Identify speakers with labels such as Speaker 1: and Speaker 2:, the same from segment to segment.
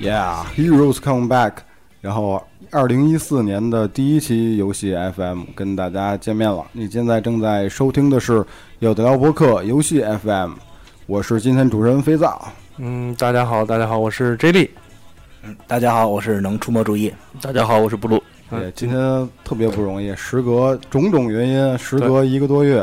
Speaker 1: Yeah，Heroes Come Back。然后，二零一四年的第一期游戏 FM 跟大家见面了。你现在正在收听的是有的聊播客游戏 FM，我是今天主持人肥皂。
Speaker 2: 嗯，大家好，大家好，我是 J 莉。
Speaker 3: 大家好，我是能出没注意。
Speaker 2: 大家好，我是布鲁。
Speaker 1: 对，今天特别不容易，时隔种种原因，时隔一个多月，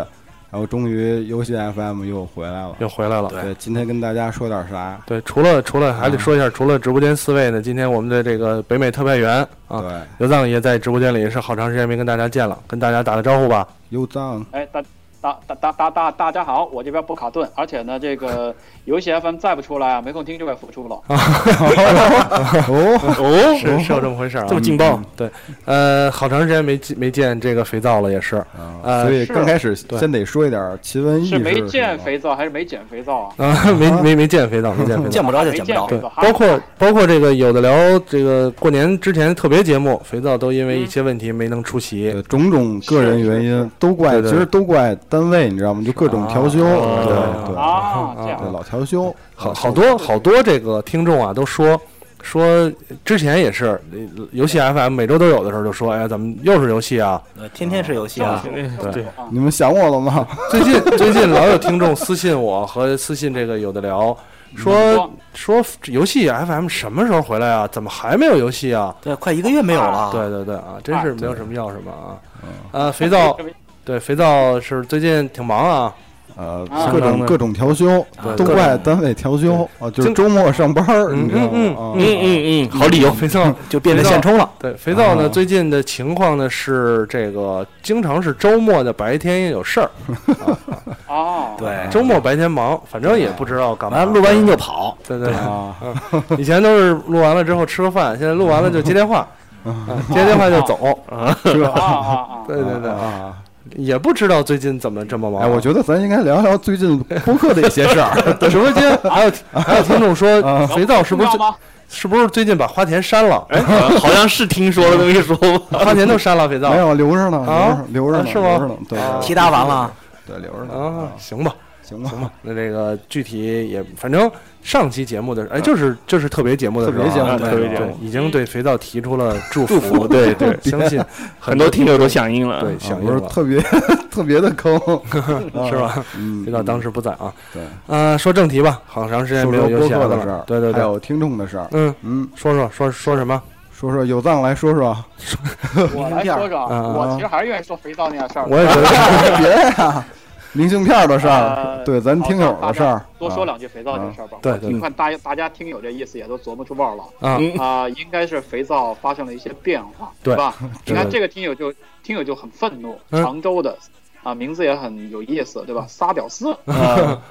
Speaker 1: 然后终于游戏 FM 又回来了。
Speaker 2: 又回来了。
Speaker 1: 对，今天跟大家说点啥？
Speaker 2: 对，除了除了还得说一下，除了直播间四位呢，今天我们的这个北美特派员啊，
Speaker 1: 对，
Speaker 2: 刘藏也在直播间里是好长时间没跟大家见了，跟大家打个招呼吧。
Speaker 1: 又脏，
Speaker 4: 哎，大大大大大大大家好，我这边布卡顿，而且呢，这个游戏 FM 再不出来啊，没空听就该复出了。
Speaker 1: 哦，
Speaker 2: 哦， 是是有这么回事啊，这么劲爆。对，呃，好长时间没见没见这个肥皂了，也是。呃
Speaker 1: 啊所以刚开始
Speaker 2: 对
Speaker 1: 先得说一点奇闻异事
Speaker 4: 是
Speaker 1: 什么的。
Speaker 4: 没见肥皂还是没减肥皂啊？
Speaker 2: 啊，没没没见肥皂， 没见肥
Speaker 3: 见
Speaker 2: 皂。
Speaker 3: 不着就
Speaker 4: 没
Speaker 3: 见不
Speaker 4: 见
Speaker 3: 着
Speaker 4: 过，
Speaker 2: 对，
Speaker 4: 肥皂
Speaker 2: 包括包括这个有的聊，这个过年之前特别节目，肥皂都因为一些问题没能出席。
Speaker 1: 对种种个人原因都怪，
Speaker 2: 对
Speaker 1: 其
Speaker 2: 对
Speaker 1: 实都怪单位，你知道吗？就各种调休，
Speaker 2: 啊
Speaker 1: 对对
Speaker 4: 啊，这
Speaker 1: 对，
Speaker 4: 样
Speaker 1: 老调休，
Speaker 2: 好好多好多这个听众啊，都说说之前也是，呃游戏 FM 每周都有的时候就说，哎呀，怎么又是游戏啊？
Speaker 3: 呃天天是游戏啊，
Speaker 2: 对，
Speaker 1: 你们想我了吗？
Speaker 2: 最近 最近老有听众私信我和私信这个有的聊，说说游戏 FM 什么时候回来啊？怎么还没有游戏啊？
Speaker 3: 对，快一个月没有了。
Speaker 2: 对对对啊，真是没有什么要什么啊。呃，肥
Speaker 4: 肥
Speaker 2: 皂对肥皂是最近挺忙啊，
Speaker 1: 呃
Speaker 4: 啊，
Speaker 1: 各种各种调休，都怪单位调休啊，就是周末上班儿，你知道吗？啊，
Speaker 2: 嗯嗯嗯，好理由，肥皂
Speaker 3: 就变成现充了。
Speaker 2: 对，肥皂呢，
Speaker 1: 哦
Speaker 2: 最近的情况呢是这个，经常是周末的白天也有事儿，
Speaker 4: 啊，
Speaker 5: 哎
Speaker 3: 对，
Speaker 2: 周末白天忙，反正也不知道干嘛。
Speaker 3: 完了录完音就跑。
Speaker 2: 对对，
Speaker 1: 啊，
Speaker 2: 对 以前都是录完了之后吃个饭，现在录完了就接电话，啊接电话就走。啊
Speaker 4: 啊啊啊！
Speaker 2: 对对对，
Speaker 1: 啊！
Speaker 2: 也不知道最近怎么这么忙。
Speaker 1: 哎，我觉得咱应该聊聊最近播客的一些事 儿。
Speaker 2: 得直播间还有还有听众说，肥皂是不是最
Speaker 4: 重要吗？
Speaker 2: 是不是最近把花田删了？
Speaker 5: 哎
Speaker 2: 啊
Speaker 5: 好像是听说了这么一说吧。
Speaker 2: 花田都删了，肥皂
Speaker 1: 没有，留着呢
Speaker 2: 啊，
Speaker 1: 留着呢，留着呢，
Speaker 2: 是吗
Speaker 1: 留着呢对
Speaker 2: 啊
Speaker 3: 提答完了，
Speaker 1: 对，对留着呢。
Speaker 2: 啊
Speaker 1: 啊，
Speaker 2: 行吧。
Speaker 1: 行吧，啊
Speaker 2: 行吧，那这个具体也反正上期节目的哎，就是就是特别节目的
Speaker 1: 特
Speaker 2: 时候
Speaker 1: 别
Speaker 2: 啊
Speaker 1: 节目，
Speaker 5: 啊特别节目
Speaker 2: 对，已经对肥皂提出了祝福，
Speaker 5: 对对，
Speaker 2: 相信
Speaker 5: 很多听友都响应了。
Speaker 2: 对
Speaker 1: 啊
Speaker 2: 响
Speaker 1: 不
Speaker 2: 应
Speaker 1: 是
Speaker 2: 了，
Speaker 1: 特别 特别的坑，
Speaker 2: 是吧？
Speaker 1: 嗯
Speaker 2: 肥皂当时不在啊，
Speaker 1: 对，
Speaker 2: 呃，说正题吧，好长时间
Speaker 1: 说
Speaker 2: 没
Speaker 1: 说
Speaker 2: 有
Speaker 1: 播
Speaker 2: 游戏
Speaker 1: 客
Speaker 2: 了
Speaker 1: 的事儿，
Speaker 2: 对对
Speaker 1: 还
Speaker 2: 对，
Speaker 1: 有听众的事儿，
Speaker 2: 嗯，
Speaker 1: 嗯，
Speaker 2: 说说说说什么？
Speaker 1: 说说有藏来说说，
Speaker 4: 我来说说啊，
Speaker 2: 啊
Speaker 4: 我其实还是愿意说肥皂那件事儿。
Speaker 2: 我也觉得
Speaker 1: 别呀，明信片的事儿，
Speaker 4: 呃
Speaker 1: 对，咱听友的事儿，
Speaker 4: 多说
Speaker 1: 啊，
Speaker 4: 两句肥皂这事儿吧。
Speaker 2: 对对
Speaker 4: 你看大家大家听友这意思也都琢磨出味儿了。
Speaker 2: 啊，
Speaker 4: 啊、应该是肥皂发生了一些变化，
Speaker 2: 对
Speaker 4: 是吧？你看
Speaker 2: 对
Speaker 4: 这个听友就听友就很愤怒，
Speaker 2: 嗯
Speaker 4: 常州的啊、名字也很有意思，对吧？撒屌丝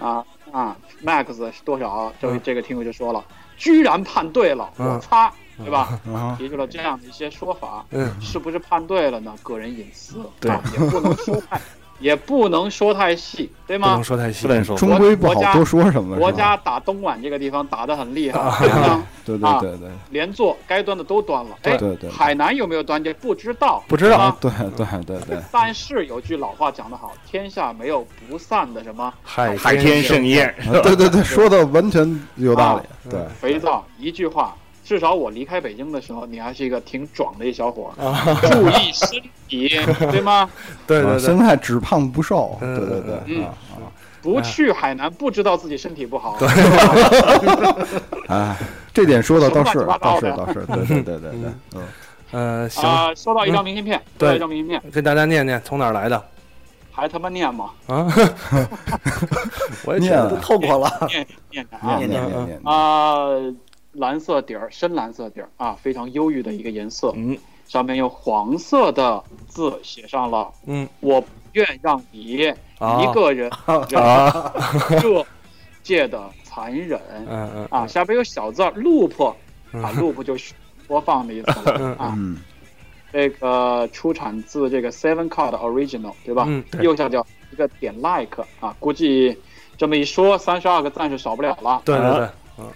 Speaker 4: 啊啊，Max 是多少？这位
Speaker 2: 嗯
Speaker 4: 这个听友就说了，居然判对了，
Speaker 2: 嗯
Speaker 4: 我擦，对吧？
Speaker 1: 啊
Speaker 4: 提出了这样的一些说法，
Speaker 2: 嗯
Speaker 4: 是不是判对了呢？个人隐私，
Speaker 5: 对
Speaker 4: 啊，也不能说 太，也不能说太细，对
Speaker 2: 不
Speaker 4: 吗
Speaker 2: 能？说太细
Speaker 5: 不，能说
Speaker 1: 终归不好多说什么，
Speaker 4: 国
Speaker 1: 是吧
Speaker 4: 家打东莞这个地方打得 很厉害，对吧？
Speaker 1: 对对
Speaker 4: 啊
Speaker 1: 对对
Speaker 4: 连坐该端的都端了，
Speaker 1: 对
Speaker 4: 哎，
Speaker 1: 对对
Speaker 4: 海南有没有端这不知道，
Speaker 2: 不知道
Speaker 4: 啊。
Speaker 1: 对对对对，
Speaker 4: 但是有句老话讲得好，天下没有不散的什么
Speaker 2: 海
Speaker 5: 海天盛宴，
Speaker 1: 啊对对对，说的完全有道
Speaker 4: 啊
Speaker 1: 理，对，
Speaker 4: 肥皂。一句话，至少我离开北京的时候，你还是一个挺壮的一小伙儿，注意身体，对吗？
Speaker 2: 对
Speaker 1: 啊
Speaker 2: 对
Speaker 1: 现
Speaker 2: 对，
Speaker 1: 在只胖不瘦，对
Speaker 2: 嗯
Speaker 1: 对对，
Speaker 4: 嗯
Speaker 1: 啊
Speaker 4: 不去海南不知道自己身体不好，
Speaker 1: 啊，哎，这点说的倒是
Speaker 4: 什么
Speaker 1: 倒
Speaker 4: 乱七
Speaker 1: 是
Speaker 4: 八糟的
Speaker 1: 倒是，对对对对对，嗯，
Speaker 2: 呃，行，
Speaker 4: 啊，收到一张明信片，收到
Speaker 2: 对
Speaker 4: 一张明信片，
Speaker 2: 跟大家念念从哪儿来的
Speaker 4: 还他妈念吗？
Speaker 2: 啊？我 也觉
Speaker 1: 念
Speaker 2: 得
Speaker 3: 都
Speaker 1: 啊
Speaker 3: 透过了。
Speaker 4: 念念念啊
Speaker 1: 念念念念，
Speaker 4: 啊、蓝色底儿，深蓝色底儿啊，非常忧郁的一个颜色。
Speaker 5: 嗯，
Speaker 4: 上面用黄色的字写上了
Speaker 2: 嗯
Speaker 4: “我不愿让你
Speaker 2: 啊
Speaker 4: 一个人忍受界的残忍
Speaker 2: 嗯嗯”
Speaker 4: 啊，下边有小字儿“路破”啊，“路破”就是播放的意思了啊。
Speaker 1: 嗯，
Speaker 4: 这个出产自这个 Seven Card Original，对吧？
Speaker 2: 嗯对
Speaker 4: 右下角一个点 Like 啊，估计这么一说，三十二个赞是少不了了。
Speaker 2: 对对对，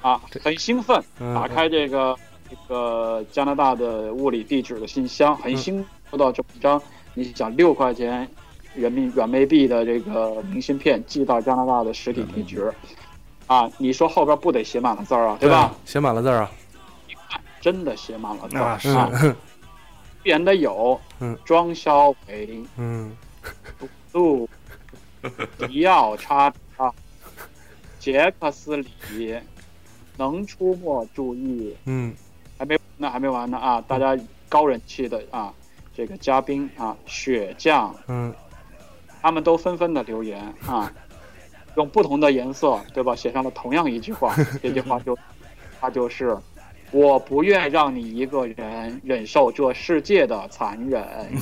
Speaker 4: 啊，很兴奋，
Speaker 2: 嗯
Speaker 4: 打开这个这个加拿大的物理地址的信箱，很兴收到这么一张，你想六块钱人民软妹币的这个明信片寄到加拿大的实体地址，啊，你说后边不得写满了字儿啊，对吧？？
Speaker 2: 写满了字儿啊，
Speaker 4: 真的写满了字
Speaker 5: 啊
Speaker 4: 儿
Speaker 5: 是
Speaker 4: 啊，必然的有
Speaker 2: 嗯，
Speaker 4: 庄萧为
Speaker 2: 嗯，
Speaker 4: 路，迪奥叉叉，杰克斯里，能出没注意，
Speaker 2: 嗯，
Speaker 4: 还没那还没完呢啊！大家高人气的啊，这个嘉宾啊，雪降，
Speaker 2: 嗯，
Speaker 4: 他们都纷纷的留言啊，用不同的颜色，对吧？写上了同样一 句话，这句话就，它就是，我不愿让你一个人忍受这世界的残忍。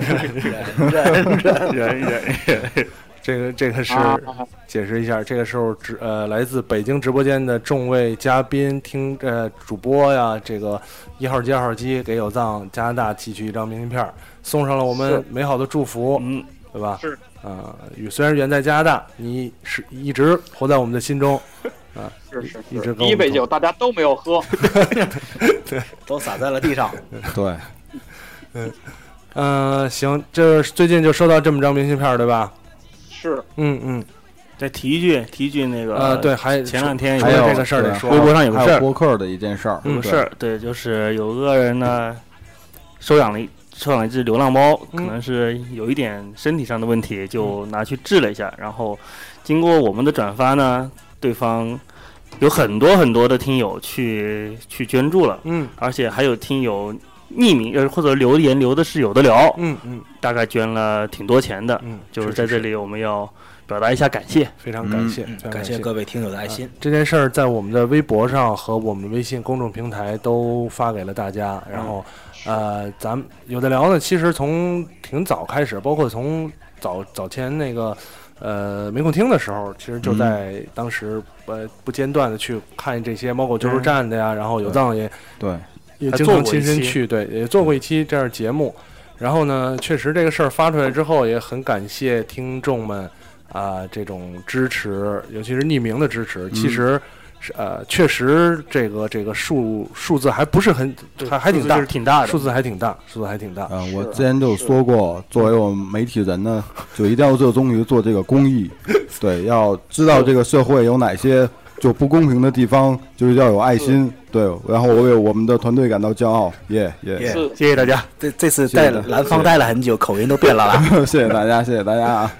Speaker 4: 忍
Speaker 5: 人人 人，
Speaker 2: 这个这个是
Speaker 4: 啊，
Speaker 2: 解释一下，这个时候直呃来自北京直播间的众位嘉宾听呃主播呀，这个一号机二号机给有藏加拿大寄去一张明信片儿，送上了我们
Speaker 4: 是
Speaker 2: 美好的祝福，
Speaker 5: 嗯，
Speaker 2: 对吧？
Speaker 4: 是
Speaker 2: 啊，与虽然远在加拿大，你是一直活在我们的心中，
Speaker 4: 是是
Speaker 2: 一直跟
Speaker 4: 是，
Speaker 2: 我们
Speaker 4: 第一杯酒大家都没有喝，
Speaker 3: 都洒在了 地上。
Speaker 1: 对，
Speaker 2: 嗯、行，这最近就收到这么张明信片儿，对吧？
Speaker 4: 是
Speaker 2: 嗯嗯，
Speaker 5: 再提一句，提一句那个
Speaker 2: 呃，对，，还
Speaker 5: 前两天有
Speaker 2: 还
Speaker 1: 啊有
Speaker 2: 这个事儿得
Speaker 1: 对
Speaker 2: 说
Speaker 5: 微博
Speaker 2: 啊，
Speaker 5: 上有个
Speaker 1: 还
Speaker 5: 事
Speaker 1: 有
Speaker 5: 儿，
Speaker 1: 播客的一件事儿，
Speaker 5: 有
Speaker 1: 对
Speaker 5: 个事儿，对，就是有个人呢收养了一收养了一只流浪猫，可
Speaker 2: 嗯
Speaker 5: 能是有一点身体上的问题，就拿去治了一下，然后经过我们的转发呢，对方有很多很多的听友去去捐助了，
Speaker 2: 嗯
Speaker 5: 而且还有听友。匿名呃或者留言留的是有的聊，
Speaker 2: 嗯嗯
Speaker 5: 大概捐了挺多钱的，
Speaker 2: 嗯，
Speaker 5: 就是在这里我们要表达一下感谢。
Speaker 2: 非常感谢，
Speaker 3: 嗯
Speaker 2: 非常
Speaker 3: 感谢各位听友的爱心。
Speaker 2: 这件事儿在我们的微博上和我们微信公众平台都发给了大家。
Speaker 3: 嗯
Speaker 2: 然后，呃，咱们有的聊呢，其实从挺早开始，包括从早早前那个呃没空听的时候，其实
Speaker 3: 嗯
Speaker 2: 就在当时、呃不间断的去看这些猫狗救助站的呀，然后有藏也
Speaker 1: 对，
Speaker 2: 也
Speaker 5: 还
Speaker 2: 经
Speaker 5: 做
Speaker 2: 常
Speaker 5: 过
Speaker 2: 亲
Speaker 5: 一
Speaker 2: 身
Speaker 5: 期
Speaker 2: 去，对，也做过一期这样的节目。然后呢，确实这个事儿发出来之后，也很感谢听众们啊、这种支持，尤其是匿名的支持。
Speaker 5: 嗯
Speaker 2: 其实是呃，确实这个这个数数字还不是很还还挺
Speaker 5: 数
Speaker 2: 大
Speaker 5: 字就是，挺大的，
Speaker 2: 数字还挺大，数字还挺大。
Speaker 1: 啊，我
Speaker 4: 是
Speaker 1: 之前就说过，作为我们媒体人呢， 就一定要热衷于做这个公益， 对，要知道这个社会有哪些就不公平的地方，就是要有爱心，对，然后我为我们的团队感到骄傲，耶耶，
Speaker 4: 是
Speaker 5: 谢谢大家。
Speaker 3: 这这次在
Speaker 1: 谢谢
Speaker 3: 南方待了很久，口音都变了啦。
Speaker 1: 谢谢大家，谢谢大家 啊，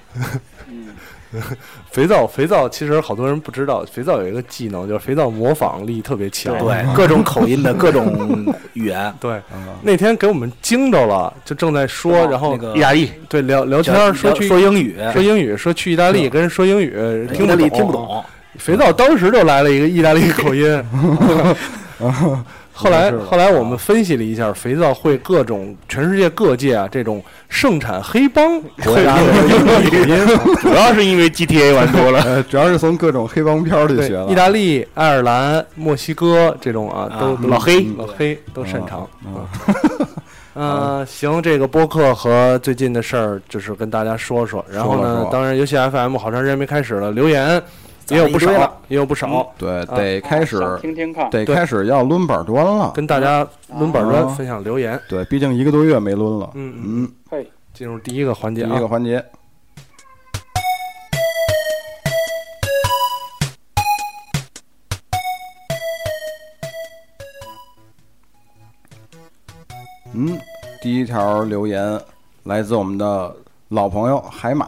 Speaker 2: 肥皂，肥皂其实好多人不知道，肥皂有一个技能，就是肥皂模仿力特别强。。
Speaker 3: 对，各种口音的各种语言
Speaker 2: 对，那天给我们惊着了，就正在说，然后
Speaker 3: 那个
Speaker 5: 意大利，
Speaker 2: 对聊聊天儿说
Speaker 3: 说
Speaker 2: 去
Speaker 3: 说英语，
Speaker 2: 说英语，说去意大利跟人说英语，听
Speaker 3: 哎意大
Speaker 2: 不
Speaker 3: 利
Speaker 2: 懂，
Speaker 3: 听不。懂。
Speaker 2: 肥皂当时就来了一个意大利口音，后来后来我们分析了一下，肥皂会各种全世界各界啊这种盛产黑帮国 家的英语口音，
Speaker 5: 主要是因为 GTA 玩多了。
Speaker 1: 呃，主要是从各种黑帮片儿里学
Speaker 2: 对，
Speaker 1: 了，
Speaker 2: 意大利、爱尔兰、墨西哥这种啊，都
Speaker 1: 嗯
Speaker 2: 老黑
Speaker 1: 嗯
Speaker 2: 老黑都擅长。
Speaker 1: 啊，
Speaker 2: 嗯，行，这个播客和最近的事儿就是跟大家说说，然后
Speaker 1: 说了
Speaker 2: 呢
Speaker 1: 说，了
Speaker 2: 当然游戏 FM 好长时间没开始了，留言也有不
Speaker 3: 攒了一堆
Speaker 2: 少
Speaker 3: 了，
Speaker 2: 也有不少，
Speaker 1: 对，得开始，
Speaker 4: 想听听看，
Speaker 1: 得
Speaker 2: 啊对
Speaker 1: 开始要抡板砖了，
Speaker 2: 跟大家抡板
Speaker 1: 哦
Speaker 2: 砖分享留言。
Speaker 1: 对，毕竟一个多月没抡了，
Speaker 2: 嗯嗯，
Speaker 1: 嗯，
Speaker 4: 嘿，
Speaker 2: 进入第一个环
Speaker 1: 第
Speaker 2: 节
Speaker 1: 一
Speaker 2: 啊
Speaker 1: 个，环节，嗯，第一条留言来自我们的老朋友海马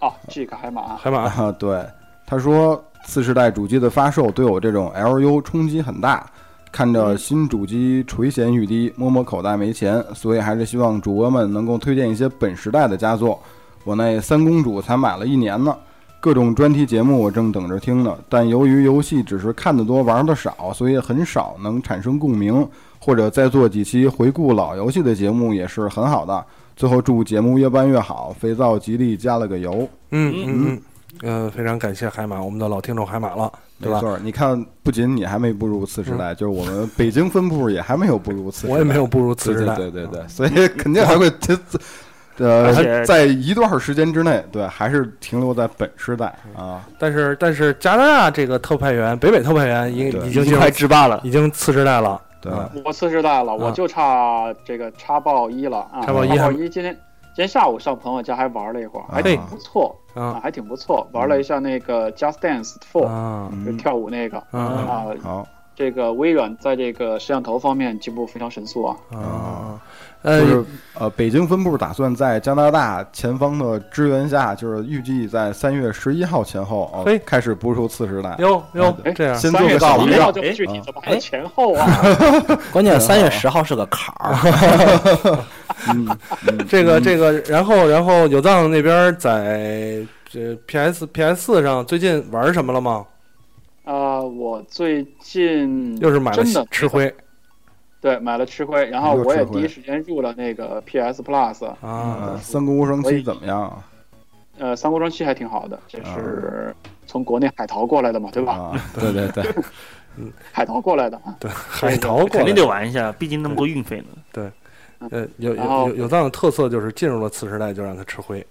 Speaker 4: 哦，这个海马，
Speaker 2: 海马，
Speaker 1: 啊， 对，他说次世代主机的发售对我这种 LU 冲击很大，看着新主机垂涎欲滴，摸摸口袋没钱，所以还是希望主播们能够推荐一些本时代的佳作。我那三公主才买了一年呢，各种专题节目我正等着听呢，但由于游戏只是看得多玩得少，所以很少能产生共鸣，或者再做几期回顾老游戏的节目也是很好的。最后祝节目越办越好，肥皂吉利加了个油。
Speaker 2: 嗯嗯嗯，呃，非常感谢海马，我们的老听众海马了，对
Speaker 1: 没
Speaker 2: 吧？嗯
Speaker 1: 错，你看，不仅你还没步入次时代，就是我们北京分部也还没有步入次时代，
Speaker 2: 我也没有步入次时代，嗯
Speaker 1: 对对对对，所以肯定还 会这这呃
Speaker 5: 而，且
Speaker 1: 在一段时间之内，对，还是停留在本时代啊。
Speaker 2: 但是但是加拿大这个特派员，北北特派员已经
Speaker 1: 对
Speaker 2: 已经
Speaker 5: 已
Speaker 2: 进
Speaker 5: 经
Speaker 2: 入
Speaker 5: 快制霸了，
Speaker 2: 已经次时代了，
Speaker 1: 对
Speaker 2: 啊
Speaker 4: 我次世代了，
Speaker 2: 啊
Speaker 4: 我就差这个插爆一了啊！
Speaker 2: 插爆一
Speaker 4: 插爆
Speaker 2: 还
Speaker 4: 一今天今天下午上朋友家还玩了一会儿，
Speaker 2: 哎
Speaker 4: 还挺不错啊，
Speaker 2: 啊
Speaker 4: 还挺不错，玩了一下那个 Just Dance Four，
Speaker 2: 啊
Speaker 4: 就
Speaker 1: 嗯，
Speaker 4: 跳舞那个
Speaker 2: 嗯
Speaker 4: 啊。
Speaker 1: 好，
Speaker 4: 这个微软在这个摄像头方面进步非常神速啊。
Speaker 2: 啊！
Speaker 1: 就
Speaker 2: 呃
Speaker 1: 是呃，北京分部打算在加拿大前方的支援下，就是预计在三月十一号前后哦
Speaker 2: 嘿，
Speaker 1: 开始播出次时代。
Speaker 2: 哟哟
Speaker 4: 哎，
Speaker 2: 这样
Speaker 1: 先做
Speaker 4: 三
Speaker 1: 个
Speaker 4: 月十
Speaker 1: 小
Speaker 4: 一
Speaker 1: 预
Speaker 4: 号
Speaker 1: 告，
Speaker 4: 这
Speaker 3: 哎
Speaker 4: 么具体，怎么还
Speaker 3: 哎
Speaker 4: 有前后啊？
Speaker 2: 嗯
Speaker 3: 关键三月十号是个坎儿，
Speaker 1: 嗯，嗯
Speaker 2: 这个这个，然后然后有藏那边在这 PS PS 四上最近玩什么了吗？
Speaker 4: 啊，我最近
Speaker 2: 又是买了
Speaker 4: 真的
Speaker 2: 吃，灰
Speaker 4: 对，买了吃灰，然后
Speaker 1: 又吃
Speaker 4: 我也
Speaker 1: 灰
Speaker 4: 第一时间入了那个 PS Plus，
Speaker 2: 啊
Speaker 1: 呃，三国无双七怎么样啊？
Speaker 4: 呃，三国双七还挺好的，这是从国内海淘过来的嘛，对吧？
Speaker 1: 啊，对对 对，
Speaker 4: 海淘过来的，啊
Speaker 2: 对，海淘过
Speaker 5: 肯
Speaker 2: 来
Speaker 5: 定得玩一下，毕竟那么多运费呢。
Speaker 2: 呃，有有
Speaker 4: 然后
Speaker 2: 有有藏的特色就是进入了次时代就让它吃灰，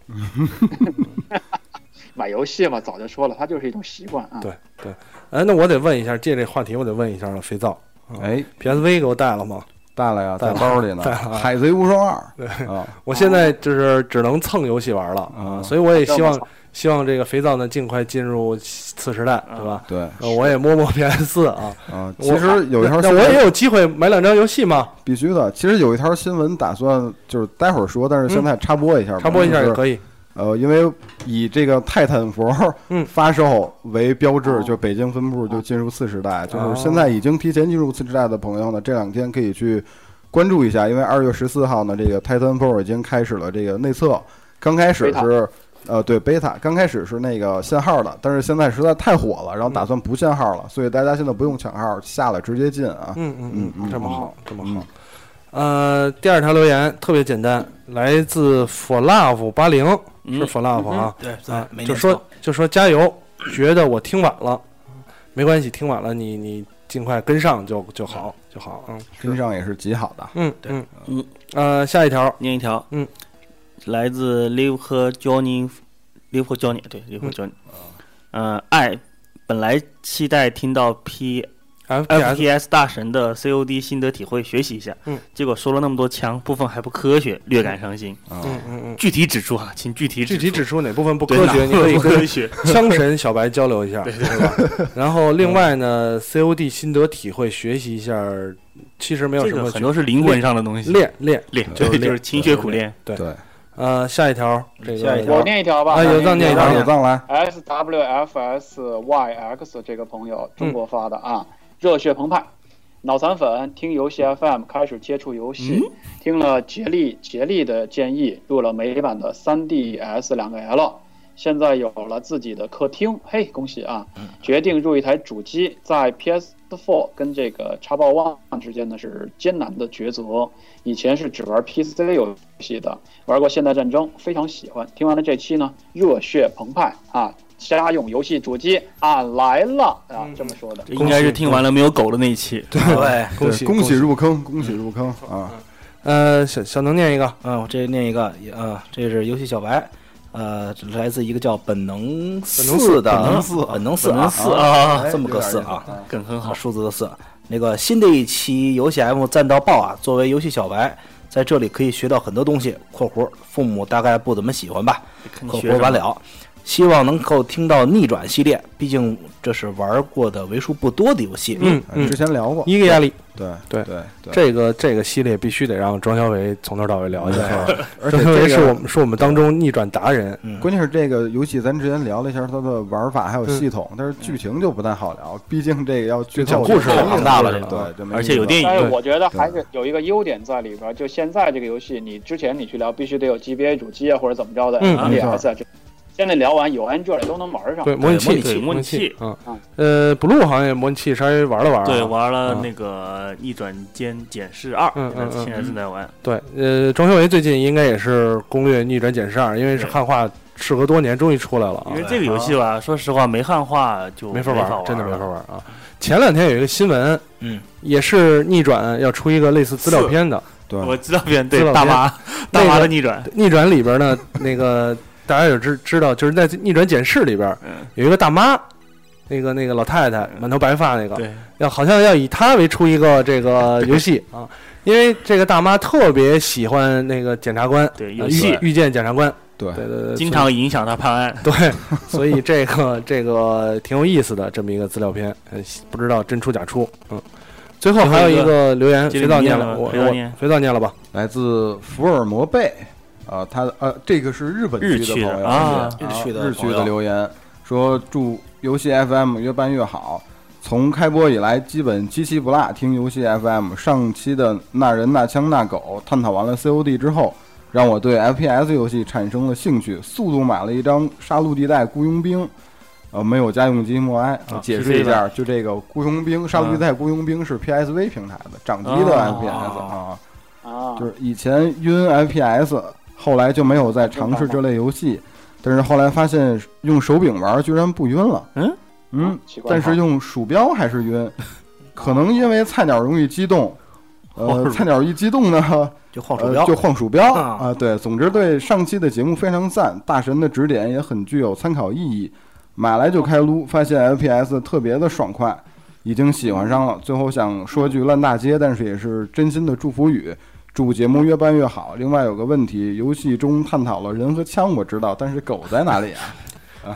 Speaker 4: 买游戏嘛，早就说了，它就是一种习惯啊。
Speaker 2: 对对。哎，那我得问一下，借这话题我得问一下了，肥皂
Speaker 1: 哎，
Speaker 2: PSV 给我带了吗？
Speaker 1: 带了呀，
Speaker 2: 带
Speaker 1: 在
Speaker 2: 了
Speaker 1: 包里呢，
Speaker 2: 带
Speaker 1: 《海贼无双 二》啊，
Speaker 2: 我现在就是只能蹭游戏玩了
Speaker 1: 啊
Speaker 2: 所以我也希
Speaker 4: 这么
Speaker 2: 望希望这个肥皂呢尽快进入次时代，对吧？
Speaker 1: 对
Speaker 2: 呃我也摸摸 PS 四啊。
Speaker 1: 啊，
Speaker 2: 我
Speaker 1: 其实有一条
Speaker 2: 那
Speaker 1: 新
Speaker 2: 那
Speaker 1: 闻
Speaker 2: 我也有机会买两张游戏嘛，
Speaker 1: 必须的，其实有一条新闻打算就是待会儿说，但是现在插播一下吧，
Speaker 2: 嗯插播一下
Speaker 1: 就
Speaker 2: 也
Speaker 1: 是
Speaker 2: 可以。
Speaker 1: 呃，因为以这个泰坦佛
Speaker 2: 嗯
Speaker 1: 发售为标志，
Speaker 4: 哦
Speaker 1: 就北京分部就进入次时代，就是现在已经提前进入次时代的朋友呢，这两天可以去关注一下，因为二月十四号呢，这个泰坦佛已经开始了这个内测，刚开始
Speaker 4: Beta
Speaker 1: 是。呃，对，贝塔刚开始是那个限号的，但是现在实在太火了，然后打算不限号了，所以大家现在不用抢号，下来直接进啊。
Speaker 2: 嗯
Speaker 1: 嗯
Speaker 2: 嗯嗯，
Speaker 1: 嗯
Speaker 2: 这么好，这么好
Speaker 1: 嗯。
Speaker 2: 呃，第二条留言特别简单，来自 for love 八零，是
Speaker 5: 嗯，
Speaker 2: for love 啊，
Speaker 3: 对
Speaker 2: 啊
Speaker 3: 没，
Speaker 2: 就
Speaker 3: 念
Speaker 2: 说
Speaker 3: 错
Speaker 2: 就说加油，觉得我听晚了，没关系，听晚了你你尽快跟上就就好就好，嗯
Speaker 1: 跟上也是极好的。
Speaker 2: 嗯
Speaker 3: 对
Speaker 2: 嗯
Speaker 5: 嗯，
Speaker 2: 呃，下一条，
Speaker 5: 念一条，
Speaker 2: 嗯，
Speaker 5: 来自 Live 和 Johnny，Live 和 Johnny，对，Live 和
Speaker 2: 嗯
Speaker 5: Johnny，嗯，爱本来期待听到 P
Speaker 2: FPS
Speaker 5: FPS 大神的 COD 心得体会学习一下，
Speaker 2: 嗯，
Speaker 5: 结果说了那么多枪，部分还不科学，略感伤心。
Speaker 1: 啊、
Speaker 2: 嗯嗯嗯，
Speaker 5: 具体指出啊，请具体
Speaker 2: 具体
Speaker 5: 指
Speaker 2: 指出哪部分不
Speaker 5: 不
Speaker 2: 科学，你可以
Speaker 5: 不
Speaker 2: 跟
Speaker 5: 科学，
Speaker 2: 枪神小白交流一下，对吧？然后另外呢，COD 心得体会学习一下，其实没有
Speaker 5: 这
Speaker 2: 什么
Speaker 5: 个
Speaker 2: 去
Speaker 5: 很多是灵魂上的东西，
Speaker 2: 练练。
Speaker 5: 练，
Speaker 2: 就是
Speaker 5: 对，
Speaker 2: 练
Speaker 5: 就是勤学苦练。
Speaker 1: 对，
Speaker 2: 呃，下一条，这个
Speaker 3: 下一条
Speaker 4: 我念一条吧，
Speaker 2: 啊有让念一条
Speaker 1: 让有藏来，
Speaker 4: S W F S Y X 这个朋友，中国发的啊，热血澎湃，脑残粉听游戏 FM 开始接触游戏，听了杰力杰力的建议，入了美版的 3DS 两个 L，现在有了自己的客厅，嘿，恭喜啊！决定入一台主机，在 PS4 跟这个 Xbox One 之间呢是艰难的抉择。以前是只玩 PC 游戏的，玩过《现代战争》，非常喜欢。听完了这期呢，热血澎湃啊！家用游戏主机俺来了啊！
Speaker 1: 嗯
Speaker 4: 这么说的，
Speaker 5: 这应该是听完了没有狗的那一期，
Speaker 3: 对，
Speaker 2: 恭
Speaker 1: 对
Speaker 2: 喜
Speaker 1: 恭
Speaker 2: 喜！
Speaker 1: 入坑，恭喜入坑啊！
Speaker 2: 呃，小小能念一个，
Speaker 3: 嗯，我这念一个，啊，这是游戏小白，呃，来自一个叫本能四的
Speaker 1: 本能四
Speaker 3: 本能四
Speaker 5: 本能
Speaker 3: 啊
Speaker 5: 四
Speaker 3: 啊，
Speaker 1: 哎
Speaker 3: 这么个四，
Speaker 1: 有
Speaker 3: 啊
Speaker 1: 点意，思
Speaker 5: 梗很好
Speaker 3: 啊，。数字的四。那个新的一期游戏 M 赞到爆啊！作为游戏小白，在这里可以学到很多东西（括弧父母大概不怎么喜欢吧）。
Speaker 5: 看你
Speaker 3: 可
Speaker 5: 学
Speaker 3: 活
Speaker 5: 什
Speaker 3: 完
Speaker 5: 么
Speaker 3: 了。希望能够听到逆转系列，毕竟这是玩过的为数不多的游戏。
Speaker 2: 嗯
Speaker 1: 哎
Speaker 2: 嗯
Speaker 1: 之，前聊过，
Speaker 2: 一个压力，
Speaker 1: 对
Speaker 2: 对
Speaker 1: 对对，
Speaker 2: 这个这个系列必须得让庄小伟从头到尾聊一下。
Speaker 1: 而且
Speaker 2: 庄小
Speaker 1: 这
Speaker 2: 伟
Speaker 1: 个
Speaker 2: 是我们是我们当中逆转达人，
Speaker 1: 关键是这个游戏，咱之前聊了一下它的玩法还
Speaker 2: 嗯
Speaker 1: 有系统，但是剧情就不太好聊，毕竟这个要剧透
Speaker 2: 讲故事
Speaker 1: 就
Speaker 2: 了
Speaker 1: 太
Speaker 2: 庞大
Speaker 5: 了
Speaker 1: 对
Speaker 5: 这
Speaker 1: 对，
Speaker 2: 个
Speaker 1: 就没
Speaker 5: 而且有
Speaker 1: 意思
Speaker 5: 电
Speaker 4: 但
Speaker 5: 影，
Speaker 4: 是我觉得还是有一个优点在里边儿，就现在这个游戏，你之前你去聊必须得有 GBA 主机啊或者怎么着的
Speaker 2: 嗯
Speaker 4: NDS 啊，这现在聊完有 Android 都能玩上。
Speaker 2: 对，模拟器，
Speaker 5: 对
Speaker 2: 模
Speaker 5: 模
Speaker 2: 拟
Speaker 5: 拟
Speaker 2: 器
Speaker 5: 器，
Speaker 2: 嗯
Speaker 4: 啊，
Speaker 2: 呃，blue 好像也模拟器稍微玩了玩啊，
Speaker 5: 对，玩了
Speaker 2: 嗯
Speaker 5: 那个《逆转间检视二
Speaker 2: 嗯》，嗯嗯
Speaker 5: 现在正在玩。
Speaker 2: 对，呃，庄修为最近应该也是攻略逆转减十二，因为是
Speaker 5: 对
Speaker 2: 汉化，时隔多年终于出来了啊
Speaker 5: 因为，这个游戏吧，说实话没汉化就
Speaker 2: 没法
Speaker 5: 嗯法
Speaker 2: 玩，
Speaker 5: 玩，
Speaker 2: 真的没法。玩啊。前两天有一个新闻，
Speaker 3: 嗯，
Speaker 2: 也是逆转要出一个类似资料
Speaker 5: 四
Speaker 2: 片的，
Speaker 1: 对
Speaker 5: 我知道片
Speaker 2: 资
Speaker 5: 对
Speaker 2: 料
Speaker 5: 大
Speaker 2: 片
Speaker 5: 妈
Speaker 2: 那
Speaker 5: 大妈
Speaker 2: 个
Speaker 5: 的逆转，
Speaker 2: 逆转里边呢， 那个大家有知知道，就是在逆转检视里边
Speaker 5: 嗯
Speaker 2: 有一个大妈，那个那个老太太满头白发那个，
Speaker 5: 对，
Speaker 2: 要好像要以她为出一个这个游戏啊。因为这个大妈特别喜欢那个检察官，
Speaker 5: 对
Speaker 2: 呃
Speaker 5: 有戏
Speaker 2: 遇遇见检察官，
Speaker 1: 对
Speaker 2: 对对对，
Speaker 5: 经常影响他判案。
Speaker 2: 对，所以这个这个挺有意思的这么一个资料片，呃不知道真出假出。嗯，最后还有一个留言，
Speaker 5: 接
Speaker 2: 肥
Speaker 5: 着
Speaker 2: 皂
Speaker 5: 你
Speaker 2: 念
Speaker 5: 念
Speaker 2: 了，
Speaker 5: 了
Speaker 2: 我
Speaker 5: 肥皂念
Speaker 2: 我肥皂念了吧？
Speaker 1: 来自福尔摩贝，啊，他的呃，这个是日本
Speaker 5: 日
Speaker 1: 区
Speaker 5: 区
Speaker 1: 的
Speaker 5: 的
Speaker 1: 朋友
Speaker 5: 啊
Speaker 1: 对
Speaker 3: 日区的
Speaker 1: 日区
Speaker 3: 朋
Speaker 1: 的
Speaker 3: 友
Speaker 1: 留言说祝游戏 FM 越办越好。从开播以来，基本七期不落听游戏 FM。上期的那人那枪那狗探讨完了 COD 之后，让我对 FPS 游戏产生了兴趣，速度买了一张《杀戮地带：雇佣兵》，呃，没有家用机默哀。
Speaker 5: 啊
Speaker 1: 解释一
Speaker 5: PC
Speaker 1: 下，就这个《雇佣兵》《杀戮地带：雇佣兵》是 PSV 平台的掌机的
Speaker 5: 啊
Speaker 1: FPS 啊
Speaker 4: 啊
Speaker 1: 就，是以前晕 FPS，后来就没有再尝试这类游戏，但是后来发现用手柄玩居然不晕了。
Speaker 5: 嗯
Speaker 1: 嗯
Speaker 4: 奇，怪
Speaker 1: 但是用鼠标还是晕，可能因为菜鸟容易激动，
Speaker 5: 晃
Speaker 1: 呃，
Speaker 5: 鼠
Speaker 1: 菜鸟一激动呢，
Speaker 3: 就晃哦鼠
Speaker 1: 呃
Speaker 3: 标
Speaker 1: 就。晃鼠标
Speaker 3: 啊
Speaker 1: 啊。对，总之对上期的节目非常赞，大神的指点也很具有参考意义。买来就开撸，发现 FPS 特别的爽快，已经喜欢上了。最后想说句烂大街，但是也是真心的祝福语，祝节目越办越好。另外有个问题，游戏中探讨了人和枪，我知道，但是狗在哪里啊？啊，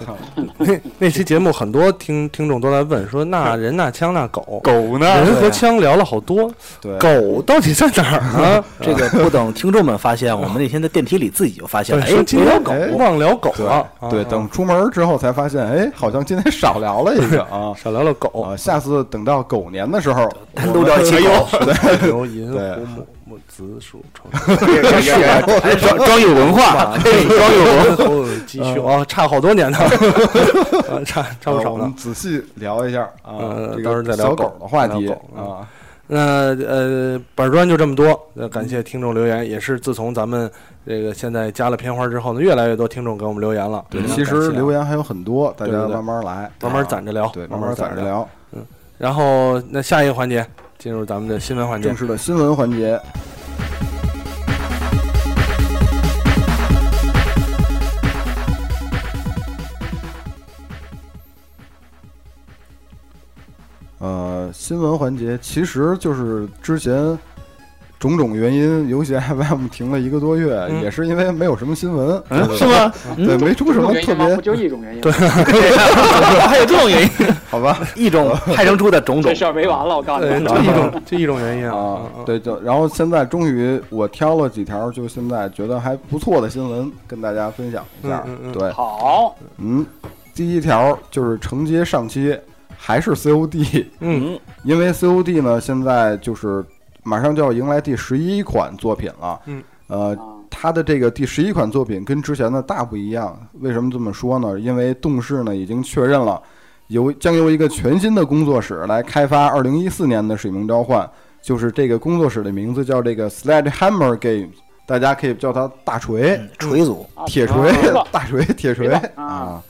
Speaker 2: 那那期节目很多听听众都在问说，那人那枪那狗，
Speaker 5: 狗呢
Speaker 2: 人和枪聊了好多，
Speaker 1: 对，
Speaker 2: 狗到底在哪儿啊呢？
Speaker 3: 这个不等听众们发现，我们那天在电梯里自己就 发现
Speaker 2: 对
Speaker 3: 了，，
Speaker 2: 说
Speaker 3: 哎，
Speaker 2: 今
Speaker 3: 不要
Speaker 2: 天
Speaker 3: 搞
Speaker 1: 哎
Speaker 2: 忘聊狗了，啊
Speaker 1: 对，
Speaker 2: 啊
Speaker 1: 等出门之后才发现，哎，好像今天少聊了一个 啊
Speaker 2: 少聊聊狗，
Speaker 1: 啊！下次等到狗年的时候，
Speaker 3: 单独聊一期狗，
Speaker 2: 牛银
Speaker 1: 对
Speaker 2: 虎母母子鼠虫。
Speaker 5: 装装有文化，嘿装有文化。
Speaker 2: 哦，继续啊，差好多年呢， 啊差差不
Speaker 1: 呃
Speaker 2: 少
Speaker 1: 我
Speaker 2: 呢
Speaker 1: 们。仔细聊一下啊
Speaker 2: 呃，
Speaker 1: 这
Speaker 2: 到时
Speaker 1: 个
Speaker 2: 候再聊
Speaker 1: 小
Speaker 2: 狗
Speaker 1: 狗的话题
Speaker 2: 聊狗嗯
Speaker 1: 啊，
Speaker 2: 那呃，板砖就这么多，呃，感谢听众留言，也是自从咱们这个现在加了片花之后呢，越来越多听众给我们留言了。嗯
Speaker 1: 其实留
Speaker 2: 言
Speaker 1: 言还有很多，大
Speaker 2: 啊对
Speaker 1: 家
Speaker 2: 对对
Speaker 1: 慢慢来，啊
Speaker 2: 慢慢攒着聊，
Speaker 1: 对，慢
Speaker 2: 慢
Speaker 1: 慢
Speaker 2: 攒
Speaker 1: 着
Speaker 2: 聊。
Speaker 1: 聊。
Speaker 2: 然后那下一个环节进入咱们的新闻环节
Speaker 1: 正，式的新闻环节，呃，新闻环节其实就是之前种种原因，游戏 FM 停了一个多月，
Speaker 2: 嗯
Speaker 1: 也是因为没有什么新闻，
Speaker 5: 嗯，是 吗？
Speaker 1: 对，没出
Speaker 4: 不
Speaker 1: 什
Speaker 4: 是
Speaker 1: 么
Speaker 4: 原
Speaker 1: 特
Speaker 4: 因吗？不
Speaker 1: 别，
Speaker 4: 就一种原因吗？
Speaker 5: 还有这种原因？
Speaker 1: 好吧？
Speaker 3: 一种派生出的种种
Speaker 4: 这，事儿没
Speaker 1: 嗯
Speaker 4: 完了，我告诉
Speaker 1: 哎
Speaker 2: 对，
Speaker 4: 你。
Speaker 2: 就呃一种就一种原因
Speaker 1: 啊
Speaker 2: 啊，嗯，嗯
Speaker 1: 对，就然后现在终于我挑了几条，就现在觉得还不错的新闻跟大家分享一下。
Speaker 2: 嗯嗯嗯
Speaker 1: 对，
Speaker 4: 好，
Speaker 1: 嗯，第一条就是承接上期，还是 COD，
Speaker 2: 嗯，
Speaker 1: 因为 COD 呢现在就是马上就要迎来第十一款作品了。
Speaker 2: 嗯，
Speaker 1: 呃，
Speaker 4: 啊
Speaker 1: 它的这个第十一款作品跟之前的大不一样，为什么这么说呢？因为动视呢已经确认了，由将由一个全新的工作室来开发2014年的《使命召唤》，就是这个工作室的名字叫这个 Sledgehammer Games，大家可以叫它大锤、
Speaker 3: 锤组，
Speaker 4: 啊
Speaker 1: 铁锤、
Speaker 4: 知道
Speaker 1: 大锤、铁锤
Speaker 4: 知道啊
Speaker 1: 啊，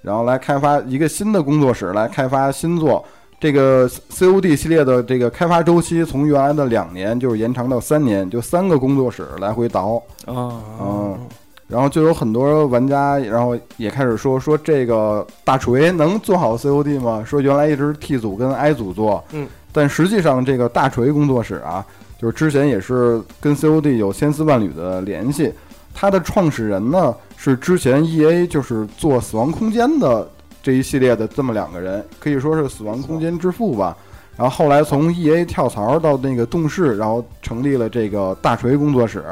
Speaker 1: 然后来开发一个新的工作室来开发新作。这个 COD 系列的这个开发周期从原来的两年就是延长到三年，就三个工作室来回倒。
Speaker 5: 啊，
Speaker 1: 嗯，然后就有很多玩家，然后也开始说说这个大锤能做好 COD 吗？说原来一直是 T 组跟 I 组做，
Speaker 2: 嗯，
Speaker 1: 但实际上这个大锤工作室啊，就是之前也是跟 COD 有千丝万缕的联系。它的创始人呢是之前 EA 就是做《死亡空间》的这一系列的这么两个人，可以说是《死亡空间》之父吧。然后后来从 EA 跳槽到那个动视，然后成立了这个大锤工作室。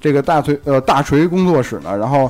Speaker 1: 这个大锤呃大锤工作室呢，然后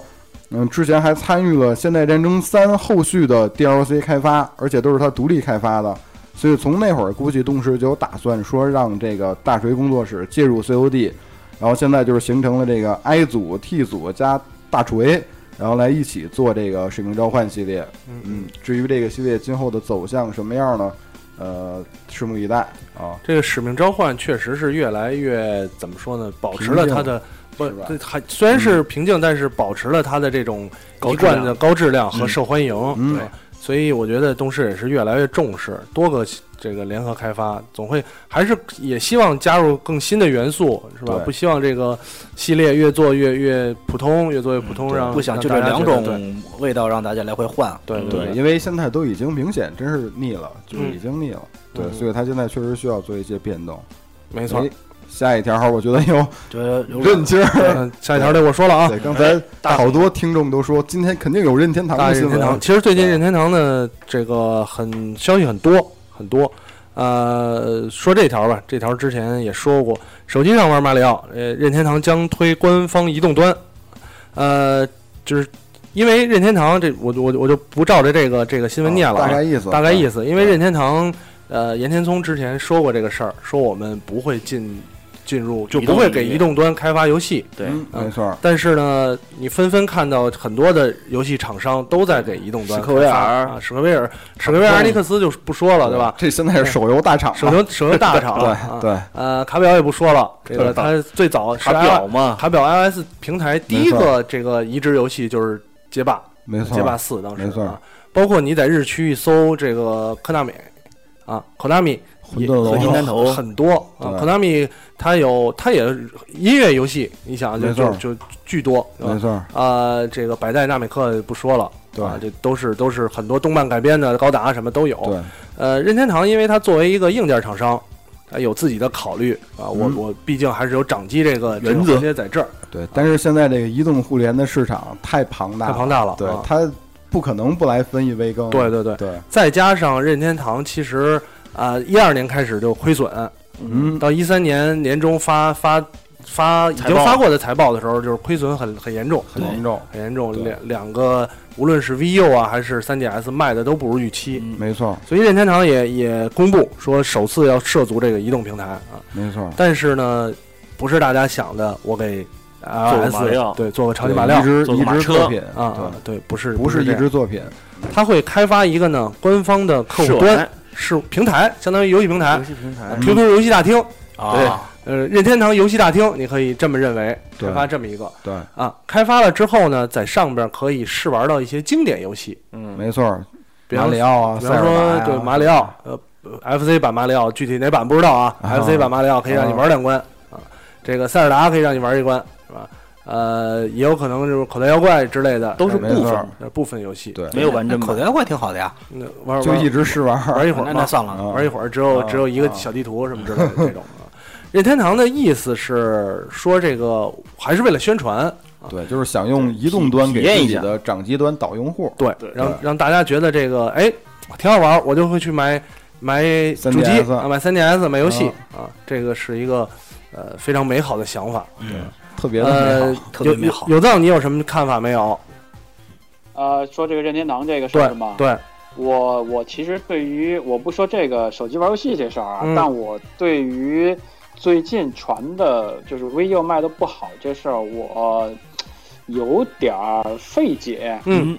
Speaker 1: 嗯之前还参与了《现代战争三》后续的 DLC 开发，而且都是他独立开发的。所以从那会儿，估计动视就有打算说让这个大锤工作室介入 COD，然后现在就是形成了这个 I 组、T 组加大锤，然后来一起做这个《使命召唤》系列。嗯，至于这个系列今后的走向什么样呢？呃，拭目以待啊。
Speaker 2: 这个使命召唤确实是越来越怎么说呢？保持
Speaker 1: 平
Speaker 2: 了
Speaker 1: 静
Speaker 2: 它的不
Speaker 1: 是吧嗯
Speaker 2: 对，还虽然是平静，但是保持了它的这种
Speaker 5: 高
Speaker 2: 一
Speaker 5: 质量
Speaker 2: 贯的高质量和受欢迎。
Speaker 1: 嗯
Speaker 2: 对，所以我觉得动视也是越来越重视多个这个联合开发，总会还是也希望加入更新的元素，是吧
Speaker 1: 对？
Speaker 2: 不希望这个系列越做越越普通，越做越普通，
Speaker 1: 嗯对
Speaker 2: 嗯让
Speaker 3: 不想
Speaker 2: 让
Speaker 3: 就
Speaker 2: 大
Speaker 3: 这
Speaker 2: 家
Speaker 3: 两
Speaker 2: 觉得
Speaker 3: 种味道让大家来回换。
Speaker 2: 对对
Speaker 1: 对，
Speaker 2: 对
Speaker 1: 因为现在都已经明显真是腻了，就是
Speaker 2: 嗯
Speaker 1: 已经腻了。对，
Speaker 2: 嗯
Speaker 1: 所以他现在确实需要做一些变动。
Speaker 2: 没错
Speaker 1: 哎。下一条我觉得有
Speaker 3: 这
Speaker 1: 韧劲 儿。
Speaker 2: 嗯下一条得我说了啊，
Speaker 1: 对，刚才好多听众都说今天肯定有任天堂
Speaker 2: 大
Speaker 1: 的新
Speaker 2: 任天堂，
Speaker 1: 闻，
Speaker 2: 其实最近任天堂的这个很消息很多很多。呃，说这条吧，这条之前也说过，手机上玩马里奥，呃，任天堂将推官方移动端，呃，就是因为任天堂这，我我我就不照着这个这个新闻念了啊，
Speaker 1: 大概意思，
Speaker 2: 大概意
Speaker 1: 思。
Speaker 2: 思。因为任天堂，呃，岩田聪之前说过这个事儿，说我们不会进进入，就
Speaker 5: 移
Speaker 2: 不
Speaker 5: 动
Speaker 2: 会
Speaker 5: 领
Speaker 2: 给
Speaker 5: 域
Speaker 2: 移动端开发游戏。
Speaker 5: 对，
Speaker 1: 嗯，没错儿，
Speaker 2: 但是呢，你纷纷看到很多的游戏厂商都在给移动端
Speaker 5: 史克威尔
Speaker 2: 开发啊，史克威尔、史克威
Speaker 1: 嗯
Speaker 2: 尔、艾尼克斯就不说了，对吧？
Speaker 1: 这现在是手游大 厂嘛，啊
Speaker 2: 手游手游大厂，
Speaker 1: 对
Speaker 2: 啊，
Speaker 1: 对，
Speaker 2: 呃，卡表也不说了，这个
Speaker 5: 卡表
Speaker 2: 它最早是
Speaker 5: 卡
Speaker 2: iOS-
Speaker 5: 表嘛，
Speaker 2: 卡表 iOS 平台第一个这个移植游戏就是街霸，
Speaker 1: 没错
Speaker 2: 街霸
Speaker 1: 儿，
Speaker 2: 四当时
Speaker 1: 没错
Speaker 2: 啊，包括你在日区一搜这个科纳美啊，科纳米
Speaker 1: 混沌龙
Speaker 3: 合金弹头
Speaker 2: 很多啊
Speaker 1: 对
Speaker 2: 科纳米它有它也音乐游戏，你想就
Speaker 1: 没错
Speaker 2: 就就巨多，对吧
Speaker 1: 没错儿，
Speaker 2: 啊，这个百代纳美克不说了，
Speaker 1: 对
Speaker 2: 啊，这都是都是很多动漫改编的，高达什么都有。
Speaker 1: 对，
Speaker 2: 呃，任天堂因为它作为一个硬件厂商，它有自己的考虑啊，我、
Speaker 1: 嗯
Speaker 2: 我毕竟还是有掌机这个
Speaker 5: 原则
Speaker 2: 这个环节在这儿，
Speaker 1: 对，但是现在这个移动互联的市场太庞大
Speaker 2: 太
Speaker 1: 了，
Speaker 2: 庞大了，
Speaker 1: 对
Speaker 2: 啊，
Speaker 1: 它不可能不来分一杯羹。
Speaker 2: 对对对，
Speaker 1: 对，
Speaker 2: 再加上任天堂其实啊，一、二年开始就亏损，
Speaker 1: 嗯，
Speaker 2: 到一三年年中发发发已
Speaker 5: 财
Speaker 2: 经
Speaker 5: 报
Speaker 2: 发过的财报的时候，就是亏损很很严重，
Speaker 1: 很严重，
Speaker 2: 很严重，
Speaker 1: 对
Speaker 2: 两两个无论是 VU 啊还是 3DS 卖的都不如预期。
Speaker 5: 嗯
Speaker 1: 没错儿，
Speaker 2: 所以任天堂也也公布说，首次要涉足这个移动平台啊，
Speaker 1: 没错儿。
Speaker 2: 但是呢，不是大家想的，我给
Speaker 5: 个
Speaker 2: iOS
Speaker 5: 马料
Speaker 2: 对做个超级
Speaker 1: 对
Speaker 2: 马料
Speaker 1: 移植
Speaker 5: 做
Speaker 1: 移
Speaker 5: 个马
Speaker 1: 植
Speaker 5: 车
Speaker 1: 作品
Speaker 2: 啊啊，，对，不是
Speaker 1: 对，不是
Speaker 2: 这
Speaker 1: 移
Speaker 2: 样
Speaker 1: 植作品，
Speaker 2: 它会开发一个呢官方的客户端
Speaker 5: 玩
Speaker 2: 是平台，相当于游戏平台
Speaker 5: 游戏平
Speaker 1: 嗯
Speaker 5: 台，
Speaker 2: ，QQ 游戏大厅，
Speaker 3: 啊，
Speaker 2: 呃，任天堂游戏大厅，你可以这么认为，
Speaker 1: 对
Speaker 2: 开发这么一个
Speaker 1: 对，
Speaker 2: 啊，开发了之后呢，在上边可以试玩到一些经典游戏，
Speaker 5: 嗯，
Speaker 1: 没错儿。
Speaker 2: 比
Speaker 1: 马
Speaker 2: 方
Speaker 1: 里奥啊，
Speaker 2: 比
Speaker 1: 塞
Speaker 2: 方
Speaker 1: 尔
Speaker 2: 说
Speaker 1: 达
Speaker 2: 对
Speaker 1: 呀
Speaker 2: 马里奥，呃呃，FC 版马里奥，具体哪版不知道啊。
Speaker 1: 啊
Speaker 2: FC 版马里奥可以让你玩两关啊，这个塞尔达可以让你玩一关，是吧？呃，也有可能就是口袋妖怪之类的，
Speaker 5: 都是
Speaker 2: 呃
Speaker 1: 没
Speaker 5: 部
Speaker 1: 错
Speaker 5: 分
Speaker 1: 儿，
Speaker 2: 呃部分游戏。
Speaker 1: 对，
Speaker 5: 没有完整
Speaker 3: 哎口
Speaker 5: 版
Speaker 3: 袋，妖怪挺好的呀，
Speaker 2: 那玩
Speaker 1: 就一
Speaker 2: 玩
Speaker 1: 直试玩儿。
Speaker 2: 玩一会
Speaker 3: 那
Speaker 2: 儿
Speaker 3: 那
Speaker 2: 嘛，
Speaker 3: 算了，
Speaker 1: 啊
Speaker 2: 玩一会儿只有
Speaker 1: 啊
Speaker 2: 只有一个
Speaker 1: 啊
Speaker 2: 小地图什么之类的这种啊。任天堂的意思是说，这个还是为了宣传，
Speaker 1: 对，就是想用移动端
Speaker 5: 体
Speaker 1: 给
Speaker 5: 体验
Speaker 1: 自
Speaker 5: 一
Speaker 1: 己
Speaker 5: 下
Speaker 1: 的掌机端导用户。
Speaker 2: 对
Speaker 5: 对，
Speaker 2: 让让大家觉得这个哎挺好玩儿，我就会去买买主机
Speaker 1: 3DS
Speaker 2: 啊，买 3DS 买游戏啊，这个是一个呃非常美好的想法。
Speaker 3: 嗯，
Speaker 1: 特别的
Speaker 2: 呃
Speaker 1: 美好，
Speaker 3: 特别
Speaker 2: 有
Speaker 3: 美好
Speaker 2: 有有藏，你有什么看法没有？
Speaker 4: 呃，说这个任天堂这个事
Speaker 2: 对
Speaker 4: 儿是吗？
Speaker 2: 对，
Speaker 4: 我我其实对于我不说这个手机玩游戏这事儿啊，
Speaker 2: 嗯
Speaker 4: 但我对于最近传的就是 VU 卖的不好这事儿，我有点儿费解。
Speaker 2: 嗯，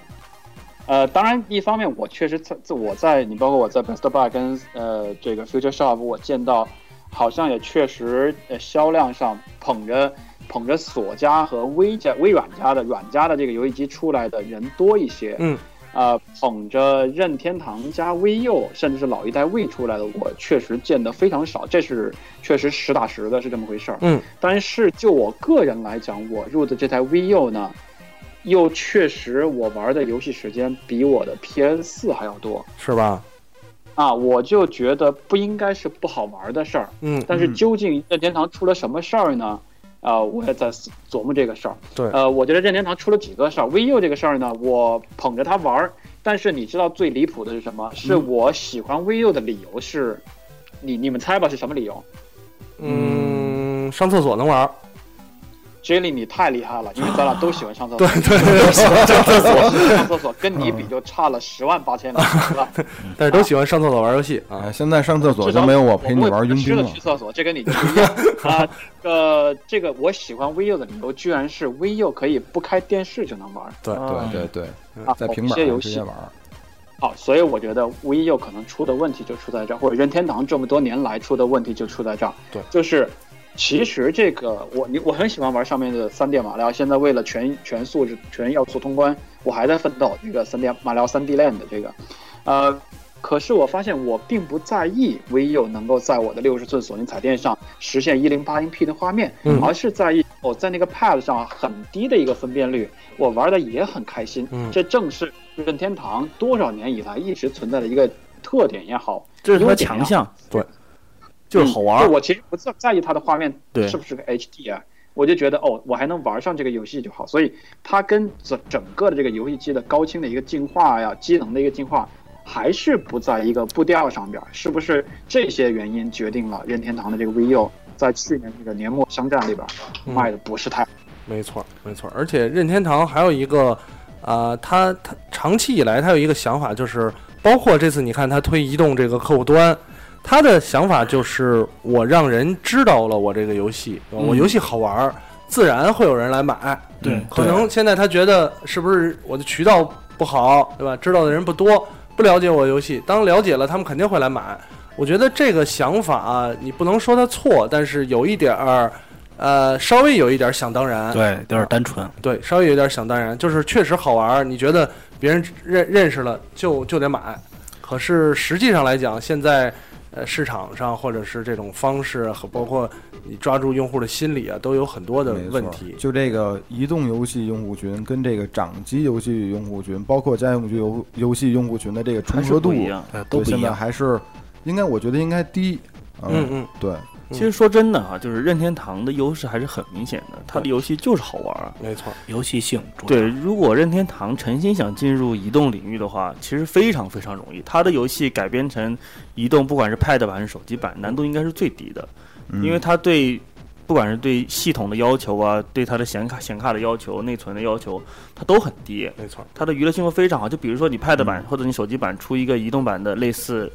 Speaker 4: 呃，当然，一方面我确实在自我在你包括我在 Best Buy 跟呃这个 Future Shop，我见到好像也确实呃销量上捧着捧着索家和微家微软家的软家的这个游戏机出来的人多一些，
Speaker 2: 嗯，
Speaker 4: 呃，捧着任天堂加 VU 甚至是老一代 V 出来的，我确实见的非常少，这是确实实打实的是这么回事儿，
Speaker 2: 嗯，
Speaker 4: 但是就我个人来讲，我入的这台 VU 呢。又确实，我玩的游戏时间比我的 PS 四还要多
Speaker 2: 是吧？
Speaker 4: 啊！我就觉得不应该是不好玩的事儿，
Speaker 2: 嗯，
Speaker 4: 但是
Speaker 5: 嗯
Speaker 4: 究竟任天堂出了什么事儿呢？啊、我也在思琢磨这个事儿。
Speaker 2: 对
Speaker 4: 呃，我觉得任天堂出了几个事儿，VU 这个事儿呢，我捧着它玩儿，但是你知道最离谱的是什么？是我喜欢 VU 的理由是，你你们猜吧是什么理由
Speaker 2: 嗯，上厕所能玩儿，
Speaker 4: ？Jelly，你太厉害了，因为咱俩都喜欢上厕 所。
Speaker 2: 对对 对，
Speaker 4: 我喜欢上厕所跟你比就差了十万八千里了。
Speaker 2: 但是都喜欢上厕所玩儿游戏啊。
Speaker 1: 哎，现在上厕所
Speaker 4: 至
Speaker 1: 就
Speaker 4: 少
Speaker 1: 没有我陪你
Speaker 4: 不会
Speaker 1: 玩
Speaker 4: 不
Speaker 1: 佣
Speaker 4: 吃
Speaker 1: 兵
Speaker 4: 了
Speaker 1: 了
Speaker 4: 去。厕所，这跟你不一样啊。这个这个，我喜欢 VU 的理由居然是 VU 可以不开电视就能玩儿
Speaker 2: 对
Speaker 5: 啊
Speaker 1: 对对对，
Speaker 4: 啊，
Speaker 1: 在平
Speaker 4: 某
Speaker 1: 板
Speaker 4: 些
Speaker 1: 上
Speaker 4: 游
Speaker 1: 直接
Speaker 4: 戏
Speaker 1: 玩儿。
Speaker 4: 好，所以我觉得 VU 可能出的问题就出在这儿，或者任天堂这么多年来出的问题就出在这儿。
Speaker 2: 对
Speaker 4: 就是其实这个我你我很喜欢玩上面的三 D 马里奥，现在为了全全素质全要素通关，我还在奋斗这个三 D 马里奥三 D Land 这个，呃。可是我发现我并不在意 VU 能够在我的六十寸索尼彩电上实现一零八零 P 的画面，
Speaker 2: 嗯
Speaker 4: 而是在意我在那个 Pad 上很低的一个分辨率，我玩的也很开心。
Speaker 2: 嗯
Speaker 4: 这正是任天堂多少年以来一直存在的一个特点也好，
Speaker 5: 这是它
Speaker 4: 优
Speaker 5: 的
Speaker 4: 点呀
Speaker 5: 强项，
Speaker 6: 就是好玩
Speaker 4: 嗯
Speaker 6: 儿
Speaker 4: 就。我其实不在在意它的画面
Speaker 6: 对
Speaker 4: 是不是个 HD 啊，我就觉得哦，我还能玩上这个游戏就好。所以它跟整整个的这个游戏机的高清的一个进化呀，机能的一个进化，还是不在一个步调上边儿。是不是这些原因决定了任天堂的这个 VU 在去年这个年末商战里边儿
Speaker 2: 嗯
Speaker 4: 卖的不是太好？
Speaker 2: 没错，没错。而且任天堂还有一个，啊、他他长期以来他有一个想法，就是包括这次你看他推移动这个客户端，他的想法就是我让人知道了我这个游戏，我游戏好玩儿，自然会有人来买。
Speaker 6: 嗯
Speaker 2: 嗯
Speaker 6: 对
Speaker 2: 可能现在他觉得是不是我的渠道不好，对吧？知道的人不多，不了解我游戏。当了解了，他们肯定会来买。我觉得这个想法、啊你不能说他错，但是有一点儿，呃，稍微有一点儿想当然。
Speaker 3: 对，有点单纯。
Speaker 2: 对，稍微有点想当然，就是确实好玩儿，你觉得别人认认识了就就得买，可是实际上来讲，现在呃市场上或者是这种方式和包括你抓住用户的心理啊，都有很多的
Speaker 1: 没错
Speaker 2: 问题。
Speaker 1: 就这个移动游戏用户群跟这个掌机游戏用户群，包括家用机游游戏用户群的这个重合度
Speaker 5: 不，一样。
Speaker 3: 对，
Speaker 1: 对
Speaker 3: 都不
Speaker 1: 现
Speaker 3: 一
Speaker 1: 在
Speaker 3: 样。
Speaker 1: 还是应该，我觉得应该低。
Speaker 2: 嗯，嗯，
Speaker 1: 对，
Speaker 5: 其实说真的哈、就是任天堂的优势还是很明显的，它的游戏就是好玩啊儿。
Speaker 2: 没错，
Speaker 3: 游戏性主
Speaker 5: 对，如果任天堂诚心想进入移动领域的话，其实非常非常容易。它的游戏改编成移动，不管是 Pad 版还是手机版，难度应该是最低的，
Speaker 1: 嗯
Speaker 3: 嗯
Speaker 5: 因为它对不管是对系统的要求啊，对它的显卡显卡的要求、内存的要求，它都很低。
Speaker 2: 没错，
Speaker 5: 它的娱乐性会非常好。就比如说你 Pad
Speaker 3: 嗯
Speaker 5: 版或者你手机版出一个移动版的类似，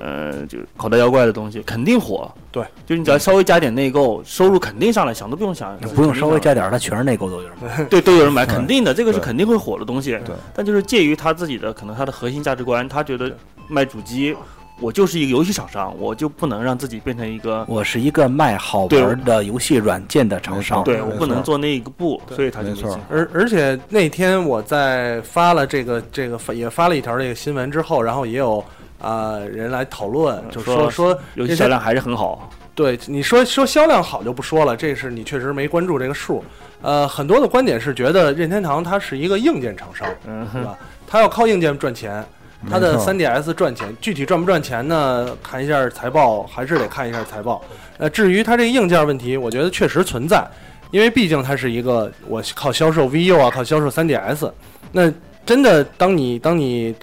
Speaker 5: 呃，就口袋妖怪的东西，肯定火。
Speaker 2: 对，
Speaker 5: 就你只要稍微加点内购，收入肯定上来，想都不用想，
Speaker 3: 不用稍微加点儿，它全是内购都有人买。
Speaker 5: 对都有
Speaker 2: 嗯
Speaker 5: 人买，
Speaker 1: 对
Speaker 5: 肯定的，这个是
Speaker 1: 对
Speaker 5: 肯定会火的东西。
Speaker 1: 对，
Speaker 5: 但就是介于他自己的可能他的核心价值观，他觉得卖主机，我就是一个游戏厂商，我就不能让自己变成一个。
Speaker 3: 我是一个卖好玩儿的游戏软件的厂商。
Speaker 5: 对
Speaker 1: 没
Speaker 5: 我
Speaker 1: 错
Speaker 5: 不能做那一个步，
Speaker 2: 对
Speaker 5: 所以他就
Speaker 1: 没错
Speaker 5: 进
Speaker 2: 而而且那天我在发了这个这个也发了一条这个新闻之后，然后也有啊、呃人来讨论，就
Speaker 5: 说
Speaker 2: 说
Speaker 5: 游
Speaker 2: 任
Speaker 5: 戏
Speaker 2: 天
Speaker 5: 销量还是很好。
Speaker 2: 对你说说销量好就不说了，这是你确实没关注这个数。呃，很多的观点是觉得任天堂它是一个硬件厂商，
Speaker 5: 嗯
Speaker 2: 对吧？它要靠硬件赚钱，它的
Speaker 1: 没错
Speaker 2: 3DS 赚钱，具体赚不赚钱呢？看一下财报，还是得看一下财报。呃，至于它这个硬件问题，我觉得确实存在，因为毕竟它是一个我靠销售 VU 啊，靠销售 3DS，那真的当你当你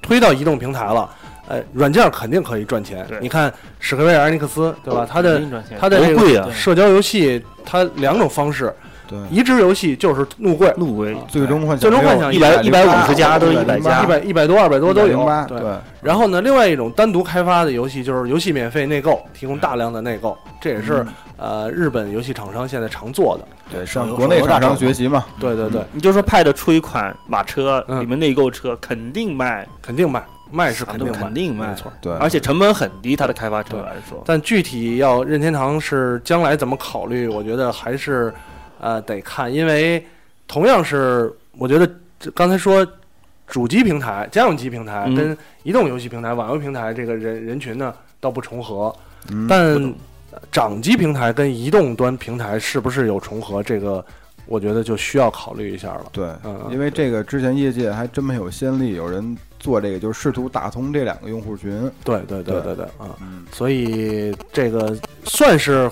Speaker 2: 推到移动平台了。呃，软件肯定可以赚钱
Speaker 5: 对。哦
Speaker 2: 你看史克威尔艾尼克斯，对吧？它的
Speaker 5: 肯定赚钱
Speaker 2: 它的这
Speaker 5: 多贵啊
Speaker 2: 个社交游戏，它两种方式，
Speaker 1: 对，
Speaker 2: 移植游戏就是怒贵，
Speaker 5: 怒为
Speaker 1: 最终幻想
Speaker 2: 最终幻想
Speaker 1: 六
Speaker 5: 100 150加都
Speaker 1: 100
Speaker 5: 100加
Speaker 2: 一百一百多、二百多都有
Speaker 1: 108。
Speaker 2: 对，
Speaker 1: 对，
Speaker 2: 然后呢，另外一种单独开发的游戏就是游戏免费内购，提供大量的内购，这也是
Speaker 5: 嗯
Speaker 2: 呃日本游戏厂商现在常做的。
Speaker 1: 对，向国内厂商学习
Speaker 5: 嗯
Speaker 1: 嘛，
Speaker 2: 对对对，
Speaker 5: 你就说 Pad 出一款马车，
Speaker 2: 嗯
Speaker 5: 里面内购车肯定卖，
Speaker 2: 肯定卖，卖是
Speaker 5: 啊
Speaker 2: 肯
Speaker 5: 都
Speaker 2: 定卖，
Speaker 5: 肯定卖
Speaker 2: 没错。
Speaker 1: 对，
Speaker 5: 而且成本很低，它的开发成本
Speaker 2: 对
Speaker 5: 来说。
Speaker 2: 但具体要任天堂是将来怎么考虑，我觉得还是呃得看，因为同样是我觉得这刚才说主机平台、家用机平台
Speaker 5: 嗯
Speaker 2: 跟移动游戏平台、网游平台这个人人群呢倒不重合，
Speaker 1: 嗯
Speaker 2: 但呃掌机平台跟移动端平台是不是有重合，这个我觉得就需要考虑一下了。
Speaker 1: 对
Speaker 2: 嗯，
Speaker 1: 因为这个之前业界还真没有先例，有人做这个，就是试图打通这两个用户群。
Speaker 2: 对对对
Speaker 1: 对
Speaker 2: 对对啊，
Speaker 1: 嗯，
Speaker 2: 所以这个算是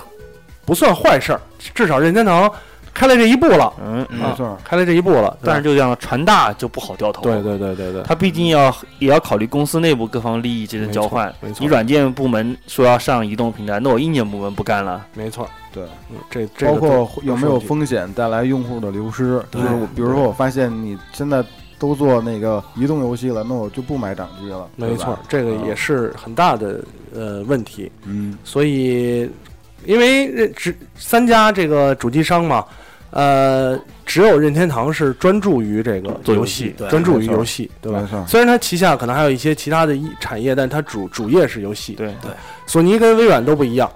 Speaker 2: 不算坏事儿，至少任天堂开了这一步了。
Speaker 5: 嗯，
Speaker 2: 啊
Speaker 1: 没错，
Speaker 2: 开了这一步了，
Speaker 5: 但是就这样，船大就不好掉头。
Speaker 2: 对对对对对，
Speaker 5: 它毕竟要也要考虑公司内部各方利益之间的交换
Speaker 2: 没错没。错
Speaker 5: 你软件部门说要上移动平台，那我硬件部门不干了。
Speaker 2: 没错，
Speaker 1: 对，
Speaker 2: 嗯，这这
Speaker 1: 包
Speaker 2: 个
Speaker 1: 括
Speaker 2: 都
Speaker 1: 有没有
Speaker 2: 都是问
Speaker 1: 风险带来用户的流失，就
Speaker 3: 对
Speaker 1: 是我比如说我发现你现在都做那个移动游戏了，那我就不买掌机了，
Speaker 2: 题没
Speaker 1: 对吧
Speaker 2: 错，，这个
Speaker 1: 嗯
Speaker 2: 也是很大的呃问题，
Speaker 1: 嗯，
Speaker 2: 所以因为这只三家这个主机商嘛，呃，只有任天堂是专注于这个
Speaker 5: 做游
Speaker 2: 游
Speaker 5: 戏
Speaker 2: 戏
Speaker 3: 对，
Speaker 2: 专注于
Speaker 1: 没错
Speaker 2: 游戏，对
Speaker 1: 没
Speaker 2: 吧？
Speaker 1: 错，
Speaker 2: 虽然它旗下可能还有一些其他的一产业，但它主主业是游戏。
Speaker 5: 对，
Speaker 2: 索尼跟微软都不一样，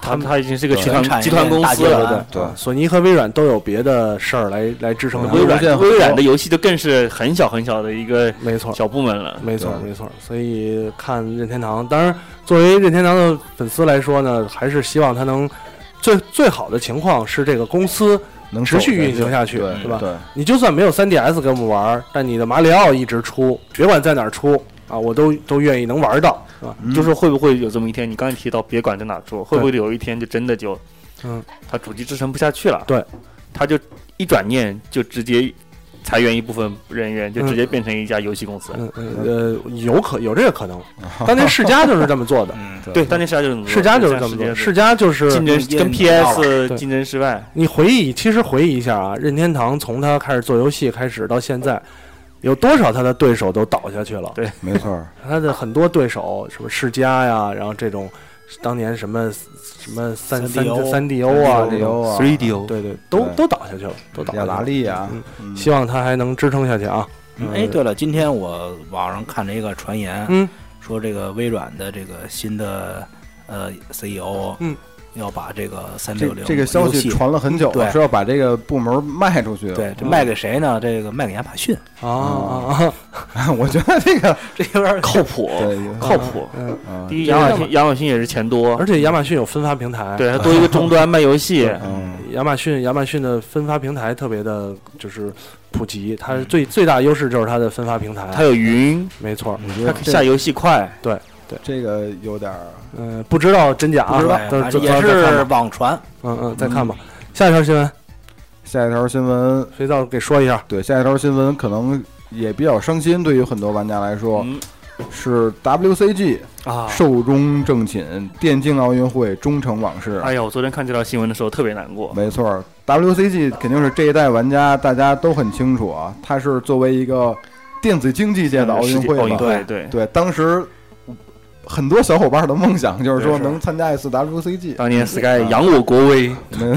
Speaker 5: 它它已经是个
Speaker 1: 对
Speaker 5: 集团
Speaker 3: 产业
Speaker 5: 集团公
Speaker 3: 大集
Speaker 5: 司
Speaker 3: 团
Speaker 5: 了。
Speaker 1: 对，
Speaker 2: 索尼和微软都有别的事儿来来支撑它
Speaker 1: 对
Speaker 2: 们。
Speaker 5: 微
Speaker 1: 无线
Speaker 5: 软
Speaker 1: 合作
Speaker 5: 微软的游戏就更是很小很小的一个
Speaker 2: 没错，
Speaker 5: 小部门了。
Speaker 2: 没错，
Speaker 1: 对
Speaker 2: 没错。所以看任天堂，当然作为任天堂的粉丝来说呢，还是希望它能最最好的情况是这个公司，
Speaker 1: 能
Speaker 2: 持续
Speaker 1: 走
Speaker 2: 运行下去
Speaker 1: 对
Speaker 2: 对吧
Speaker 1: 对，
Speaker 2: 你就算没有 3DS 给我们玩儿，但你的马里奥一直出，别管在哪儿出啊，我都都愿意能玩到。啊
Speaker 5: 嗯就是会不会有这么一天？你刚才提到别管在哪做，会不会有一天就真的就，
Speaker 2: 嗯，
Speaker 5: 它主机支撑不下去了？
Speaker 2: 对，
Speaker 5: 它就一转念就直接裁员一部分人员，就直接变成一家游戏公司。
Speaker 2: 嗯嗯呃，有可有这个可能。当年世嘉就是这么做的，
Speaker 3: 嗯，
Speaker 5: 对，当年世嘉就是这么做
Speaker 2: 世嘉就是这么做的，世嘉就是
Speaker 5: 世嘉竞争
Speaker 3: 中间
Speaker 5: 跟
Speaker 2: 了
Speaker 5: PS
Speaker 2: 对
Speaker 5: 竞争失败，
Speaker 2: 你回忆，其实回忆一下啊，任天堂从他开始做游戏开始到现在，有多少他的对手都倒下去了？
Speaker 5: 对
Speaker 1: 没错儿，
Speaker 2: 他的很多对手，什么世嘉呀，然后这种当年什么什么三三
Speaker 3: 3DO
Speaker 2: 三 D O 啊这
Speaker 1: 这
Speaker 2: 种，
Speaker 1: 啊，
Speaker 5: 3D 哦
Speaker 2: 对对，都
Speaker 1: 对
Speaker 2: 都倒下去了，都倒下
Speaker 1: 雅
Speaker 2: 去
Speaker 1: 达
Speaker 2: 了。
Speaker 1: 利啊，
Speaker 2: 嗯
Speaker 1: 嗯
Speaker 2: 希望他还能支撑下去啊。
Speaker 3: 哎，对了，今天我网上看了一个传言，
Speaker 2: 嗯，
Speaker 3: 说这个微软的这个新的呃 CEO，
Speaker 2: 嗯，
Speaker 3: 要把这个三
Speaker 1: 这
Speaker 3: 六零
Speaker 1: 这个消息传了很久了，
Speaker 3: 对
Speaker 1: 是要把这个部门卖出去。
Speaker 3: 对，，这卖给谁呢？这个卖给亚马逊，
Speaker 2: 啊 啊，
Speaker 1: 我觉得这个
Speaker 3: 这有点
Speaker 5: 靠谱，
Speaker 1: 对，
Speaker 5: 靠谱。
Speaker 2: 嗯，
Speaker 1: 嗯
Speaker 5: 哦第一，
Speaker 2: 这
Speaker 5: 亚
Speaker 2: 个让
Speaker 5: 马逊亚马逊也是钱多
Speaker 2: 而，且亚马逊有分发平台，
Speaker 5: 对，它多一个终端卖游戏，
Speaker 1: 嗯，
Speaker 2: 亚马逊亚马逊的分发平台特别的，就是普及，它最最大优势就是它的分发平台，
Speaker 5: 它有云，
Speaker 2: 没错。
Speaker 1: 我觉
Speaker 5: 它
Speaker 1: 得
Speaker 5: 可以
Speaker 1: 这
Speaker 5: 下游戏快，
Speaker 1: 这个有点儿
Speaker 2: 嗯，不知道真假啊，
Speaker 3: 不知道
Speaker 2: 都
Speaker 3: 反
Speaker 2: 都
Speaker 3: 正也
Speaker 2: 都看
Speaker 3: 是
Speaker 2: 吧
Speaker 3: 网传，
Speaker 2: 嗯嗯，再看吧。下一条新闻，
Speaker 1: 下一条新闻，
Speaker 2: 肥皂给说一下。
Speaker 1: 对，下一条新闻可能也比较伤心，对于很多玩家来说，
Speaker 5: 嗯
Speaker 1: 是 WCG
Speaker 5: 啊
Speaker 1: 寿终正寝，电竞奥运会终成往事。
Speaker 5: 哎呀，我昨天看这条新闻的时候特别难过。
Speaker 1: 没错儿，WCG 肯定是这一代玩家大家都很清楚啊，它是作为一个电子竞技界的奥运
Speaker 5: 嗯世界奥
Speaker 1: 会
Speaker 5: 运
Speaker 1: 嘛，
Speaker 5: 会，对，
Speaker 1: 对，当时很多小伙伴的梦想就是说
Speaker 5: 是啊
Speaker 1: 能参加一次 WCG，
Speaker 5: 当年 Sky 扬我国威，
Speaker 2: 那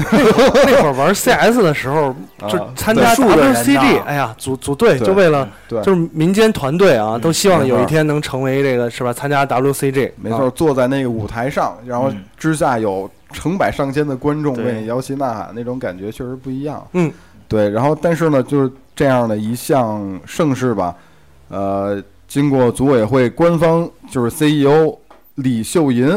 Speaker 2: 会儿玩 CS 的时候，
Speaker 1: 啊
Speaker 2: 就参加
Speaker 3: 对
Speaker 2: WCG，哎呀，组组队
Speaker 1: 对
Speaker 2: 就为了
Speaker 1: 对嗯
Speaker 2: 就是民间团队啊，都希望
Speaker 1: 没错
Speaker 2: 有一天能成为这个是吧？参加 WCG，
Speaker 1: 没错，
Speaker 2: 啊，
Speaker 1: 坐在那个舞台上，然后
Speaker 3: 嗯
Speaker 1: 之下有成百上千的观众
Speaker 5: 对
Speaker 1: 为你摇旗呐喊，那种感觉确实不一样。
Speaker 2: 嗯，
Speaker 1: 对。然后，但是呢，就是这样的一项盛事吧，呃，经过组委会官方就是 CEO 李秀银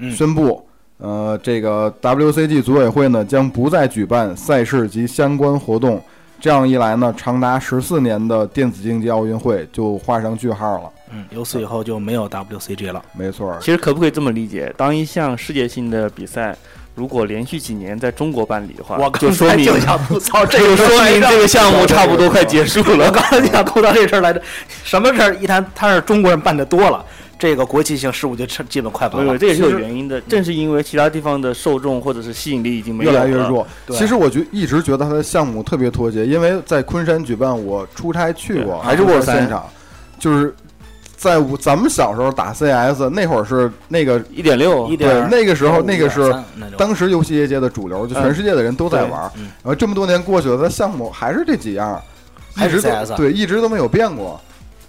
Speaker 3: 嗯
Speaker 1: 宣布，呃，这个 WCG 组委会呢将不再举办赛事及相关活动。这样一来呢，长达十四年的电子竞技奥运会就画上句号了。
Speaker 3: 嗯，由此以后就没有 WCG 了，
Speaker 1: 没错儿，
Speaker 5: 其实可不可以这么理解？当一项世界性的比赛如果连续几年在中国办理的
Speaker 3: 啊
Speaker 5: 话，就说明
Speaker 3: 想吐槽这
Speaker 5: 就
Speaker 3: 个
Speaker 5: 说明这个项目差不多快结束了。
Speaker 3: 刚才就想吐槽这事儿来着，什么事儿一谈，他是中国人办的多了，这个国际性事务就彻基本快
Speaker 5: 没
Speaker 3: 完
Speaker 5: 有，
Speaker 3: 了。
Speaker 5: 这也是有原因的。正是因为其他地方的受众或者是吸引力已经没有
Speaker 1: 越来越
Speaker 5: 了，
Speaker 1: 弱。
Speaker 3: 对
Speaker 1: 其实我觉一直觉得他的项目特别脱节，因为在昆山举办，我出差去过，
Speaker 5: 对还是沃
Speaker 1: 我
Speaker 5: 尔森
Speaker 1: 现场，就是在我咱们小时候打 CS 那会儿是那个，
Speaker 5: 一点六
Speaker 3: 一，点儿
Speaker 1: 对那个时候那个是
Speaker 3: 那就
Speaker 1: 当时游戏业界的主流，就全世界的人都在玩。
Speaker 3: 对嗯
Speaker 1: 然后这么多年过去了，它项目还是这几样，
Speaker 3: 还
Speaker 1: 一
Speaker 3: 是
Speaker 1: 直都
Speaker 3: CS
Speaker 1: 对，一直都没有变过。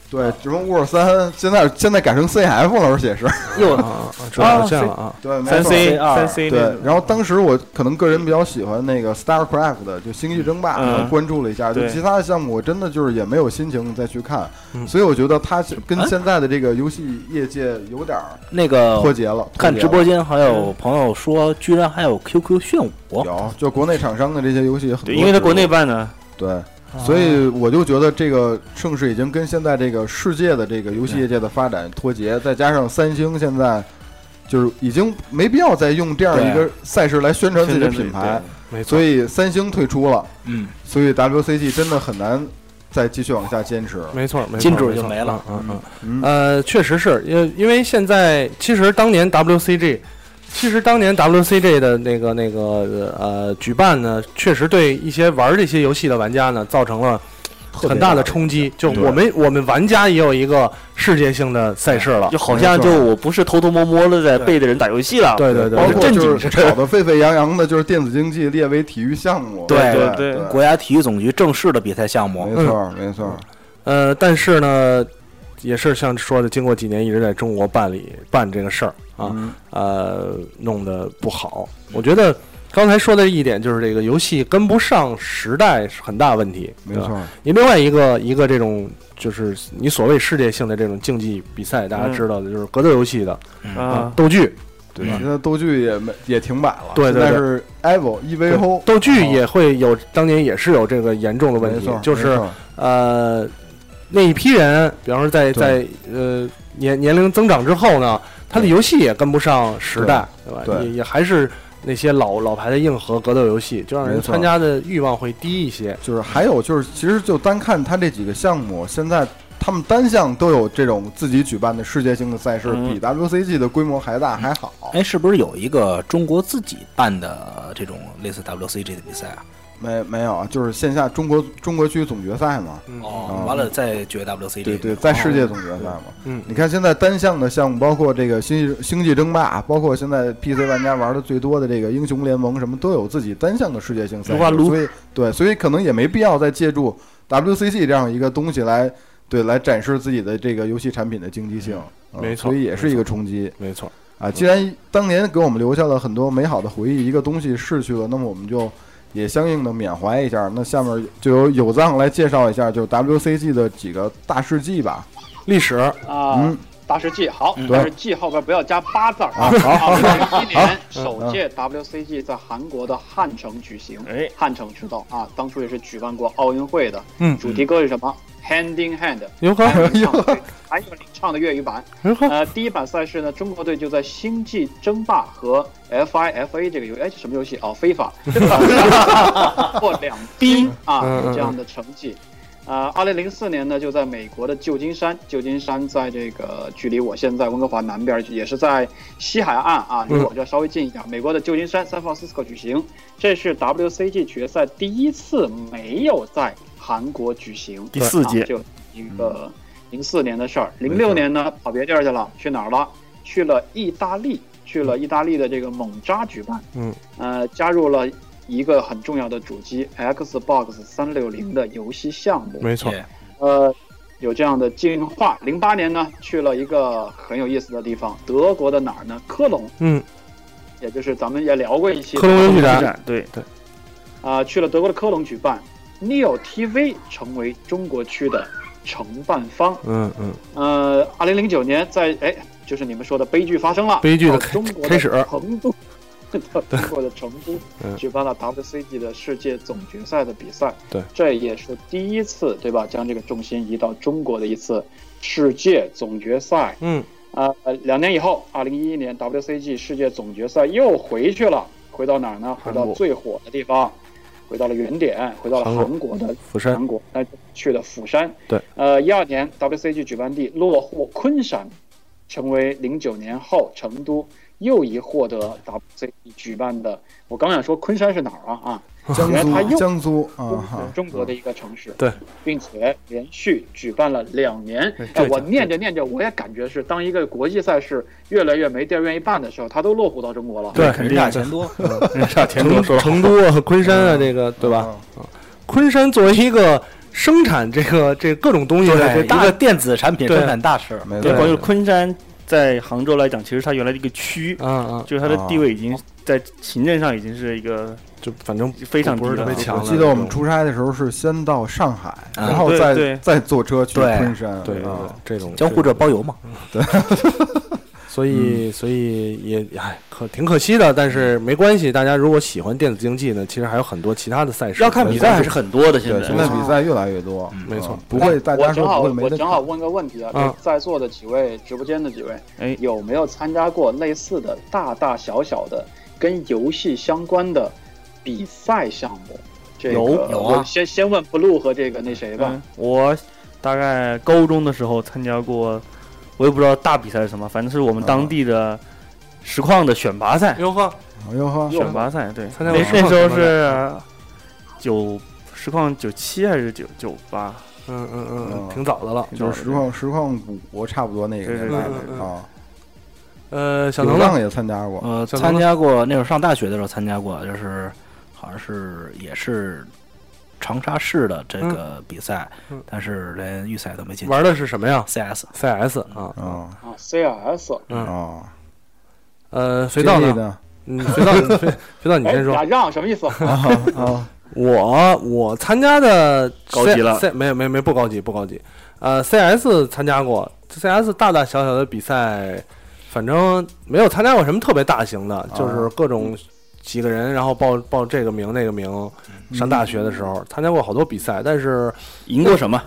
Speaker 1: 对，什么沃尔三，现在现在改成 CF 了，而且是
Speaker 5: 又
Speaker 2: 啊，啊知道了，见了啊，
Speaker 1: 对没
Speaker 5: 三
Speaker 1: 错
Speaker 5: C
Speaker 3: 二
Speaker 5: 三 C 那
Speaker 1: 对
Speaker 5: 种，
Speaker 1: 然后当时我可能个人比较喜欢那个 StarCraft 的，就《星际争霸》，
Speaker 5: 嗯
Speaker 1: 然后关注了一下，就
Speaker 5: 对
Speaker 1: 其他的项目我真的就是也没有心情再去看，
Speaker 2: 嗯
Speaker 1: 所以我觉得它跟现在的这个游戏业界有点儿
Speaker 3: 那个
Speaker 1: 脱节了。
Speaker 3: 嗯看
Speaker 1: 脱节了
Speaker 3: 直播间还有朋友说，居然还有 QQ 炫舞，
Speaker 1: 有，就国内厂商的这些游戏很多，
Speaker 5: 对，因为在国内办呢，
Speaker 1: 对。
Speaker 2: 啊
Speaker 1: 所以我就觉得这个盛世已经跟现在这个世界的这个游戏业界的发展脱节，再加上三星现在就是已经没必要再用这样一个赛事来宣传自己的品牌，
Speaker 2: 没错
Speaker 1: 所。以三星退出了，
Speaker 3: 嗯，
Speaker 1: 所以 WCG 真的很难再继续往下坚持。
Speaker 2: 没错，没错
Speaker 3: 金主
Speaker 2: 没
Speaker 3: 就
Speaker 2: 错
Speaker 3: 没了
Speaker 2: 嗯嗯
Speaker 1: 嗯
Speaker 2: 嗯，呃，确实是因为因为现在其实当年 WCG，其实当年 WCG 的那个那个呃举办呢，确实对一些玩这些游戏的玩家呢造成了
Speaker 1: 别
Speaker 2: 很大的冲击。就我们我们玩家也有一个世界性的赛事了
Speaker 5: 就，好像就我不是偷偷摸摸的在背着人打游戏了，
Speaker 2: 对对对
Speaker 1: 包
Speaker 5: 我
Speaker 1: 括
Speaker 5: 是正
Speaker 1: 就
Speaker 5: 经
Speaker 1: 是
Speaker 5: 事。
Speaker 1: 吵得沸沸扬扬的，就是电子竞技列为体育项目。
Speaker 3: 对
Speaker 1: 对
Speaker 5: 对对
Speaker 3: 国家体育总局正式的比赛项
Speaker 5: 哦
Speaker 3: 目，
Speaker 1: 没错没错，
Speaker 2: 呃，但是呢，也是像说的，经过几年一直在中国办理办这个事儿啊，
Speaker 1: 嗯
Speaker 2: 呃，弄得不好。我觉得刚才说的一点就是这个游戏跟不上时代是很大问题，
Speaker 1: 没
Speaker 2: 对吧
Speaker 1: 错。
Speaker 2: 你另外一个一个这种就是你所谓世界性的这种竞技比赛，大家
Speaker 5: 嗯
Speaker 2: 知道的就是格斗游戏的
Speaker 5: 啊，
Speaker 2: 斗剧，
Speaker 1: 对，
Speaker 3: 嗯
Speaker 1: 现在斗剧也没也停摆了，
Speaker 2: 对对对
Speaker 1: 现在是 EVO E
Speaker 2: 对
Speaker 1: EVO
Speaker 2: 斗剧也会有当年也是有这个严重的问
Speaker 1: 哦没
Speaker 2: 题
Speaker 1: 错，，
Speaker 2: 就是
Speaker 1: 没错
Speaker 2: 呃，那一批人，比方说在在
Speaker 1: 对
Speaker 2: 呃年年龄增长之后呢，他的游戏也跟不上时代，对吧？
Speaker 1: 对
Speaker 2: 也也还是那些老老牌的硬核格斗游戏，就让人
Speaker 1: 没错
Speaker 2: 参加的欲望会低一些。
Speaker 1: 就是还有就是，其实就单看他这几个项目，现在他们单项都有这种自己举办的世界性的赛事，
Speaker 5: 嗯
Speaker 1: 比 WCG 的规模还大还好。
Speaker 3: 哎，是不是有一个中国自己办的这种类似 WCG 的比赛啊？
Speaker 1: 没没有，啊，就是线下中国中国区总决赛嘛，
Speaker 3: 哦，完了再决 WCG。
Speaker 1: 对对，在世界总决赛嘛。
Speaker 2: 嗯
Speaker 1: 你看现在单项的项目，包括这个星际星际争霸，包括现在 PC 玩家玩的最多的这个英雄联盟，什么都有自己单项的世界性赛
Speaker 5: 撸啊
Speaker 1: 事，
Speaker 5: 撸
Speaker 1: 所以对，所以可能也没必要再借助 WCC 这样一个东西来对来展示自己的这个游戏产品的竞技性，嗯
Speaker 2: 没错
Speaker 1: 所以也是一
Speaker 2: 没错
Speaker 1: 个冲击
Speaker 2: 没错，
Speaker 1: 啊。既然当年给我们留下了很多美好的回忆，一个东西逝去了，那么我们就。也相应的缅怀一下，那下面就由有藏来介绍一下，就 WCG 的几个大事迹 吧。
Speaker 2: 历史
Speaker 4: 啊
Speaker 1: 嗯，
Speaker 4: 大世纪好，
Speaker 1: 对
Speaker 4: 大世纪后边不要加八字儿
Speaker 1: 啊好嗯
Speaker 4: 二零一年首届 WCG 在韩国的汉城举行，
Speaker 5: 哎，
Speaker 4: 汉城知道啊，当初也是举办过奥运会的。
Speaker 2: 嗯
Speaker 4: 主题歌是什么？Hand in Hand，
Speaker 2: 刘哥，
Speaker 4: 还
Speaker 1: 哎
Speaker 4: 有领唱的粤还有领唱的粤语版。
Speaker 2: 刘哥，
Speaker 4: 呃，第一版赛事呢，中国队就在星际争霸和 FIFA 这个游哎这什么游戏哦，非法获两逼啊
Speaker 2: 嗯嗯
Speaker 4: 这样的成绩。呃，二零零四年呢，就在美国的旧金山，旧金山在这个距离我现在温哥华南边，也是在西海岸啊，离我这稍微近一点。美国的旧金山 San Francisco 举行，这是 WCG 决赛第一次没有在韩国举行，
Speaker 5: 第四届
Speaker 4: 啊就一个零四年的事儿。零六年呢，跑别地儿去了，去哪儿了？去了意大利，去了意大利的这个蒙扎举办，
Speaker 2: 嗯，
Speaker 4: 呃，加入了一个很重要的主机 Xbox 三六零的游戏项目，
Speaker 2: 没错，
Speaker 3: 耶
Speaker 4: 呃，有这样的进化。零八年呢，去了一个很有意思的地方，德国的哪儿呢？科隆，
Speaker 2: 嗯，
Speaker 4: 也就是咱们也聊过一期
Speaker 2: 科隆游戏
Speaker 5: 发
Speaker 2: 展，
Speaker 5: 展对，
Speaker 4: 啊、去了德国的科隆举办，Neo TV 成为中国区的承办方。
Speaker 2: 嗯嗯，
Speaker 4: 呃，二零零九年在哎，就是你们说的悲剧发生了，
Speaker 2: 悲剧的
Speaker 4: 到
Speaker 2: 开
Speaker 4: 中国的
Speaker 2: 开始
Speaker 4: 成都， 到中国的成都
Speaker 2: 嗯
Speaker 4: 举办了 WCG 的世界总决赛的比赛，
Speaker 2: 对，
Speaker 4: 这也是第一次对吧？将这个重心移到中国的一次世界总决赛。
Speaker 2: 嗯，
Speaker 4: 呃，两年以后，二零一一年 WCG 世界总决赛又回去了，回到哪儿呢？
Speaker 2: 韩
Speaker 4: 回
Speaker 2: 国
Speaker 4: 到最火的地方，回到了原点，回到了
Speaker 2: 韩国
Speaker 4: 韩国的
Speaker 2: 釜山，
Speaker 4: 韩国，那就去了釜山。
Speaker 2: 对，
Speaker 4: 呃，一二年 WCG 举办地落户昆山，成为零九年后成都又一获得 WCG 举办的。我刚想说昆山是哪儿啊？
Speaker 1: 江
Speaker 4: 原来他
Speaker 1: 苏，
Speaker 4: 又
Speaker 1: 江 苏啊
Speaker 4: 啊，
Speaker 1: 哈，
Speaker 4: 中国的一个城市。
Speaker 2: 对，
Speaker 4: 并且连续举办了两年
Speaker 2: 对。
Speaker 4: 哎
Speaker 2: 这，
Speaker 4: 我
Speaker 2: 这
Speaker 4: 念着念着，我也感觉是当一个国际赛事越来越没地儿愿意办的时候，它都落户到中国了。
Speaker 2: 对，
Speaker 3: 人大 钱多，
Speaker 5: 差田
Speaker 2: 成成都啊、昆山啊，这个对吧？
Speaker 1: 嗯？
Speaker 2: 昆山作为一个生产这个这各种东西的这
Speaker 3: 对，一
Speaker 2: 大
Speaker 3: 个电子产品生产大师。
Speaker 1: 没
Speaker 5: 对，
Speaker 1: 错，
Speaker 5: 关于昆山在杭州来讲，其实它原来的一个区，
Speaker 2: 啊啊，
Speaker 5: 就是它的地位已经在行政上已经是一个
Speaker 2: 就反正
Speaker 5: 非常低
Speaker 2: 不是特别
Speaker 5: 了。
Speaker 2: 强
Speaker 1: 我
Speaker 2: 了。
Speaker 1: 记得我们出差的时候是先到上海，
Speaker 3: 嗯
Speaker 1: 然后
Speaker 5: 对
Speaker 1: 再
Speaker 5: 对
Speaker 1: 再坐车去
Speaker 3: 对
Speaker 1: 昆山。
Speaker 2: 对对对
Speaker 1: 啊，
Speaker 2: 这种
Speaker 3: 江湖者包邮嘛，
Speaker 2: 所以所以也哎，可挺可惜的，但是没关系。大家如果喜欢电子竞技呢，其实还有很多其他的赛事。
Speaker 5: 要看比赛还是很多的，现
Speaker 1: 对，现在
Speaker 5: 在
Speaker 1: 比赛越来越多，
Speaker 3: 嗯
Speaker 2: 没错
Speaker 1: 啊不会大
Speaker 4: 我
Speaker 1: 家
Speaker 4: 正
Speaker 1: 说
Speaker 4: 好
Speaker 1: 不会没
Speaker 4: 我
Speaker 1: 得
Speaker 4: 正好问个问题啊，
Speaker 2: 嗯
Speaker 4: 这在座的几位直播间的几位，
Speaker 5: 哎
Speaker 4: 有没有参加过类似的大大小小的跟游戏相关的比赛项目？这个、
Speaker 5: 有
Speaker 3: 有啊
Speaker 4: 我先先问 blue 和这个那谁吧
Speaker 5: 嗯，，我大概高中的时候参加过，我也不知道大比赛是什么，反正是我们
Speaker 2: 啊
Speaker 5: 当地的实况的选拔赛，
Speaker 2: 哟呵，
Speaker 1: 哎呦呵，
Speaker 5: 选拔赛对，
Speaker 2: 参
Speaker 5: 那
Speaker 2: 加过实
Speaker 5: 那
Speaker 2: 况
Speaker 5: 时
Speaker 2: 选
Speaker 5: 候
Speaker 2: 拔啊
Speaker 5: 是九实况九七还是九九八？
Speaker 2: 嗯嗯嗯嗯，
Speaker 1: 嗯
Speaker 2: 挺早的了。
Speaker 1: 就是实况实况五差不多那个
Speaker 5: 对
Speaker 1: 年
Speaker 5: 对对
Speaker 1: 代
Speaker 2: 对对
Speaker 1: 的啊。
Speaker 2: 呃，小
Speaker 1: 有
Speaker 2: 能呢？
Speaker 1: 浪也参加过，
Speaker 3: 呃，
Speaker 2: 小能
Speaker 3: 参
Speaker 2: 呢
Speaker 3: 加过那会儿上大学的时候参加过，就是好像是也是长沙市的这个比赛，
Speaker 2: 嗯
Speaker 3: 但是连预赛都没进。
Speaker 2: 玩的是什么呀
Speaker 3: CS
Speaker 2: ？CS 啊，
Speaker 1: 啊
Speaker 4: 啊 CRS，
Speaker 2: 嗯，
Speaker 1: 啊，
Speaker 2: 呃，肥皂
Speaker 1: 接力
Speaker 2: 呢？
Speaker 1: 的
Speaker 2: 嗯，肥皂， 你肥肥皂，你
Speaker 4: 哎
Speaker 2: 先说
Speaker 4: 呀。让什么意思？
Speaker 2: 哦
Speaker 1: 啊，
Speaker 2: 我我参加的
Speaker 5: 高
Speaker 2: C-
Speaker 5: 级了
Speaker 2: C, 没有没有没有不高级不高级，呃，CS 参加过，CS 大大小小的比赛，反正没有参加过什么特别大型
Speaker 5: 啊
Speaker 2: 的，就是各种几个人，然后报报这
Speaker 5: 嗯
Speaker 2: 个名那个名。上大学的时候参加过好多比赛，但是
Speaker 5: 赢过什么？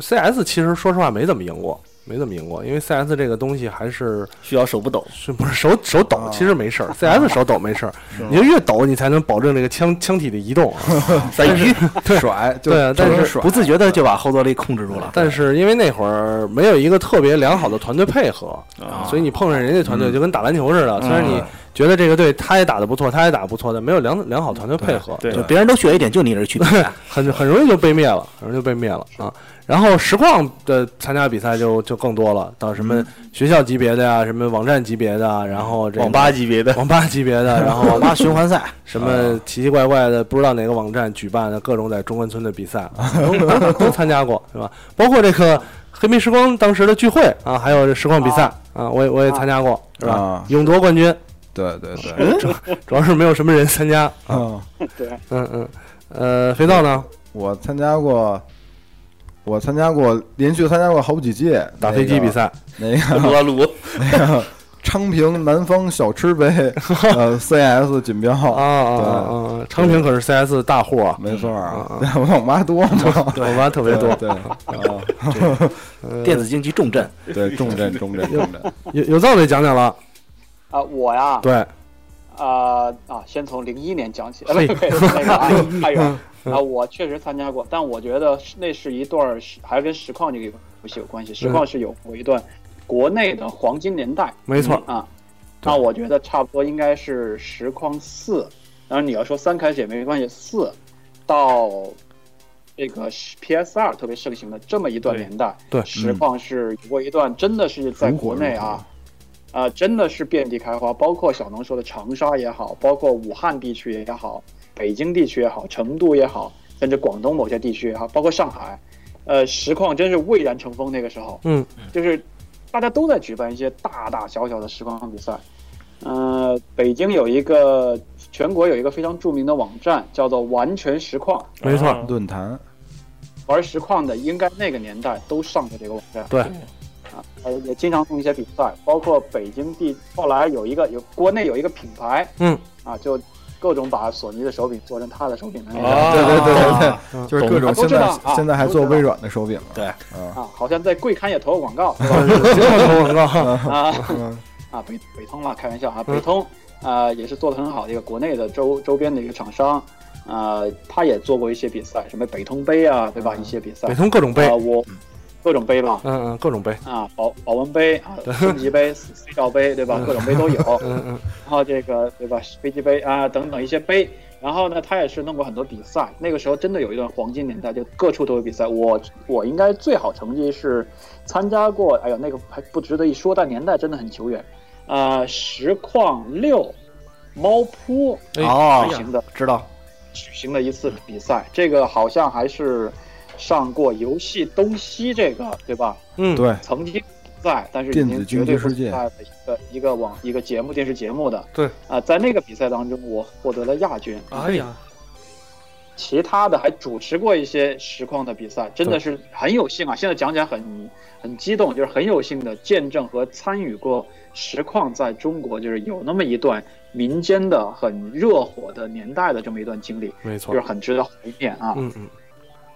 Speaker 2: CS 其实说实话没怎么赢过，没怎么赢过，因为 CS 这个东西还是
Speaker 3: 需要手不抖，
Speaker 2: 是不是手手抖
Speaker 1: 啊
Speaker 2: 其实没事儿、c s 手抖没 事儿
Speaker 1: 吗，
Speaker 2: 你就越抖你才能保证这个枪枪体的移动啊。
Speaker 3: 甩鱼，
Speaker 1: 甩，就
Speaker 2: 对啊，但
Speaker 1: 就是甩
Speaker 3: 不自觉的就把后坐力控制住了。
Speaker 2: 但是因为那会儿没有一个特别良好的团队配合，
Speaker 5: 啊嗯
Speaker 2: 所以你碰上人家团队就跟打篮球似的。虽然你觉得这个队他也打得不错，他也打得不错，但没有良良好团队配合，
Speaker 5: 对
Speaker 3: 就别人都学一点，就你这去比
Speaker 2: 很很容易就被灭了，很容易就被灭了啊。然后实况的参加比赛就就更多了，到什
Speaker 5: 嗯
Speaker 2: 么学校级别的呀、什么网站级别的啊，然后这个
Speaker 5: 网吧级别的，
Speaker 2: 网吧级别的，然后
Speaker 3: 网吧循环赛，
Speaker 2: 什
Speaker 1: 啊
Speaker 2: 么奇奇怪怪的，不知道哪个网站举办的各种在中关村的 比赛，都都都参加过，是吧？包括这个黑莓时光当时的聚会啊，还有这实况比赛啊，我也我也参加过，是吧
Speaker 1: 啊？
Speaker 2: 勇夺冠军，
Speaker 1: 对对
Speaker 2: 嗯
Speaker 1: 对，
Speaker 2: 主要是没有什么人参加，
Speaker 1: 嗯，
Speaker 4: 对，
Speaker 2: 嗯嗯，呃，肥皂呢？
Speaker 1: 我参加过，我参加过，连续参加过好几届
Speaker 2: 打飞机比，赛，
Speaker 1: 那个
Speaker 5: 撸啊撸，
Speaker 1: 那个那个昌平南方小吃 杯，呃，CS 锦标
Speaker 2: 啊啊啊啊！啊昌平可是 CS 大 户啊，
Speaker 1: 没错儿
Speaker 2: 嗯，
Speaker 1: 我网吧多嘛，
Speaker 2: 网吧特别哦多。
Speaker 1: 对，啊，
Speaker 3: 电子竞技重镇，
Speaker 1: 对，重镇重镇重镇，
Speaker 2: 有有皂得讲讲了，
Speaker 4: 啊，我呀，
Speaker 2: 对，
Speaker 4: 啊啊，先从零一年讲起，啊，不
Speaker 2: 嘿
Speaker 4: 是不是 那个啊， 太远了啊，我确实参加过，但我觉得是那是一段儿是还是跟实况这个游戏有关系，实况是有过一段国内的黄金年代
Speaker 2: 嗯没错，
Speaker 4: 啊，那我觉得差不多应该是实况四，当然你要说三开始也没关系，四到这个 PS 二特别盛行的这么一段年代，
Speaker 2: 对嗯对
Speaker 4: 实况是有过一段真的是在国内啊。啊，真的是遍地开花，包括小能说的长沙也好，包括武汉地区也好，北京地区也好，成都也好，甚至广东某些地区也好，包括上海，呃，实况真是蔚然成风。那个时候，
Speaker 2: 嗯，
Speaker 4: 就是大家都在举办一些大大小小的实况比赛。呃，北京有一个，全国有一个非常著名的网站，叫做“完全实况
Speaker 2: 没错
Speaker 5: 啊
Speaker 1: 论坛，”，
Speaker 4: 玩实况的应该那个年代都上过这个网站。
Speaker 2: 对，
Speaker 4: 呃，也经常弄一些比赛，包括北京地后来有一个有国内有一个品牌，
Speaker 2: 嗯，
Speaker 4: 啊，就各种把索尼的手柄做成他的手柄的那
Speaker 2: 哦
Speaker 4: 个
Speaker 5: 啊
Speaker 1: 对对对对
Speaker 2: 嗯
Speaker 1: 对，就是各种
Speaker 4: 懂
Speaker 1: 现
Speaker 4: 都知
Speaker 1: 在
Speaker 4: 道啊
Speaker 1: 现在还做
Speaker 4: 都知道
Speaker 1: 微软的手柄了，
Speaker 3: 对
Speaker 1: 啊，
Speaker 4: 啊，好像在贵刊也投过广告，对吧？
Speaker 2: 经常投广告，
Speaker 4: 啊
Speaker 1: 嗯
Speaker 4: 啊，北北通了，开玩笑啊，
Speaker 2: 嗯
Speaker 4: 北通啊、也是做的很好的一个国内的周周边的一个厂商，啊、他也做过一些比赛，什么北通杯啊，对吧？一些比赛
Speaker 2: 嗯北
Speaker 4: 啊、
Speaker 2: 通各种杯，
Speaker 4: 我各种杯吧，
Speaker 2: 嗯嗯，各种杯，
Speaker 4: 啊，保保温杯啊，升级杯、C 罩杯，对吧？各种杯都有。
Speaker 2: 嗯嗯
Speaker 4: 然后这个对吧，飞机杯啊等等一些杯。然后呢，他也是弄过很多比赛，那个时候真的有一段黄金年代，就各处都有比赛。我我应该最好成绩是参加过，哎呦，那个还不值得一说，但年代真的很久远。呃，实况六、猫扑
Speaker 2: 哎
Speaker 3: 哦
Speaker 4: 举，行的
Speaker 3: 知道，
Speaker 4: 举行的一次比赛，这个好像还是上过游戏东西这个对吧？
Speaker 2: 嗯，
Speaker 1: 对，
Speaker 4: 曾经在，但是已经绝对不在的一个一个网一个节目电视节目的。
Speaker 2: 对
Speaker 4: 啊、在那个比赛当中，我获得了亚军。
Speaker 5: 哎呀，
Speaker 4: 其他的还主持过一些实况的比赛，真的是很有幸啊！现在讲起来很很激动，就是很有幸的见证和参与过实况在中国就是有那么一段民间的很热火的年代的这么一段经历，
Speaker 2: 没
Speaker 4: 就
Speaker 2: 错
Speaker 4: 是，很值得怀念啊！
Speaker 2: 嗯嗯，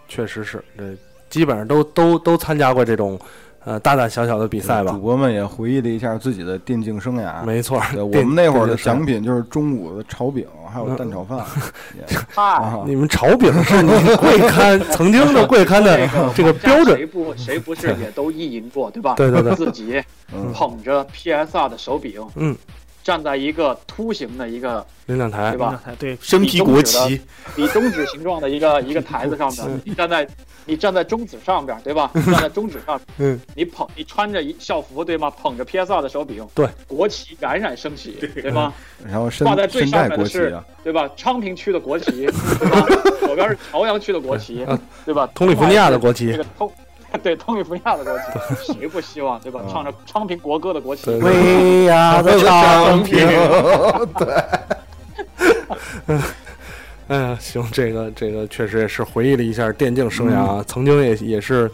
Speaker 2: 确实是，这基本上都都都参加过这种呃大大小小的比赛吧
Speaker 1: 嗯主，播们也回忆了一下自己的电竞生涯，
Speaker 2: 没错儿。
Speaker 1: 对，我
Speaker 2: 电
Speaker 1: 们那会儿的
Speaker 2: 电竞生涯
Speaker 1: 奖品就是中午的炒饼，还有蛋炒 饭，
Speaker 4: 啊，
Speaker 1: 啊
Speaker 2: 你们炒饼是你们贵刊 曾经的 贵刊的这个标准
Speaker 4: 谁，不谁不是也都意淫过，对吧？
Speaker 2: 对对对
Speaker 4: 自己
Speaker 1: 嗯
Speaker 4: 捧着 PSR 的手柄，
Speaker 2: 嗯，哎
Speaker 4: 站在一个凸形的一个
Speaker 2: 领两台
Speaker 4: 对吧
Speaker 5: 对，身披国旗，
Speaker 4: 比中指形状的一个一个台子上
Speaker 2: 嗯
Speaker 4: 面，你站在你站在中指上边，对吧？你站在中指上，
Speaker 2: 嗯，
Speaker 4: 你捧你穿着一校服，对吗？捧着 PSR 的手柄，
Speaker 2: 对，
Speaker 4: 国旗冉冉升起，对吗？
Speaker 1: 然后身
Speaker 4: 挂在最
Speaker 1: 身
Speaker 4: 上
Speaker 1: 带
Speaker 4: 面的
Speaker 1: 国旗
Speaker 4: 是
Speaker 1: 啊，
Speaker 4: 对吧？昌平区的国旗，对吧？左边是朝阳区的国旗
Speaker 2: 啊，
Speaker 4: 对吧？
Speaker 2: 通利福尼亚的国
Speaker 4: 这
Speaker 2: 旗
Speaker 4: 个，通， 对通利福尼亚的国 旗，谁不希望对吧？唱着昌平国歌的国旗
Speaker 2: 嗯对，对
Speaker 3: 喂呀，的 昌平，
Speaker 2: 嗯，行，这个这个确实也是回忆了一下电竞生涯啊，曾经也也是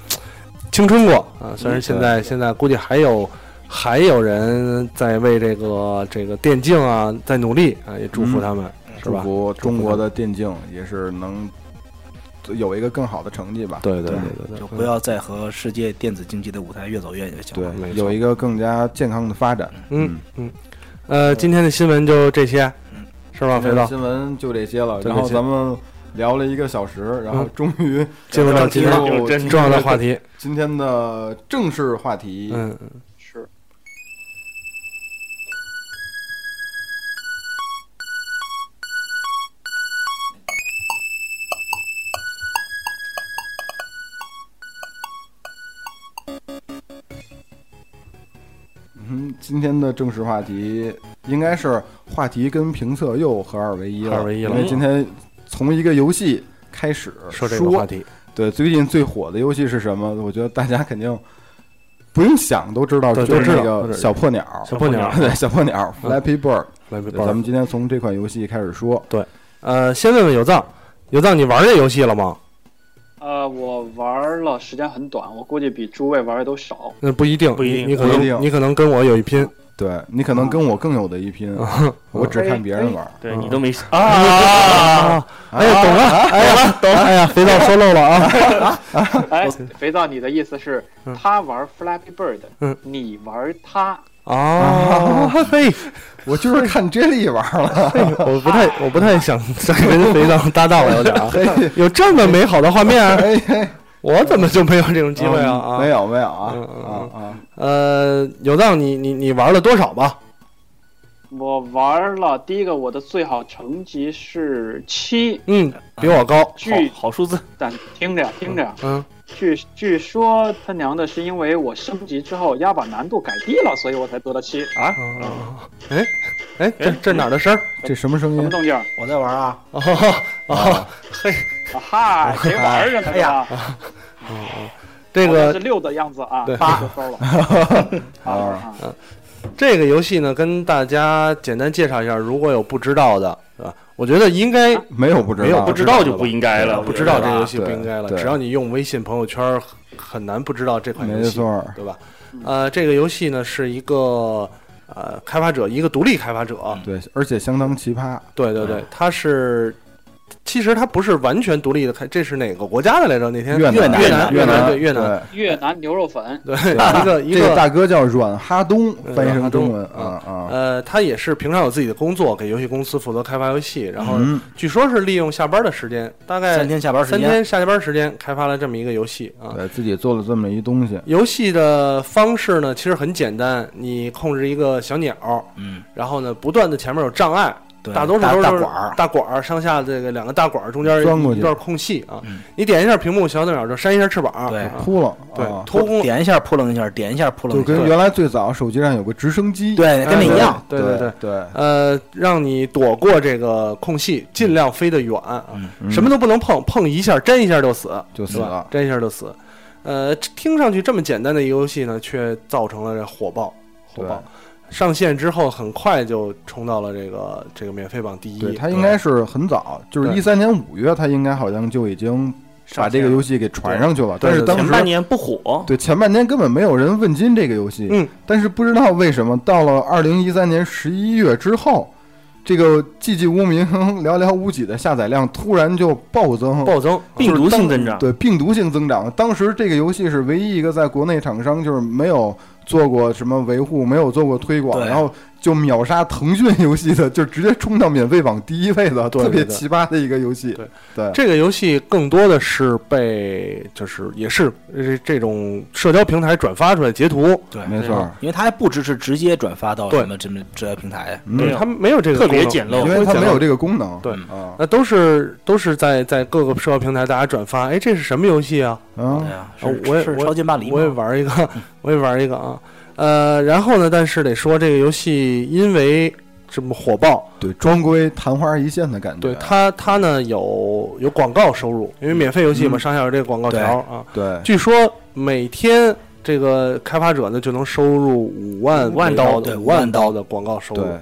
Speaker 2: 青春过啊，虽然现在现在估计还有还有人在为这个这个电竞啊在努力啊，也祝福他们，是
Speaker 1: 嗯祝
Speaker 2: 吧？
Speaker 1: 福中国的电竞也是能有一个更好的成绩吧。
Speaker 2: 对对对对
Speaker 3: 就
Speaker 2: 对，
Speaker 3: 不要再和世界电子竞技的舞台越走越远就行了。
Speaker 2: 没
Speaker 1: 对，
Speaker 2: 错
Speaker 1: 有一个更加健康的发展。
Speaker 2: 嗯嗯，呃，今天的新闻就这些，是吧，
Speaker 1: 今
Speaker 2: 肥
Speaker 1: 天的
Speaker 2: 皂？
Speaker 1: 新闻就这些了，
Speaker 2: 就这些
Speaker 1: 然后咱们聊了一个小时，然后
Speaker 2: 嗯
Speaker 1: 终于
Speaker 2: 进入正题
Speaker 1: 进
Speaker 2: 了，
Speaker 1: 入
Speaker 5: 真
Speaker 2: 重要的话题。
Speaker 1: 今天的正式话题。
Speaker 2: 嗯，嗯
Speaker 4: 是
Speaker 1: 嗯，今天的正式话题应该是话题跟评测又合二为一了，
Speaker 2: 合二为一了
Speaker 1: 因为今天从一个游戏开始
Speaker 2: 说这个话题，
Speaker 1: 对，最近最火的游戏是什么？我觉得大家肯定不用想都知道，
Speaker 2: 对
Speaker 1: 就是
Speaker 2: 都
Speaker 1: 那
Speaker 2: 知道
Speaker 1: 个小破鸟，
Speaker 2: 小破鸟
Speaker 1: 对，小破鸟
Speaker 2: 嗯
Speaker 1: Flappy Bird。
Speaker 2: 来，宝
Speaker 1: 对
Speaker 2: 儿
Speaker 1: 咱们今天从这款游戏开始说，
Speaker 2: 呃，先问问有藏，有藏，你玩这游戏了吗？
Speaker 4: 呃，我玩了时间很短，我估计比诸位玩的 都少。
Speaker 2: 那不一定，
Speaker 5: 不一定
Speaker 2: 你你可
Speaker 1: 不一定
Speaker 2: 能你可能跟我有一拼。
Speaker 1: 对你可能跟我更有的一拼， 我只看别人玩。
Speaker 5: 对
Speaker 2: 嗯
Speaker 5: 你都没
Speaker 2: 啊！哎呀，懂了，哎呀，懂了，哎呀，肥皂说漏了 啊！
Speaker 4: 哎，肥皂，你的意思是
Speaker 2: 嗯，
Speaker 4: 他玩 Flappy Bird，、
Speaker 2: 嗯
Speaker 4: 你玩他，
Speaker 2: 啊， 嘿，
Speaker 1: 我就是看 Jelly 玩了，
Speaker 2: 我不太，我不太想想跟肥皂搭档了，有点啊。有这么美好的画面，啊
Speaker 1: 哎嘿，
Speaker 2: 我怎么就没有这种 机会啊？
Speaker 1: 嗯
Speaker 2: 啊
Speaker 1: 没，有没有啊
Speaker 2: 嗯嗯
Speaker 1: 啊
Speaker 2: 嗯
Speaker 1: 啊！
Speaker 2: 呃，有藏，你你你玩了多少吧？
Speaker 4: 我玩了第一个，我的最好成绩是七。
Speaker 2: 嗯，比我 高。
Speaker 4: 据
Speaker 5: 好好数字，
Speaker 4: 但听着呀，听着呀，
Speaker 2: 嗯，
Speaker 4: 据据说他娘的是因为我升级之后要把难度改低了，所以我才得的七。
Speaker 5: 啊，
Speaker 2: 啊哎哎，这这哪儿的声儿？
Speaker 1: 这什么声
Speaker 4: 什么
Speaker 1: 音？
Speaker 4: 动静？
Speaker 3: 我在玩啊，
Speaker 2: 哦哦，
Speaker 4: 啊哈，谁玩着呢？
Speaker 3: 哎呀
Speaker 4: 是吧，
Speaker 2: 这
Speaker 4: 好像是
Speaker 2: 个
Speaker 4: 六的样子啊
Speaker 2: 对，
Speaker 4: 八收 了。啊，
Speaker 2: 这个游戏呢，跟大家简单介绍一下，如果有不知道的，啊，我觉得应该
Speaker 1: 没有不知道，
Speaker 2: 没有
Speaker 5: 不知道就不应该了，
Speaker 2: 不知道这
Speaker 5: 个
Speaker 2: 个游
Speaker 5: 游
Speaker 2: 戏
Speaker 1: 对
Speaker 2: 不应该了。
Speaker 1: 啊对
Speaker 2: 只要你用微信朋友圈，很难不知道这款游
Speaker 1: 没
Speaker 2: 戏，
Speaker 1: 错，
Speaker 2: 对吧？呃，这个游戏呢是一个呃开发者，一个独立开发者，
Speaker 1: 对，而且相当奇葩。
Speaker 2: 对对
Speaker 1: 嗯
Speaker 2: 对，它是。其实它不是完全独立的，开，这是哪个国家的来着？那天
Speaker 1: 越
Speaker 3: 南
Speaker 2: 越
Speaker 1: 南，
Speaker 2: 越南，
Speaker 1: 南，
Speaker 2: 对越南，
Speaker 4: 越南牛肉粉，
Speaker 2: 对一个一
Speaker 1: 对。这个
Speaker 2: 个
Speaker 1: 大哥叫阮哈东，
Speaker 2: 嗯
Speaker 1: 翻译成中文
Speaker 2: 阮哈
Speaker 1: 啊啊，
Speaker 2: 呃，他也是平常有自己的工作，给游戏公司负责开发游戏，然后
Speaker 1: 嗯
Speaker 2: 据说是利用下班的时间，大概
Speaker 3: 哎三天下班时
Speaker 2: 三
Speaker 3: 间，
Speaker 2: 天下班时间开发了这么一个游戏啊。
Speaker 1: 对自己做了这么一东西，
Speaker 2: 游戏的方式呢，其实很简单，你控制一个小鸟，
Speaker 3: 嗯，
Speaker 2: 然后呢，不断的前面有障碍，
Speaker 3: 对，
Speaker 2: 大多数都是
Speaker 3: 大管儿，
Speaker 2: 大管儿上下这个两个大管儿中间
Speaker 1: 钻过去
Speaker 2: 一段空隙啊
Speaker 3: 嗯，
Speaker 2: 你点一下屏幕，小鸟就扇一下翅膀，
Speaker 3: 对
Speaker 2: 啊
Speaker 1: 秃了，
Speaker 2: 对
Speaker 1: 啊，
Speaker 2: 偷工
Speaker 3: 点一下扑棱一下，点一下扑
Speaker 1: 就
Speaker 3: 棱一下
Speaker 1: 跟，原来最早手机上有个直升机，哎
Speaker 3: 对，跟那一样。
Speaker 2: 对
Speaker 1: 对
Speaker 2: 对对
Speaker 1: 对，
Speaker 2: 呃，让你躲过这个空隙，尽量飞得远啊，
Speaker 1: 嗯
Speaker 2: 什么都不能碰，碰一下粘一下就死，
Speaker 1: 就死
Speaker 2: 是吧
Speaker 1: 了？，
Speaker 2: 粘一下就死。呃，听上去这么简单的一个游戏呢，却造成了这火爆，火
Speaker 1: 对
Speaker 2: 爆。上线之后，很快就冲到了这个这个免费榜第一。
Speaker 1: 对，它应该是很早，就是
Speaker 2: 对
Speaker 1: 一三年五月，它应该好像就已经把这个游戏给传上去了，
Speaker 2: 对
Speaker 1: 但是
Speaker 2: 对
Speaker 1: 当
Speaker 5: 前
Speaker 1: 时
Speaker 5: 半年不火，
Speaker 1: 对前半年根本没有人问津这个游戏，
Speaker 2: 嗯，
Speaker 1: 但是不知道为什么到了二零一三年十一月之后，这个寂寂无名、 寥寥无几的下载量突然就暴增，
Speaker 2: 暴增，
Speaker 5: 病毒性增
Speaker 1: 增
Speaker 5: 长，
Speaker 1: 对病毒性增长。当时这个游戏是唯一一个在国内厂商就是没有做过什么维护、没有做过推广，
Speaker 3: 对
Speaker 1: 然后就秒杀腾讯游戏的，就直接冲到免费榜第一位的，
Speaker 2: 对
Speaker 1: 特别
Speaker 2: 对对
Speaker 1: 奇葩的一个游戏。
Speaker 2: 对
Speaker 1: 对
Speaker 2: 这个游戏更多的是被就是也是呃这种社交平台转发出来截图，
Speaker 3: 对，
Speaker 1: 没错，
Speaker 3: 因为它还不支持直接转发到
Speaker 2: 对
Speaker 3: 什么这么社交平台，
Speaker 5: 没
Speaker 1: 嗯，
Speaker 5: 有
Speaker 2: 它没有这个
Speaker 5: 特别
Speaker 2: 功能
Speaker 5: 简
Speaker 1: 因
Speaker 5: 陋，
Speaker 1: 为它没有这个功能。
Speaker 2: 对
Speaker 1: 啊
Speaker 2: 那都是都是在在各个社交平台大家转发，哎，这是什么游戏啊？
Speaker 1: 啊
Speaker 3: 对，呀，
Speaker 2: 啊
Speaker 3: 是
Speaker 2: 我也
Speaker 3: 是
Speaker 2: 我也
Speaker 3: 超级巴黎吗，
Speaker 2: 我也玩一个， 我也玩一个啊。呃，然后呢，但是得说这个游戏因为这么火爆，
Speaker 1: 对，终归昙花一现的感觉。
Speaker 2: 对它它呢有有广告收入，因为免费游戏嘛，
Speaker 1: 嗯
Speaker 2: 上下有这个广告条啊。
Speaker 1: 对
Speaker 2: 据说每天这个开发者呢就能收入五万
Speaker 5: 五万
Speaker 2: 刀的
Speaker 5: 刀
Speaker 3: 对
Speaker 2: 五
Speaker 3: 五万
Speaker 2: 万刀
Speaker 3: 刀
Speaker 2: 的广告收入
Speaker 1: 对
Speaker 2: 啊。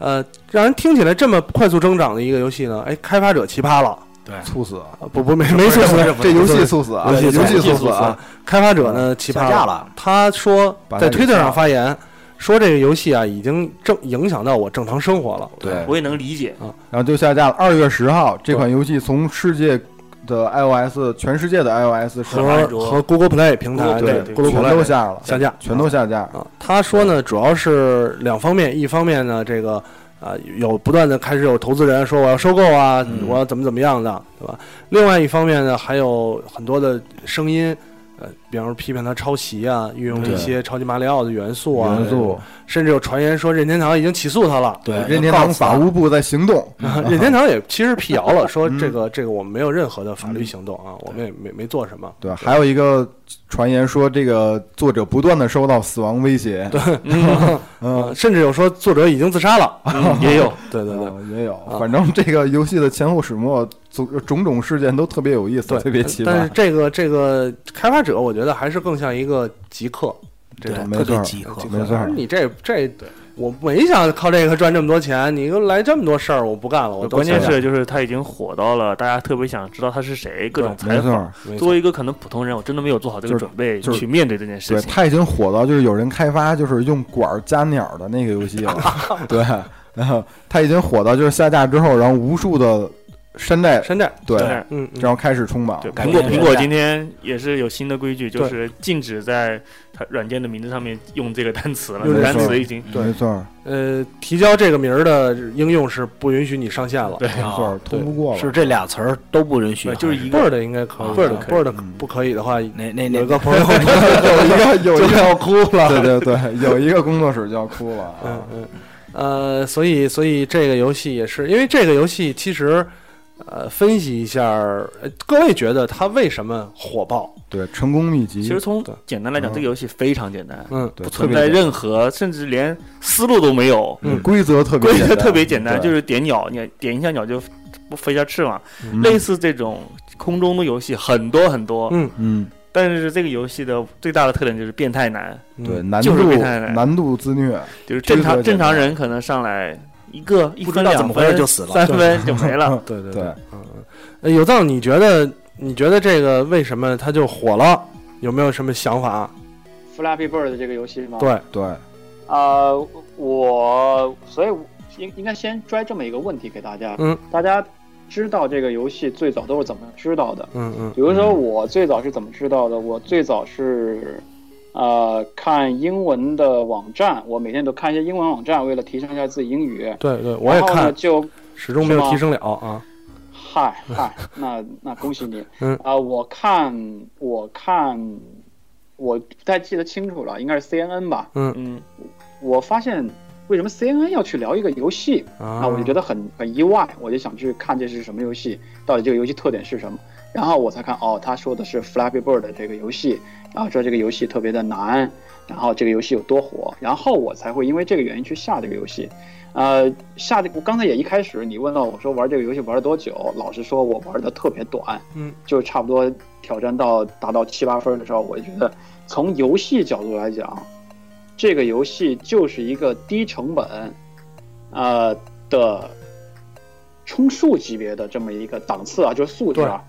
Speaker 2: 呃，让人听起来这么快速增长的一个游戏呢，哎，开发者奇葩了，
Speaker 1: 猝 死啊！
Speaker 2: 啊不 不没没
Speaker 1: 猝
Speaker 2: 错，
Speaker 1: 死，这游戏
Speaker 2: 对
Speaker 1: 猝死啊！
Speaker 2: 游戏
Speaker 1: 游戏
Speaker 2: 猝
Speaker 1: 猝
Speaker 2: 死
Speaker 1: 死啊！
Speaker 2: 开发者呢奇葩
Speaker 3: 下架了，
Speaker 2: 他说
Speaker 1: 把它
Speaker 2: 在
Speaker 1: 给
Speaker 2: 推特
Speaker 1: 下
Speaker 2: 上
Speaker 1: 了
Speaker 2: 发言，说这个游戏啊已经正影响到我正常生活了。
Speaker 1: 对，
Speaker 5: 我也能理解，
Speaker 1: 然后就下架了。二月十号，这款游戏从世界的 iOS，全世界的 iOS 是
Speaker 2: 和
Speaker 3: 安卓
Speaker 2: 和 Google Play 平台
Speaker 5: Google
Speaker 2: 对
Speaker 5: Play，对
Speaker 2: Google
Speaker 1: 全
Speaker 2: Play
Speaker 1: 都下了，
Speaker 2: 下架
Speaker 1: 全都下架。
Speaker 2: 啊，他说呢，主要是两方面，一方面呢，这个啊、有不断的开始有投资人说我要收购啊，我要怎么怎么样的，对吧？另外一方面呢，还有很多的声音，呃，比方说批评他抄袭啊，运用了一
Speaker 1: 对
Speaker 2: 些超级马里奥的元素啊，
Speaker 1: 元素，
Speaker 2: 甚至有传言说任天堂已经起诉他了。呃
Speaker 3: 对，
Speaker 1: 任天堂法务部在行动，
Speaker 2: 任天堂也其实辟谣了，说这个这个我们没有任何的法律行动啊，我们也没没做什么。
Speaker 1: 对，还有一个传言说，这个作者不断的收到死亡威胁，对，
Speaker 2: 嗯，甚至有说作者已经自杀了，嗯也有。对对对，啊
Speaker 1: 也有。反正这个游戏的前后始末，种种种事件都特别有意思，
Speaker 2: 对，
Speaker 1: 特别奇
Speaker 2: 呃但是
Speaker 1: 葩。
Speaker 2: 这个这个开发者，我觉得还是更像一个极客这
Speaker 3: 对
Speaker 2: 种。
Speaker 1: 没
Speaker 3: 特
Speaker 1: 错
Speaker 3: 别
Speaker 1: 儿
Speaker 3: 极客，
Speaker 1: 没错儿，
Speaker 2: 你这这，我没想靠这个赚这么多钱，你又来这么多事儿，我不干了。我都
Speaker 5: 关键
Speaker 2: 想
Speaker 5: 是就是他已经火到了，大家特别想知道他是谁，各种
Speaker 1: 没
Speaker 5: 采
Speaker 1: 错
Speaker 5: 访。
Speaker 1: 儿。
Speaker 2: 没
Speaker 5: 作
Speaker 2: 错
Speaker 5: 为一个可能普通人，我真的没有做好这
Speaker 1: 就
Speaker 5: 个
Speaker 1: 是
Speaker 5: 准备
Speaker 1: 就是
Speaker 5: 去面对这件
Speaker 1: 对
Speaker 5: 事情。
Speaker 1: 他已经火到就是有人开发就是用管儿加鸟的那个游戏 了，对，然后他已经火到就是下架之后，然后无数的山寨
Speaker 2: 山寨，
Speaker 1: 对，
Speaker 5: 山寨
Speaker 2: 嗯，嗯
Speaker 1: 然后开始冲榜
Speaker 5: 对，，
Speaker 3: 感
Speaker 5: 苹果
Speaker 3: 觉
Speaker 5: 苹
Speaker 3: 是
Speaker 5: 果
Speaker 3: 这样
Speaker 5: 今天也是有新的规矩，就
Speaker 2: 对
Speaker 5: 是禁止在它软件的名字上面用这个单词了。
Speaker 2: 用
Speaker 5: 这
Speaker 1: 这
Speaker 5: 单
Speaker 1: 个
Speaker 5: 词
Speaker 1: 词
Speaker 5: 已经
Speaker 1: 没错儿，
Speaker 2: 呃，提交这个名儿的应用是不允许你上线了。
Speaker 5: 对哎
Speaker 1: 没错儿，通不过了，
Speaker 3: 啊是这俩词儿都不允许
Speaker 5: 对，，就是一个
Speaker 2: Bird 应该可以
Speaker 3: 啊
Speaker 2: ，Bird
Speaker 3: 可
Speaker 2: Bird
Speaker 1: 嗯
Speaker 2: 不可以的话，
Speaker 3: 那那
Speaker 2: 有
Speaker 3: 那
Speaker 2: 一个朋友，
Speaker 1: 有 一 个 有一
Speaker 3: 就
Speaker 1: 个
Speaker 3: 要哭了。
Speaker 1: 对对对，有一个工作室就要哭了
Speaker 2: 嗯
Speaker 1: 啊，
Speaker 2: 嗯，呃，所以所以这个游戏也是，因为这个游戏其实，呃，分析一下儿，呃各位觉得它为什么火爆？
Speaker 1: 对，成功秘籍，
Speaker 5: 其实从
Speaker 2: 对
Speaker 5: 简单来讲，
Speaker 1: 嗯
Speaker 5: 这个游戏非常简单，
Speaker 2: 嗯，
Speaker 1: 对
Speaker 5: 不
Speaker 1: 特
Speaker 5: 存
Speaker 1: 别
Speaker 5: 在
Speaker 1: 简
Speaker 5: 任何，甚至连思路都没有。
Speaker 2: 嗯
Speaker 1: 规则特别
Speaker 5: 规
Speaker 1: 简
Speaker 5: 则
Speaker 1: 单
Speaker 5: 特别简单，
Speaker 1: 对
Speaker 5: 就是点鸟，你点一下鸟就不飞一下翅膀。
Speaker 1: 嗯
Speaker 5: 类似这种空中的游戏很多很多，
Speaker 2: 嗯
Speaker 1: 嗯，
Speaker 5: 但是这个游戏的最大的特点就是变态难，
Speaker 2: 嗯
Speaker 1: 对，，难
Speaker 5: 就是
Speaker 1: 度
Speaker 5: 变态人
Speaker 1: 难度自虐，
Speaker 5: 就是正
Speaker 1: 规
Speaker 5: 常
Speaker 1: 则简
Speaker 5: 正
Speaker 1: 单
Speaker 5: 常人可能上来一个一
Speaker 3: 不知
Speaker 5: 分
Speaker 3: 道
Speaker 5: 两
Speaker 3: 怎么回
Speaker 5: 分
Speaker 3: 事就死了
Speaker 5: 三分就没 了。
Speaker 2: 对对
Speaker 1: 对，
Speaker 2: 嗯嗯，呃有藏，你觉得你觉得这个为什么它就火了？有没有什么想法？
Speaker 4: Flappy Bird 这个游戏吗？
Speaker 2: 对，
Speaker 1: 对，
Speaker 4: 呃，我所以应应该先拽这么一个问题给大家，
Speaker 2: 嗯，
Speaker 4: 大家知道这个游戏最早都是怎么知道的？
Speaker 2: 嗯嗯
Speaker 4: 比如说我最早是怎么知道的？我最早是，呃，看英文的网站，我每天都看一些英文网站，为了提升一下自己英语。
Speaker 2: 对对，我也
Speaker 4: 然后呢，
Speaker 2: 看，
Speaker 4: 就
Speaker 2: 始终没有
Speaker 4: 是吗
Speaker 2: 提升了啊。
Speaker 4: 嗨嗨，那那恭喜你。
Speaker 2: 嗯
Speaker 4: 啊、我看我看，我不太记得清楚了，应该是 CNN 吧。
Speaker 5: 嗯，
Speaker 4: 我发现为什么 CNN 要去聊一个游戏
Speaker 2: 啊，
Speaker 4: 啊，我就觉
Speaker 2: 得
Speaker 4: 得很很意外，我就想去看这是什么游戏，到底这个游戏特点是什么。然后我才看哦，他说的是 Flappy Bird 这个游戏，然后说这个游戏特别的难，然后这个游戏有多火，然后我才会因为这个原因去下这个游戏。呃，下这我刚才也一开始你问到我说玩这个游戏玩了多久，老实说我玩的特别短，
Speaker 2: 嗯，
Speaker 4: 就差不多挑战到达到七八分的时候，我就觉得从游戏角度来讲，这个游戏就是一个低成本，呃的充数级别的这么一个档次啊，就是素质啊，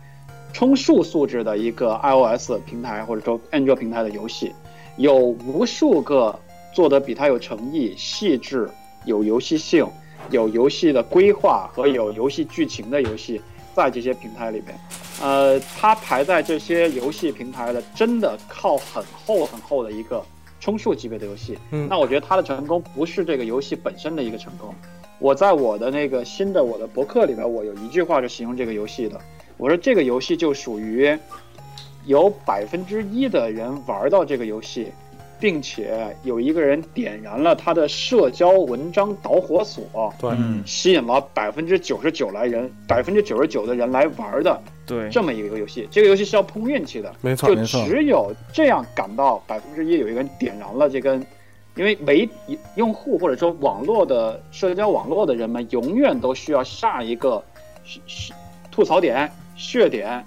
Speaker 4: 充数素质的一个 iOS 平台或者说安卓平台的游戏，有无数个做的比它有诚意、细致、有游戏性、有游戏的规划和有游戏剧情的游戏，在这些平台里面，呃，它排在这些游戏平台的，真的靠很厚很厚的一个充数级别的游戏。
Speaker 2: 嗯
Speaker 4: 那我觉得它的成功不是这个游戏本身的一个成功。我在我的那个新的我的博客里边，我有一句话是形容这个游戏的，我说这个游戏就属于有百分之一的人玩到这个游戏，并且有一个人点燃了他的社交文章导火索，
Speaker 2: 对，
Speaker 1: 嗯
Speaker 4: 吸引了百分之九十九来人，百分之九十九的人来玩的
Speaker 5: 对，
Speaker 4: 这么一个游戏。这个游戏是要碰运气的，
Speaker 2: 没错
Speaker 4: 就，
Speaker 1: 没错
Speaker 4: 只有这样感到百分之一有一个人点燃了这根，因为媒用户或者说网络的社交网络的人们永远都需要下一个是是吐槽点、血点、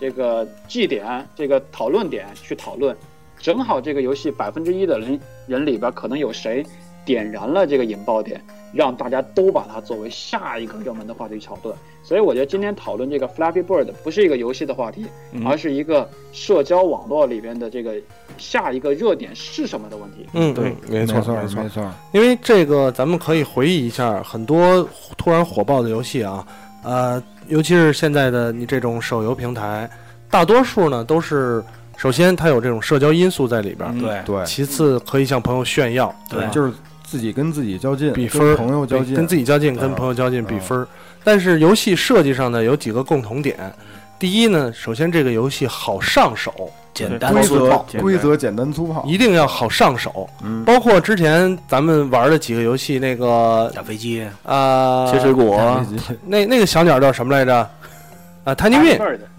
Speaker 4: 这个祭点、这个讨论点去讨论。正好这个游戏百分之一的人人里边可能有谁点燃了这个引爆点，让大家都把它作为下一个热门的话题去讨论。所以我觉得今天讨论这个 Flappy Bird 不是一个游戏的话题，
Speaker 5: 嗯
Speaker 4: 而是一个社交网络里边的这个下一个热点是什么的问题。
Speaker 2: 嗯，
Speaker 5: 对
Speaker 2: 嗯，没
Speaker 1: 没
Speaker 2: 错，
Speaker 1: 错
Speaker 2: 没错
Speaker 1: 没。错，
Speaker 2: 因为这个，咱们可以回忆一下，很多突然火爆的游戏啊，呃，尤其是现在的你这种手游平台，大多数呢都是首先它有这种社交因素在里边儿，
Speaker 5: 嗯
Speaker 3: 对，
Speaker 1: 对，
Speaker 2: 其次可以向朋友炫耀，
Speaker 5: 对
Speaker 2: 吧
Speaker 1: 就是自己跟自己较劲，
Speaker 2: 比
Speaker 1: 跟
Speaker 2: 分儿
Speaker 1: 朋友较劲，
Speaker 2: 跟自己较劲，
Speaker 1: 对
Speaker 2: 跟朋友较劲
Speaker 1: 嗯
Speaker 2: 比分儿。但是游戏设计上呢，有几个共同点。第一呢，首先这个游戏好上手，
Speaker 3: 简
Speaker 5: 对
Speaker 3: 单
Speaker 1: 规
Speaker 5: 粗
Speaker 3: 粗
Speaker 1: 则
Speaker 3: 暴
Speaker 5: 暴，简单
Speaker 1: 规则简单粗暴，
Speaker 2: 一定要好上手。
Speaker 1: 嗯
Speaker 2: 包括之前咱们玩的几个游戏，那个
Speaker 3: 打飞机，
Speaker 2: 啊，
Speaker 5: 切水 果啊，
Speaker 1: 以及
Speaker 2: 那那个小鸟叫什么来着？啊，Tiny Win，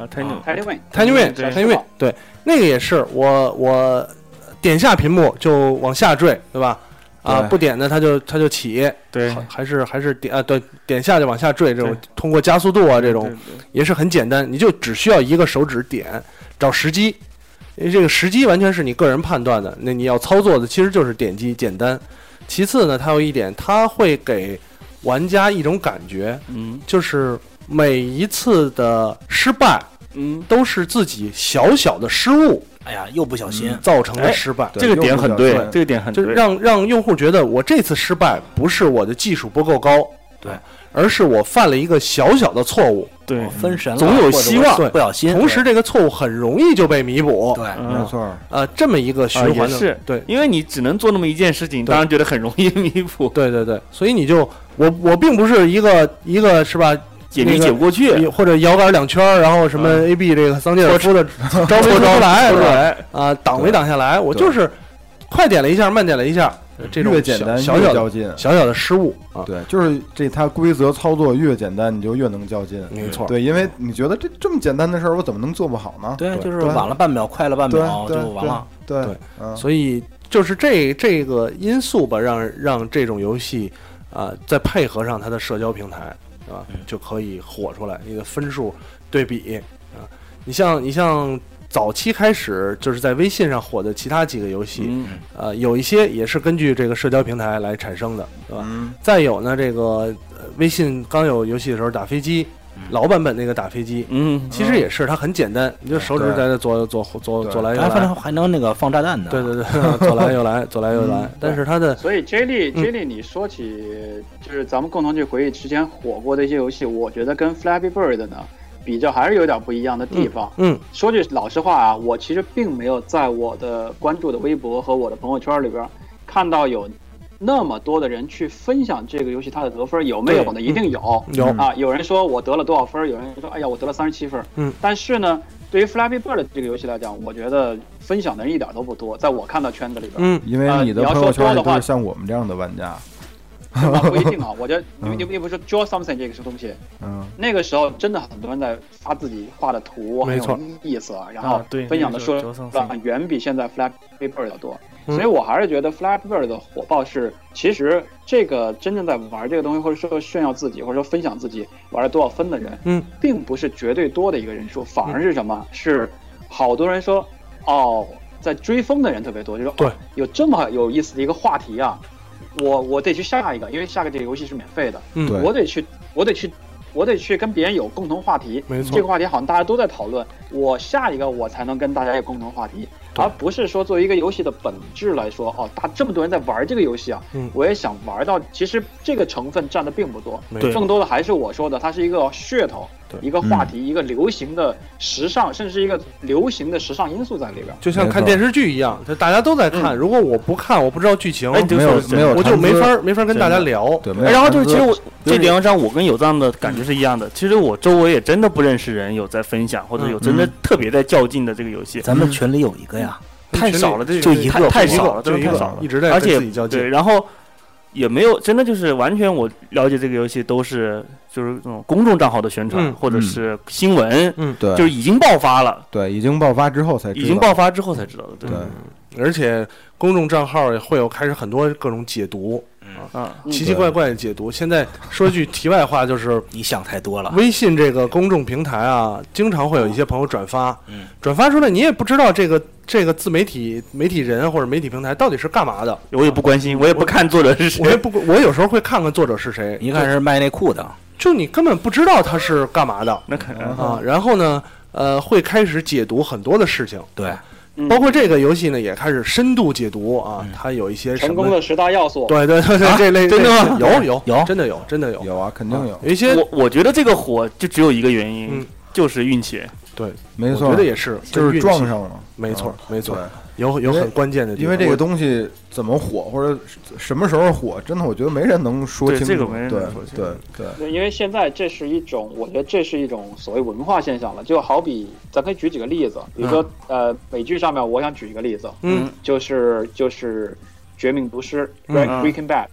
Speaker 5: 太
Speaker 2: 嗯
Speaker 5: 牛，
Speaker 4: Tiny Win
Speaker 2: Tiny Win，
Speaker 5: 对
Speaker 2: Tiny Win，对，那个也是我我点下屏幕就往下坠，对吧？啊，
Speaker 1: 对
Speaker 2: 不点呢，它就它就起，
Speaker 5: 对
Speaker 2: 还还是还是点啊，对，点下就往下坠，这种
Speaker 5: 对
Speaker 2: 通过加速度啊，这
Speaker 5: 这
Speaker 2: 种也是很简单，你就只需要一个手指点，找时机，因为这个时机完全是你个人判断的，那你要操作的其实就是点击简单。其次呢，它有一点，它会给玩家一种感觉，
Speaker 5: 嗯
Speaker 2: 就是每一次的失败
Speaker 5: 嗯，
Speaker 2: 都是自己小小的失误
Speaker 3: 哎呀，又不小心，
Speaker 2: 造成的失败，
Speaker 5: 这个点很嗯哎对
Speaker 1: 又不较，
Speaker 5: 这个点很
Speaker 2: 就是
Speaker 5: 对，
Speaker 2: 让让用户觉得我这次失败不是我的技术不够高，
Speaker 3: 对，
Speaker 2: 而是我犯了一个小小的错误，
Speaker 5: 对
Speaker 3: 我分神了，
Speaker 5: 总有
Speaker 3: 或者
Speaker 5: 希望
Speaker 3: 我不小心，
Speaker 2: 同时这个错误很容易就被弥补，
Speaker 3: 对，
Speaker 5: 嗯
Speaker 1: 没错儿，
Speaker 2: 呃，这么一个循环
Speaker 5: 啊
Speaker 2: 的，
Speaker 5: 也是
Speaker 2: 对
Speaker 5: 因为你只能做那么一件事情，
Speaker 2: 对
Speaker 5: 当然觉得很容易 弥补，
Speaker 2: 对对对，所以你就我我并不是一个一个是吧，
Speaker 5: 也
Speaker 2: 那
Speaker 5: 理
Speaker 2: 个
Speaker 5: 解不过去，
Speaker 2: 你或者摇杆两圈儿，然后什么
Speaker 5: 嗯
Speaker 2: A B 这个桑切尔夫的招没出来，是吧？啊，挡没挡下来，我就是快点了一下，慢点了一下，这种
Speaker 1: 越
Speaker 2: 小
Speaker 1: 简单
Speaker 2: 小
Speaker 1: 越
Speaker 2: 小
Speaker 1: 较
Speaker 2: 的
Speaker 1: 劲，
Speaker 2: 小小的失误啊，
Speaker 1: 对，就是这它规则操作越简单，你就越能较劲。
Speaker 2: 没错，
Speaker 1: 对，因为你觉得这这么简单的事儿，我怎么能做不好呢？
Speaker 3: 对，就是
Speaker 1: 对
Speaker 3: 晚了半秒，快了半
Speaker 1: 对，
Speaker 3: 秒就
Speaker 1: 对
Speaker 3: 完了。。
Speaker 1: 对
Speaker 2: 对，
Speaker 1: 嗯
Speaker 2: 所以就是这这个因素吧，让让这种游戏啊、再配合上它的社交平台啊，就可以火出来。你的分数对比啊，你像你像早期开始就是在微信上火的其他几个游戏，
Speaker 5: 嗯，
Speaker 2: 呃，有一些也是根据这个社交平台来产生的，对吧？
Speaker 1: 嗯
Speaker 2: 再有呢，这个呃微信刚有游戏的时候打飞机，老版本那个打飞机。
Speaker 5: 嗯，
Speaker 2: 其实也是，它很简单，你就手指
Speaker 1: 对
Speaker 2: 在这左左左
Speaker 1: 对
Speaker 2: 左来右
Speaker 3: 还
Speaker 2: 来
Speaker 3: 反，正还能那个放炸弹的，
Speaker 2: 对对对， 左来右来，左来右来。但是它的
Speaker 4: 所以 J 莉
Speaker 2: 嗯
Speaker 4: J 莉，你说起就是咱们共同去回忆之前火过的一些游戏，我觉得跟 Flappy Bird 呢比较还是有点不一样的地方。
Speaker 2: 嗯
Speaker 4: 说句老实话啊，我其实并没有在我的关注的微博和我的朋友圈里边看到有那么多的人去分享这个游戏它的得分，有没有呢？
Speaker 2: 对嗯
Speaker 4: 一定有。
Speaker 2: 有
Speaker 4: 啊，有人说我得了多少分，有人说哎呀我得了三十七分。
Speaker 2: 嗯，
Speaker 4: 但是呢，对于 Flappy Bird 这个游戏来讲，我觉得分享的人一点都不多，在我看到圈子里边。
Speaker 2: 嗯
Speaker 1: 因为
Speaker 4: 呃
Speaker 1: 你的
Speaker 4: 你要
Speaker 1: 朋友
Speaker 4: 说
Speaker 1: 圈
Speaker 4: 多
Speaker 1: 里
Speaker 4: 的
Speaker 1: 都
Speaker 4: 话
Speaker 1: 是像我们这样的玩家，
Speaker 4: 那
Speaker 2: 嗯
Speaker 4: 不一定啊，我觉得你
Speaker 1: 嗯
Speaker 4: 你你不是说 draw something 这个东西，
Speaker 1: 嗯，
Speaker 4: 那个时候真的很多人在发自己画的图，
Speaker 2: 没
Speaker 4: 很
Speaker 2: 错
Speaker 4: 有意思，然后
Speaker 5: 啊对
Speaker 4: 分享的
Speaker 5: 那个时
Speaker 4: 说
Speaker 5: 候 draw
Speaker 4: 法
Speaker 5: something
Speaker 4: 远比现在 Flappy Bird 要多，
Speaker 2: 嗯
Speaker 4: 所以我还是觉得 Flappy Bird 的火爆是，其实这个真正在玩这个东西，或者说炫耀自己，或者说分享自己玩了多少分的人，
Speaker 2: 嗯，
Speaker 4: 并不是绝对多的一个人数，反而是什么？是好多人说，哦，在追风的人特别多，就说
Speaker 2: 对
Speaker 4: 哦，有这么有意思的一个话题啊，我我得去下一个，因为下个这个游戏是免费的，
Speaker 2: 嗯
Speaker 1: 对
Speaker 4: 我得去，我得去。我得去跟别人有共同话题，
Speaker 2: 没错
Speaker 4: 这个话题好像大家都在讨论，我下一个我才能跟大家有共同话题，
Speaker 2: 对
Speaker 4: 而不是说作为一个游戏的本质来说，哦，大这么多人在玩这个游戏啊，
Speaker 2: 嗯
Speaker 4: 我也想玩到，其实这个成分占的并不多，
Speaker 2: 没
Speaker 5: 对
Speaker 4: 更多的还是我说的，它是一个噱头
Speaker 2: 对，嗯
Speaker 4: 一个话题，一个流行的时尚，甚至一个流行的时尚因素在里边。
Speaker 2: 就像看电视剧一样，就大家都在看。如果我不看，我不知道剧情，
Speaker 5: 哎你就
Speaker 1: 没有
Speaker 5: 说是
Speaker 1: 没有
Speaker 2: 我就
Speaker 1: 谈
Speaker 2: 没
Speaker 1: 资
Speaker 2: 法没法跟大家聊。
Speaker 1: 对，没有
Speaker 5: 哎然后
Speaker 1: 谈
Speaker 5: 就
Speaker 1: 资
Speaker 5: 是，其实我
Speaker 1: 就是
Speaker 5: 这点上我跟有藏的感觉是一样的。其实我周围也真的不认识人有在分享，或者有真的特别在较劲的这个游戏，
Speaker 1: 嗯
Speaker 3: 咱们群里有一个呀，
Speaker 5: 太少了，这
Speaker 3: 就一个
Speaker 5: 太太
Speaker 3: 就一个
Speaker 5: 少了，
Speaker 2: 就
Speaker 5: 这
Speaker 2: 一
Speaker 5: 太
Speaker 2: 个
Speaker 5: 少了
Speaker 2: 一。直在
Speaker 5: 而
Speaker 2: 跟
Speaker 5: 且
Speaker 2: 自己较
Speaker 5: 对，
Speaker 2: 劲。
Speaker 5: 然后也没有真的就是完全我了解这个游戏都是就是那种公众账号的宣传
Speaker 2: 嗯
Speaker 5: 或者是新闻，就
Speaker 1: 对
Speaker 5: 是已经爆发了，
Speaker 1: 对，已经爆发之后才知道
Speaker 5: 已经爆发之后才知道的，对
Speaker 1: 对
Speaker 2: 而且公众账号也会有开始很多各种解读，
Speaker 5: 啊，
Speaker 4: 嗯
Speaker 2: 奇奇怪怪的解读。现在说句题外话，就是
Speaker 3: 你想太多了，
Speaker 2: 微信这个公众平台啊，经常会有一些朋友转发，
Speaker 3: 嗯
Speaker 2: 转发出来你也不知道这个这个自媒体媒体人或者媒体平台到底是干嘛的。
Speaker 5: 我也不关心，我也不看作者是谁
Speaker 2: 我也，不，我有时候会看看作者是谁，
Speaker 3: 一看是卖内裤的，
Speaker 2: 就你根本不知道他是干嘛的嗯
Speaker 5: 那肯定
Speaker 4: 嗯
Speaker 2: 啊。然后呢，呃，会开始解读很多的事情。
Speaker 3: 对，
Speaker 4: 嗯
Speaker 2: 包括这个游戏呢，也开始深度解读
Speaker 3: 嗯
Speaker 2: 啊，它有一些什
Speaker 4: 成功
Speaker 2: 么？
Speaker 4: 的十大要素，
Speaker 2: 对对对对，这类
Speaker 5: 真的吗
Speaker 2: 类有有
Speaker 3: 有
Speaker 2: 真的有真的有
Speaker 1: 有啊，肯定有，
Speaker 2: 有一些
Speaker 5: 我我觉得这个火就只有一个原因，
Speaker 2: 嗯
Speaker 5: 就是运气。
Speaker 1: 没
Speaker 2: 我
Speaker 1: 错，
Speaker 2: 觉得也是，
Speaker 1: 就是
Speaker 2: 运气
Speaker 1: 撞，上了。
Speaker 2: 没错没
Speaker 1: 对
Speaker 2: 错，，有
Speaker 1: 因
Speaker 2: 有
Speaker 1: 为
Speaker 2: 很关键的地方，
Speaker 1: 因为这个
Speaker 2: 我
Speaker 1: 东西怎么火，或者什么时候火，真的我觉得没人能说
Speaker 5: 对
Speaker 1: 清楚。
Speaker 5: 这个没人
Speaker 1: 对
Speaker 5: 能说清楚
Speaker 1: 对对，
Speaker 4: 对，因为现在这是一种，我觉得这是一种所谓文化现象了。就好比，咱可以举几个例子，比如说，呃，美剧上面，我想举一个例子，
Speaker 2: 嗯，
Speaker 4: 就是就是《绝命毒师》
Speaker 2: 嗯
Speaker 4: Break-
Speaker 5: 嗯
Speaker 4: （Breaking Bad）。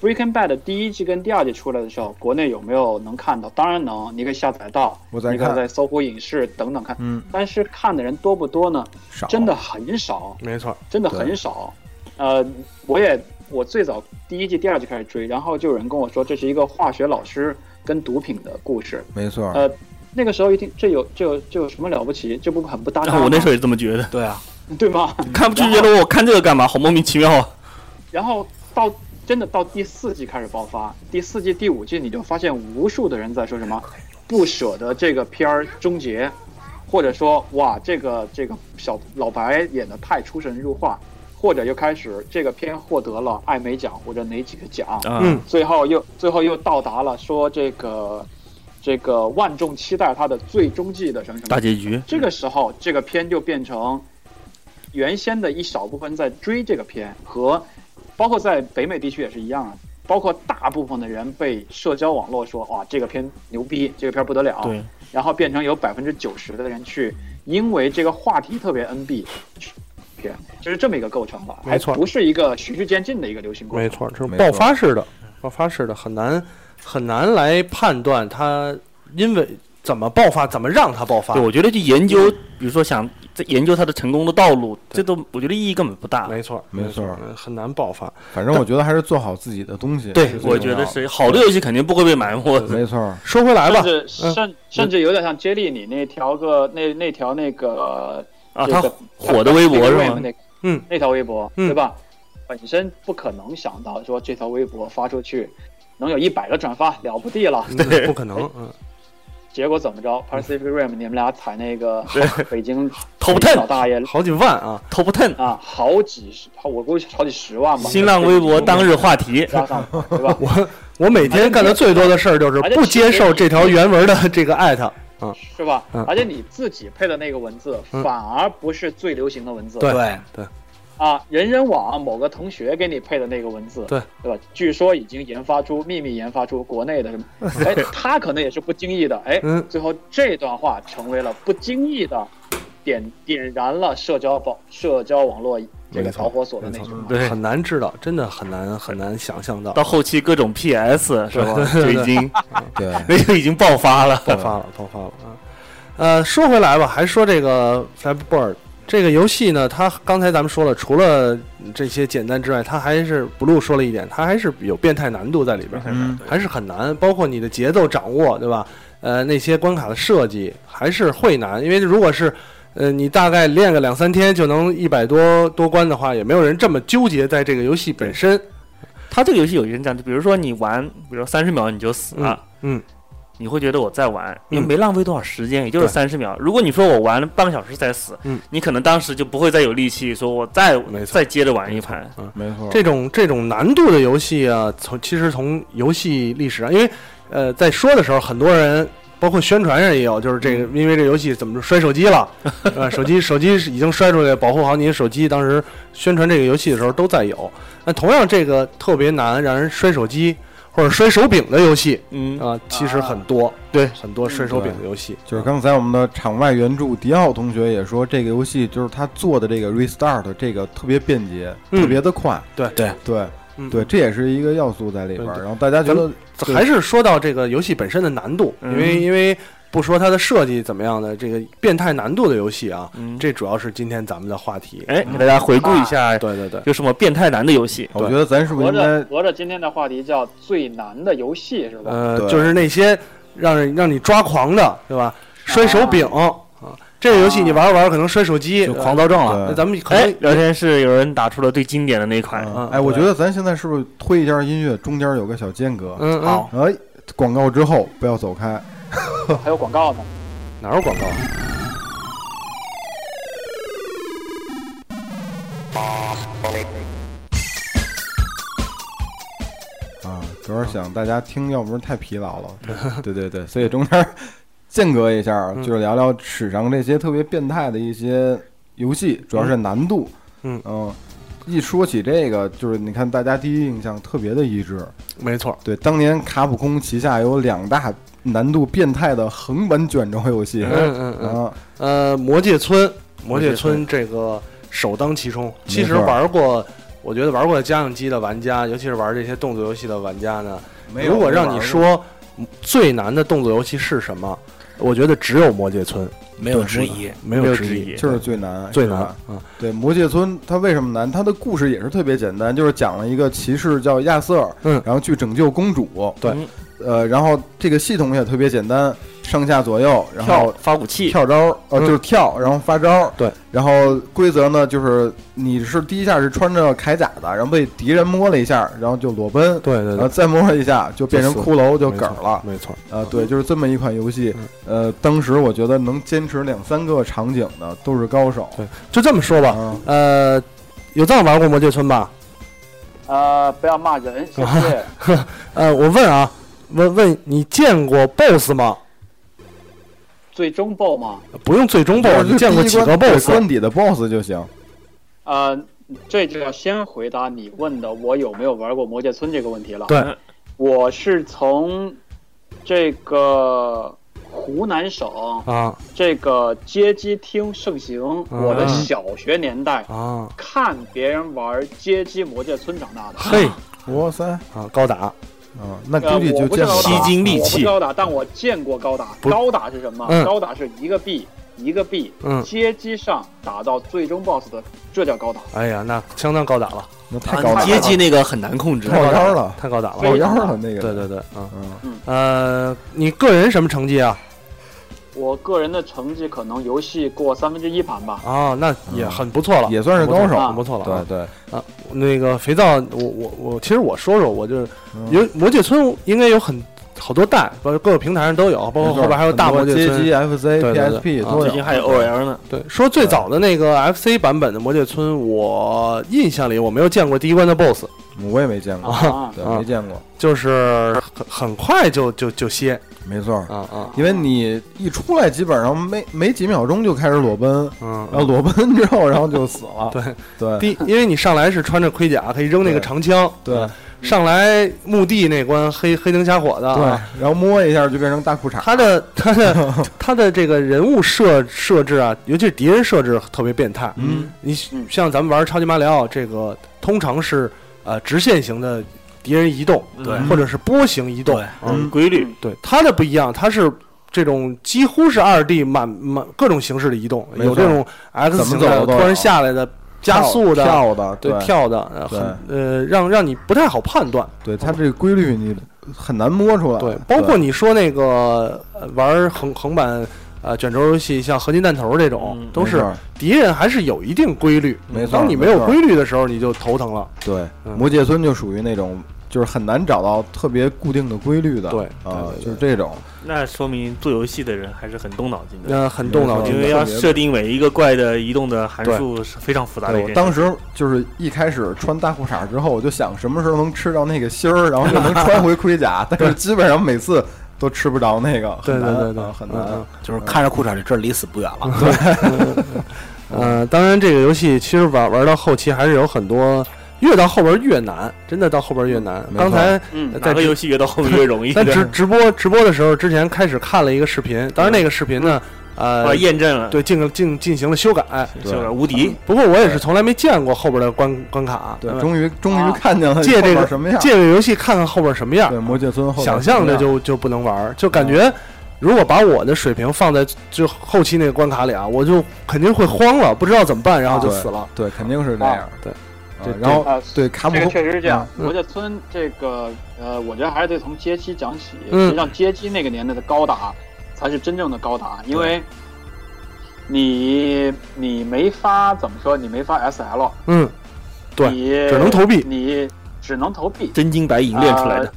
Speaker 4: Breaking Bad 的第一季跟第二季出来的时候，国内有没有能看到？当然能，你可以下载到，
Speaker 1: 我再
Speaker 4: 你可以
Speaker 1: 看，
Speaker 4: 在搜狐影视等等看。
Speaker 1: 嗯，
Speaker 4: 但是看的人多不多呢？
Speaker 1: 少
Speaker 4: 真的很少，
Speaker 2: 没错，
Speaker 4: 真的
Speaker 1: 对
Speaker 4: 很少。呃，我也我最早第一季、第二季开始追，然后就有人跟我说这是一个化学老师跟毒品的故事。
Speaker 1: 没错。
Speaker 4: 呃，那个时候一听这有这有这有什么了不起？这不很不搭
Speaker 5: 然
Speaker 4: 嘎吗、
Speaker 5: 后啊我那时候也是这么觉得，
Speaker 3: 对啊，
Speaker 4: 对吗？
Speaker 5: 看不就觉得我看这个干嘛？好莫名其妙啊！
Speaker 4: 然后到真的到第四季开始爆发，第四季、第五季你就发现无数的人在说什么不舍得这个片儿终结，或者说哇这个这个小老白演的太出神入化，或者又开始这个片获得了艾美奖或者哪几个奖，
Speaker 5: 啊
Speaker 2: 嗯，
Speaker 4: 最后又最后又到达了说这个这个万众期待它的最终季的什么什
Speaker 2: 哎
Speaker 4: 么
Speaker 5: 大结局，
Speaker 4: 这个时候，这个片就变成原先的一少部分在追这个片，和包括在北美地区也是一样啊。包括大部分的人被社交网络说哇这个片牛逼，这个片不得了，
Speaker 5: 对，
Speaker 4: 然后变成有百分之九十的人去因为这个话题特别 NB 去片，就是这么一个构成吧，
Speaker 2: 没错
Speaker 4: 还不是一个循序渐进的一个流行过
Speaker 2: 没
Speaker 4: 程。
Speaker 2: 错，这是
Speaker 1: 没
Speaker 2: 爆
Speaker 1: 错
Speaker 2: 发式的，爆发式的很难很难来判断它，因为怎么爆发，怎么让它爆发
Speaker 5: 对，。我觉得去研
Speaker 4: 嗯
Speaker 5: 究，比如说想在研究它的成功的道路，这都我觉得意义根本不大。
Speaker 2: 没错，
Speaker 1: 没
Speaker 2: 没
Speaker 1: 错
Speaker 2: 嗯很难爆发。
Speaker 1: 反正我觉得还是做好自己的东西。
Speaker 5: 对，
Speaker 1: 最
Speaker 5: 我
Speaker 1: 重
Speaker 5: 觉得
Speaker 1: 要
Speaker 5: 是好的游戏肯定不会被埋没的。
Speaker 1: 没错。
Speaker 2: 说回来吧
Speaker 4: 甚，至
Speaker 5: 嗯
Speaker 4: 甚甚至有点像接力你那条个那那条那个
Speaker 5: 啊，
Speaker 4: 这
Speaker 5: 他
Speaker 4: 个
Speaker 5: 火的微博是吗？
Speaker 4: 那个
Speaker 2: 嗯，
Speaker 4: 那条微博，
Speaker 2: 嗯
Speaker 4: 对吧？本身不可能想到说这条微博发出去能有一百个转发，了不地 了。
Speaker 2: 嗯不可能，嗯，
Speaker 4: 结果怎么着？Pacific Rim，你们俩踩那个北京
Speaker 5: Top
Speaker 4: 北京老
Speaker 5: ten，Top
Speaker 4: 大爷
Speaker 2: 好几万啊，
Speaker 5: ten，
Speaker 4: 啊，好几十，好我估计好几十万吧。
Speaker 5: 新浪微博当日话题。
Speaker 4: 加上，对 吧？
Speaker 2: 我每天干的最多的事儿就是
Speaker 4: 而且
Speaker 2: 不接受这条原文的这个艾特。
Speaker 4: 是吧
Speaker 2: 嗯？
Speaker 4: 而且你自己配的那个文字，
Speaker 2: 嗯
Speaker 4: 反而不是最流行的文字。
Speaker 2: 对
Speaker 3: 对，
Speaker 4: 啊，人人网某个同学给你配的那个文字，
Speaker 2: 对
Speaker 4: 对吧？据说已经研发出秘密研发出国 内的什么，哎，他可能也是不经意的，哎，
Speaker 2: 嗯
Speaker 4: 最后这段话成为了不经意的点点燃了社交网社交网络这
Speaker 2: 没
Speaker 4: 个
Speaker 2: 错
Speaker 4: 导火索的
Speaker 2: 没
Speaker 4: 那句
Speaker 2: 错
Speaker 4: 话，，
Speaker 5: 对
Speaker 2: 很难知道，真的很难很难想象到
Speaker 5: 到后期各种 PS 是吧？就已经
Speaker 1: 对，
Speaker 5: 那就已经爆发了。
Speaker 2: 爆发了，爆发了啊！呃，说回来吧，还说这个 Flappy Bird 这个游戏呢，它刚才咱们说了，除了这些简单之外，它还是 Blue 说了一点，它还是有变态难度在里边儿，
Speaker 1: 嗯，
Speaker 2: 还是很难，包括你的节奏掌握，对吧？呃，那些关卡的设计还是会难，因为如果是呃你大概练个两三天就能一百多多关的话，也没有人这么纠结在这个游戏本身。
Speaker 5: 它这个游戏有一个这样，就比如说你玩，比如三十秒你就死了，
Speaker 2: 嗯，
Speaker 5: 你会觉得我在玩，
Speaker 2: 嗯
Speaker 5: 因为没浪费多少时间，也就是
Speaker 2: 对
Speaker 5: 三十秒。如果你说我玩了半个小时才死，
Speaker 2: 嗯
Speaker 5: 你可能当时就不会再有力气说我再
Speaker 2: 没错
Speaker 5: 再接着玩一盘。
Speaker 1: 没错。
Speaker 2: 这种这种难度的游戏啊，从其实从游戏历史上，因为呃，在说的时候，很多人包括宣传上也有，就是这
Speaker 1: 嗯
Speaker 2: 个，因为这游戏怎么着摔手机 了，呃，手机手机是已经摔出来，保护好你的手机。当时宣传这个游戏的时候都在有。那同样这个特别难让人摔手机或者摔手柄的游戏
Speaker 5: 嗯，
Speaker 2: 啊、其实很多，对，很多摔手柄的游戏，
Speaker 1: 就是刚才我们的场外援助迪奥同学也说，这个游戏就是他做的这个 restart 这个特别便捷，
Speaker 2: 嗯
Speaker 1: 特别的快。
Speaker 2: 对
Speaker 3: 对
Speaker 1: 对
Speaker 2: 嗯
Speaker 1: 对，这也是一个要素在里边儿。
Speaker 2: 对
Speaker 1: 然后大家觉得对
Speaker 2: 还是说到这个游戏本身的难度，因为
Speaker 5: 嗯
Speaker 2: 因为不说它的设计怎么样的，这个变态难度的游戏啊，
Speaker 5: 嗯
Speaker 2: 这主嗯啊要是今天咱们的话题。
Speaker 5: 哎，哦给大家回顾一下
Speaker 2: 对对对，
Speaker 5: 有什么变态难的游戏。
Speaker 2: 哦
Speaker 1: 我觉得咱是不是
Speaker 4: 合
Speaker 1: 应
Speaker 4: 着
Speaker 1: 该
Speaker 4: 合着今天的话题叫最难的游戏是吧？
Speaker 2: 呃，
Speaker 1: 对
Speaker 2: 就是那些让人让你抓狂的，对吧？摔手柄啊，这个游戏你玩着玩着可能摔手机，
Speaker 3: 就
Speaker 2: 对吧
Speaker 3: 狂躁症了。
Speaker 2: 那
Speaker 1: 对
Speaker 2: 咱们可
Speaker 5: 哎
Speaker 2: 能，
Speaker 5: 聊天室有人打出了最经典的那一款，
Speaker 1: 嗯
Speaker 2: 嗯
Speaker 1: 哎，我觉
Speaker 2: 对
Speaker 1: 得咱现在是不是推一下音乐，中间有个小间隔？
Speaker 2: 嗯嗯，
Speaker 3: 好，
Speaker 1: 哎，广告之后不要走开。
Speaker 2: 嗯
Speaker 4: 还有广告呢。
Speaker 2: 哪有广告啊？
Speaker 1: 时候想大家听，要不是太疲劳 了。对对对，所以中间儿间隔一下，
Speaker 2: 嗯
Speaker 1: 就是聊聊史上这些特别变态的一些游戏，主要是难度。
Speaker 2: 嗯
Speaker 1: 一说起这个，就是你看大家第一印象特别的一致。
Speaker 2: 没错，
Speaker 1: 对，当年卡普空旗下有两大难度变态的横版卷轴游戏。
Speaker 2: 嗯嗯嗯，
Speaker 1: 啊，
Speaker 2: 呃，魔界村，
Speaker 5: 魔
Speaker 2: 魔
Speaker 5: 界
Speaker 2: 界
Speaker 5: 村
Speaker 2: 村这个首当其冲。其实
Speaker 1: 没错
Speaker 2: 玩过，我觉得玩过家用机的玩家，尤其是玩这些动作游戏的玩家呢，
Speaker 1: 没有
Speaker 2: 如果让
Speaker 1: 玩
Speaker 2: 你
Speaker 1: 过
Speaker 2: 说最难的动作游戏是什么，我觉得只有魔界村，
Speaker 3: 没有质疑。
Speaker 2: 没
Speaker 5: 没有
Speaker 2: 有
Speaker 5: 质
Speaker 2: 疑，
Speaker 5: 疑
Speaker 1: 就是最难，
Speaker 2: 最
Speaker 1: 是
Speaker 2: 难
Speaker 1: 吧
Speaker 2: 啊。嗯
Speaker 1: 对《魔界村》，它为什么难？它的故事也是特别简单，就是讲了一个骑士叫亚瑟尔，
Speaker 2: 嗯
Speaker 1: 然后去拯救公主，
Speaker 2: 对
Speaker 5: 嗯，
Speaker 1: 呃，然后这个系统也特别简单，上下左右，然
Speaker 5: 跳
Speaker 1: 后
Speaker 5: 发武器，
Speaker 1: 跳招，呃，
Speaker 2: 嗯
Speaker 1: 就是跳，然后发招，
Speaker 2: 对，
Speaker 1: 然后规则呢，就是你是第一下是穿着铠甲的，然后被敌人摸了一下，然后就裸奔。
Speaker 2: 对对
Speaker 1: 然后
Speaker 2: 对，
Speaker 1: 再摸了一下，就变成
Speaker 2: 就死
Speaker 1: 骷髅，就
Speaker 2: 没
Speaker 1: 嗝
Speaker 2: 错
Speaker 1: 了。
Speaker 2: 没错，
Speaker 1: 啊，对，就是这么一款游戏
Speaker 2: 嗯。
Speaker 1: 呃，当时我觉得能坚持两三个场景的都是高手。
Speaker 2: 对，就这么说吧。
Speaker 1: 啊，
Speaker 2: 呃，有藏玩过魔界村吧？
Speaker 4: 呃，不要骂人，谢谢。
Speaker 2: 呃，我问啊，问问你见过 BOSS 吗？
Speaker 4: 最终 BO 嘛，
Speaker 2: 不用最终 BOSS，
Speaker 1: 就
Speaker 2: 你见过几
Speaker 1: 第一
Speaker 2: 个
Speaker 1: 关对
Speaker 2: BOSS？
Speaker 1: 关底的 BOSS 就行。
Speaker 4: 呃，这就要先回答你问的我有没有玩过《魔界村》这个问题了。
Speaker 2: 对，
Speaker 4: 我是从这个湖南省
Speaker 2: 啊
Speaker 4: 这个街机厅盛行，
Speaker 2: 嗯
Speaker 4: 我的小学年代
Speaker 2: 啊，
Speaker 4: 看别人玩街机《魔界村》长大的。
Speaker 2: 嘿
Speaker 1: 哇塞，
Speaker 2: 啊，高达，
Speaker 1: 啊，那
Speaker 4: 呃，
Speaker 1: 估计
Speaker 4: 我
Speaker 1: 就
Speaker 4: 不
Speaker 1: 见
Speaker 4: 是高
Speaker 1: 过
Speaker 4: 达，
Speaker 5: 吸金利
Speaker 4: 我不
Speaker 5: 器
Speaker 4: 是高达，但我见过高达。
Speaker 2: 不
Speaker 4: 高达是什么？
Speaker 2: 嗯
Speaker 4: 高达是一个币一个币，
Speaker 2: 嗯，
Speaker 4: 街机上打到最终 BOSS 的，这叫高达。
Speaker 2: 哎呀，那相当高打了，
Speaker 1: 那太高达
Speaker 4: 接
Speaker 1: 了
Speaker 4: 近
Speaker 3: 机那个很难控制
Speaker 1: 冒烟了，
Speaker 2: 太高打了。
Speaker 4: 对
Speaker 1: 冒烟了那个。
Speaker 2: 对对对，嗯
Speaker 1: 嗯，
Speaker 2: 呃，你个人什么成绩啊？
Speaker 4: 我个人的成绩可能游戏过三分之一盘吧。
Speaker 2: 啊，那也很不错了，
Speaker 1: 嗯也算是高手
Speaker 2: 很不错了。啊哦
Speaker 1: 对对，
Speaker 2: 对，那个肥皂，我我我，其实我说说，我就是
Speaker 1: 嗯
Speaker 2: 有魔界村应该有很好多代，包括各个平台上都有，包括后边还有大魔
Speaker 1: 很多街
Speaker 2: 界村
Speaker 1: 机、。FC、
Speaker 2: 对对
Speaker 1: PSP
Speaker 2: 啊
Speaker 1: 都有
Speaker 5: 最近。还有 OL 呢，
Speaker 2: 对，说最早的那个 FC 版本的魔界村，我印象里我没有见过第一关的 BOSS，
Speaker 1: 嗯我也没见过，
Speaker 4: 啊，
Speaker 1: 对，
Speaker 2: 啊
Speaker 1: 没见过，
Speaker 2: 就是很很快就就就歇
Speaker 1: 没错儿。
Speaker 2: 啊啊
Speaker 1: 因为你一出来，基本上没没几秒钟就开始裸奔，
Speaker 2: 嗯，
Speaker 1: 然后裸奔之后，然后就死了。
Speaker 2: 对
Speaker 1: 对
Speaker 2: 第，嗯因为你上来是穿着盔甲，可以扔那个
Speaker 1: 对
Speaker 2: 长枪。
Speaker 1: 对
Speaker 2: 上来墓地那关黑黑灯瞎火的、
Speaker 1: 对
Speaker 2: 啊。，
Speaker 1: 然后摸一下就变成大裤衩。
Speaker 2: 他的他的他的这个人物设设置啊，尤其是敌人设置特别变态。
Speaker 1: 嗯，
Speaker 2: 你
Speaker 4: 嗯
Speaker 2: 像咱们玩超级马里奥，这个通常是呃直线型的敌人移动，
Speaker 5: 对
Speaker 2: 或者是波形移动
Speaker 3: 对。
Speaker 1: 嗯
Speaker 5: 嗯，规律
Speaker 4: 嗯，
Speaker 2: 对，它的不一样，它是这种几乎是二 D 满满各种形式的移动，
Speaker 1: 没错
Speaker 2: 有这种 X
Speaker 1: 怎么
Speaker 2: 型
Speaker 1: 走
Speaker 2: 的
Speaker 1: 都
Speaker 2: 突
Speaker 1: 有
Speaker 2: 然下来的加速的，
Speaker 1: 跳的，
Speaker 2: 对
Speaker 1: 对
Speaker 2: 跳的，呃
Speaker 1: 对
Speaker 2: 很呃让让你不太好判断。
Speaker 1: 对，它这个规律你很难摸出来。
Speaker 2: 对，包括你说那个呃玩横横版呃卷轴游戏，像合金弹头这种，
Speaker 5: 嗯
Speaker 2: 都
Speaker 1: 没
Speaker 2: 是
Speaker 1: 错
Speaker 2: 敌人还是有一定规律。
Speaker 1: 没错
Speaker 2: 当你
Speaker 1: 没
Speaker 2: 没
Speaker 1: 错
Speaker 2: 有规律的时候，你就头疼了。
Speaker 1: 对，
Speaker 2: 嗯
Speaker 1: 魔界村就属于那种就是很难找到特别固定的规律的，
Speaker 2: 对
Speaker 1: 啊
Speaker 2: 对对，对
Speaker 1: 就是这种，
Speaker 5: 那说明做游戏的人还是很动脑筋的，
Speaker 2: 那很动脑
Speaker 1: 没错
Speaker 2: 筋
Speaker 5: 哦
Speaker 2: 嗯
Speaker 5: 因
Speaker 2: 的。
Speaker 5: 为要设定每一个怪的移动的函数是非常复杂的
Speaker 1: 对
Speaker 5: 一
Speaker 1: 我
Speaker 5: 件
Speaker 1: 当
Speaker 5: 事
Speaker 1: 时就是一开始穿大裤衩之后，我就想什么时候能吃到那个芯儿，然后就能穿回盔甲，但是基本上每次都吃不着那个，
Speaker 2: 对
Speaker 1: 很
Speaker 2: 对
Speaker 1: 难
Speaker 2: 对对，
Speaker 1: 啊很
Speaker 2: 嗯嗯
Speaker 1: 难。
Speaker 3: 就是看着裤衩这这离死不远了。
Speaker 2: 呃，当然这个游戏其实玩玩到后期还是有很多，越到后边越难，真的到后边越难。
Speaker 1: 没错
Speaker 2: 刚才
Speaker 4: 嗯
Speaker 2: 呃，
Speaker 5: 哪
Speaker 2: 在
Speaker 5: 个
Speaker 2: 直
Speaker 5: 游戏越到后面越 容易
Speaker 2: 在
Speaker 5: 对
Speaker 2: 直直播直播的时候，之前开始看了一个视频，当然那个视频呢，
Speaker 5: 后来
Speaker 2: 呃，
Speaker 5: 验证了，
Speaker 2: 对进进进行了修改。
Speaker 1: 对
Speaker 5: 就是无敌，
Speaker 2: 不过我也是从来没见过后边的关关卡，
Speaker 1: 对，
Speaker 2: 嗯
Speaker 1: 终于终于
Speaker 4: 啊
Speaker 1: 看见了
Speaker 2: 借
Speaker 1: 后
Speaker 2: 这
Speaker 1: 边
Speaker 2: 个
Speaker 1: 什么样？
Speaker 2: 借这个游戏看看后边什么样
Speaker 1: 对，，魔界村后
Speaker 2: 想象着
Speaker 1: 的
Speaker 2: 就就不能玩儿，就感
Speaker 1: 嗯
Speaker 2: 觉如果把我的水平放在就后期那个关卡里啊，我就肯定会慌了，不知道怎么办，然后就死了。
Speaker 1: 对，肯定是这样
Speaker 4: 啊。
Speaker 2: 对
Speaker 1: 啊
Speaker 2: 这，
Speaker 1: 然后
Speaker 4: 呃，
Speaker 1: 对卡普
Speaker 4: 这个
Speaker 1: 空
Speaker 4: 确实是这样。
Speaker 2: 嗯
Speaker 4: 魔界村这个，呃，我觉得还是得从街机讲起。
Speaker 2: 嗯
Speaker 4: 实际上，街机那个年代的高达才是真正的高达，因为你你没法怎么说，你没法 SL，
Speaker 2: 嗯，对
Speaker 4: 你
Speaker 2: 只能投币
Speaker 4: 你只能投币，
Speaker 5: 真金白银练出来的
Speaker 4: 呃，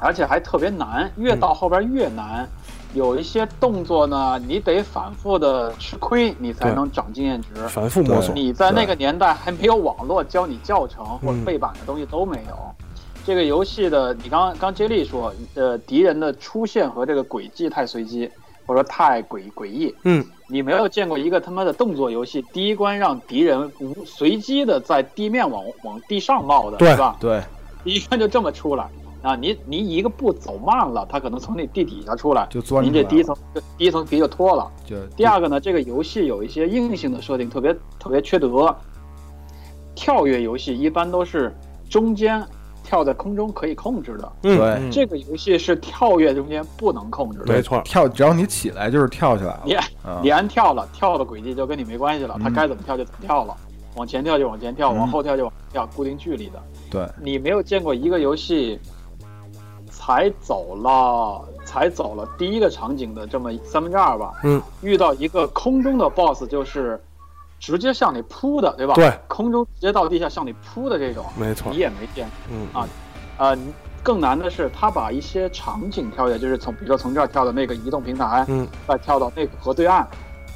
Speaker 4: 而且还特别难，越到后边越难。有一些动作呢，你得反复的吃亏，你才
Speaker 2: 对
Speaker 4: 能长经验值。
Speaker 2: 反复摸索
Speaker 1: 对。
Speaker 4: 你在那
Speaker 1: 对
Speaker 4: 个年代还没有网络教你教程或者
Speaker 2: 嗯
Speaker 4: 背板的东西都没有，这个游戏的，你刚刚接力说，呃，敌人的出现和这个轨迹太随机，或者说太诡诡异。
Speaker 2: 嗯，
Speaker 4: 你没有见过一个他妈的动作游戏，第一关让敌人无随机的在地面往往地上冒的，
Speaker 2: 对
Speaker 4: 是吧？
Speaker 1: 对，
Speaker 4: 第一关就这么出来啊！你你一个步走慢了，他可能从那地底下出来，
Speaker 1: 就钻出
Speaker 4: 您
Speaker 1: 来了。
Speaker 4: 这第一层第一层皮就脱了。
Speaker 1: 就
Speaker 4: 第二个呢，这个游戏有一些硬性的设定，特别特别缺德。跳跃游戏一般都是中间跳在空中可以控制的，
Speaker 2: 嗯
Speaker 1: 对
Speaker 5: 嗯
Speaker 4: 这个游戏是跳跃中间不能控制
Speaker 2: 没
Speaker 4: 的。
Speaker 2: 错，
Speaker 1: 跳，只要你起来就是跳起来了。
Speaker 4: 你
Speaker 1: 啊
Speaker 4: 你，按跳了，跳的轨迹就跟你没关系了，它
Speaker 1: 嗯
Speaker 4: 该怎么跳就怎么跳了，往前跳就往前跳，
Speaker 1: 嗯
Speaker 4: 往后跳就往后跳，固定距离的。
Speaker 1: 对，
Speaker 4: 你没有见过一个游戏才走了才走了第一个场景的这么三分之二吧？
Speaker 2: 嗯，
Speaker 4: 遇到一个空中的 BOSS 就是直接向你扑的，对吧？
Speaker 2: 对，
Speaker 4: 空中直接到地下向你扑的这种，
Speaker 2: 没错
Speaker 4: 你，也没见。
Speaker 2: 嗯
Speaker 4: 啊呃，更难的是他把一些场景跳跃，就是从比如说从这儿跳到那个移动平台，
Speaker 2: 嗯，
Speaker 4: 再跳到那个河对岸，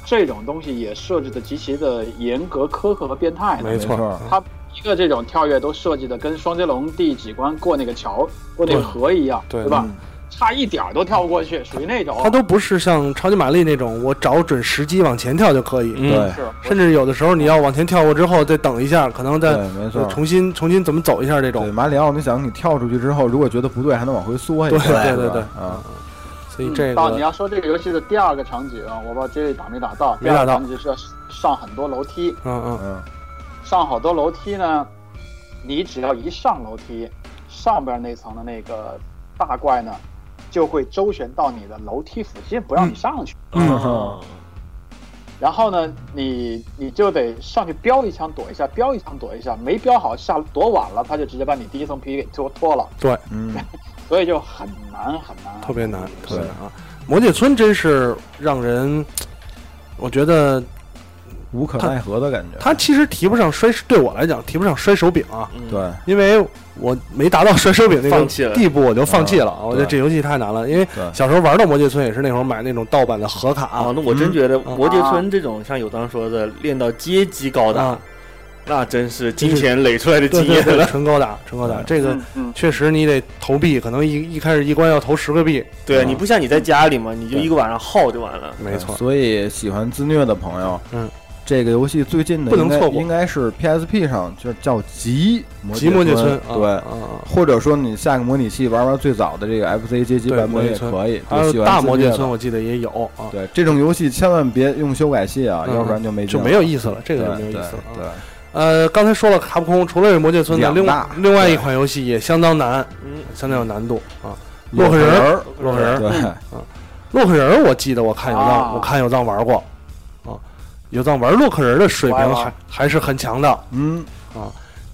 Speaker 4: 这种东西也设置的极其的严格苛刻和变态的。
Speaker 2: 没错
Speaker 1: 没错
Speaker 2: 嗯
Speaker 4: 它一个这种跳跃都设计的跟双截龙第几关过那个桥、过那个河一样，
Speaker 2: 对
Speaker 4: 对嗯吧？差一点儿都跳不过去，属于那种。
Speaker 2: 它都不是像超级玛丽那种，我找准时机往前跳就可以，
Speaker 5: 嗯
Speaker 1: 对
Speaker 4: 是我
Speaker 2: 甚至有的时候你要往前跳过之后再等一下，可能再
Speaker 1: 对，没错。
Speaker 2: 重新重新怎么走一下这
Speaker 1: 对
Speaker 2: 种，
Speaker 1: 马里奥，你想你跳出去之后，如果觉得不对，还能往回缩一下。
Speaker 2: 对对
Speaker 1: 是吧
Speaker 2: 对对
Speaker 1: 啊，
Speaker 2: 所以这
Speaker 4: 嗯到你
Speaker 2: 个
Speaker 4: 要说这个游戏的第二个场景，我不知道这打没打到。
Speaker 2: 没打到
Speaker 4: 第二个场景是要上很多楼梯，
Speaker 2: 嗯嗯
Speaker 1: 嗯，
Speaker 4: 上好多楼梯呢，你只要一上楼梯，上边那层的那个大怪呢，就会周旋到你的楼梯附近，不让你上去。
Speaker 1: 嗯
Speaker 5: 哦
Speaker 4: 然后呢，你你就得上去飙一枪躲一下，飙一枪躲一下，没飙好下躲晚了，他就直接把你第一层皮给脱脱了，
Speaker 1: 嗯，
Speaker 4: 所以就很难很难。
Speaker 2: 特别难，特别难啊！魔界村真是让人，我觉得
Speaker 1: 无可奈何的感觉。
Speaker 2: 它其实提不上摔，对我来讲提不上摔手柄啊，
Speaker 5: 嗯，
Speaker 1: 对
Speaker 2: 因为我没达到摔手柄那
Speaker 5: 放
Speaker 2: 个
Speaker 5: 弃了
Speaker 2: 地步，我就放弃了。我觉得
Speaker 1: 嗯对
Speaker 2: 这游戏太难了，因为
Speaker 1: 对哦
Speaker 2: 小时候玩到魔界村也是那会儿买那种盗版的盒卡
Speaker 5: 啊，那我真觉得《
Speaker 2: 嗯
Speaker 5: 魔界村》这种像有当说的练到阶级高达
Speaker 2: 啊，，
Speaker 5: 那真是金钱垒出来的
Speaker 2: 对
Speaker 5: 经
Speaker 2: 对
Speaker 5: 验
Speaker 2: 对，
Speaker 5: 了。
Speaker 2: 纯高达，纯高达，这个
Speaker 4: 嗯嗯，
Speaker 2: 确实你得投币，可能一一开始一关要投十个币，
Speaker 5: 对你不像你在家里嘛，你就一个晚上耗就完了。
Speaker 2: 没错，
Speaker 1: 所以喜欢自虐的朋友，
Speaker 2: 嗯，
Speaker 1: 这个游戏最近的
Speaker 2: 不能
Speaker 1: 应该
Speaker 2: 错过
Speaker 1: 应该是 PSP 上，就是叫《极魔
Speaker 2: 极魔界村，啊
Speaker 1: 对。
Speaker 2: 啊啊，
Speaker 1: 或者说你下个模拟器玩玩最早的这个 FC 街机
Speaker 2: 对
Speaker 1: 版本也
Speaker 2: 魔界村
Speaker 1: 可以，
Speaker 2: 还有
Speaker 1: 就喜欢
Speaker 2: 大
Speaker 1: 自
Speaker 2: 魔
Speaker 1: 虐
Speaker 2: 界
Speaker 1: 的
Speaker 2: 村，我记得也有啊，
Speaker 1: 对这种游戏千万别用修改器啊，
Speaker 2: 嗯
Speaker 1: 要不然就没
Speaker 2: 就
Speaker 1: 劲
Speaker 2: 没
Speaker 1: 了
Speaker 2: 有意思了，这个就
Speaker 1: 对
Speaker 2: 没有意思了啊。
Speaker 1: 对
Speaker 2: 呃，刚才说了卡普空，除了这魔界村的
Speaker 1: 两
Speaker 2: 另
Speaker 1: 大
Speaker 2: 另外一
Speaker 1: 对
Speaker 2: 款游戏也相当难，
Speaker 5: 嗯，
Speaker 2: 相当有难度啊。
Speaker 1: 对，
Speaker 2: 洛克人儿，
Speaker 1: 儿，
Speaker 2: 洛克人儿，
Speaker 1: 对，
Speaker 2: 洛克人儿，我记得我看有
Speaker 4: 啊
Speaker 2: 藏，我看有藏玩过啊，有藏玩洛克人儿的水
Speaker 4: 玩
Speaker 2: 平
Speaker 4: 玩
Speaker 2: 还还是很强的，
Speaker 1: 嗯，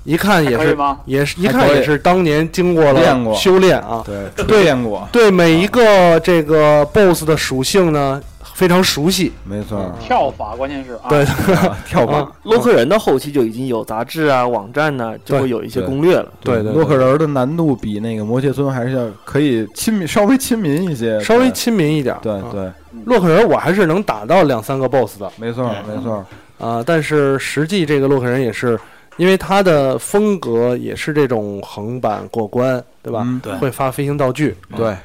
Speaker 2: 一看也
Speaker 4: 可以
Speaker 2: 是
Speaker 4: 吗？
Speaker 2: 也是一
Speaker 1: 还
Speaker 2: 看
Speaker 1: 可以
Speaker 2: 也是当年经过
Speaker 1: 练
Speaker 2: 了
Speaker 1: 过
Speaker 2: 修炼啊，
Speaker 1: 对，对练过，
Speaker 2: 对每一个这个 BOSS 的属性呢非常熟悉，
Speaker 1: 没错儿，
Speaker 4: 跳法关键是啊，
Speaker 2: 对
Speaker 1: 啊跳吧。
Speaker 5: 洛克人到后期就已经有杂志啊、网站呢，就会有一些
Speaker 1: 对
Speaker 5: 攻略了。
Speaker 2: 对对，
Speaker 1: 洛克
Speaker 2: 对
Speaker 1: 人儿的难度比那个魔界村还是要可以亲民，稍微亲民一些，
Speaker 2: 嗯稍微
Speaker 1: 对
Speaker 2: 亲民一点儿。
Speaker 1: 对
Speaker 2: 啊
Speaker 1: 对，
Speaker 2: 洛克人儿我还是能打到两三个 BOSS 的。
Speaker 1: 没错儿没错儿，
Speaker 2: 啊，但是实际这个洛克人也是，因为他的风格也是这种横版过关，对吧？
Speaker 1: 嗯
Speaker 3: 啊对
Speaker 2: 会发飞行道具。
Speaker 3: 嗯
Speaker 1: 对，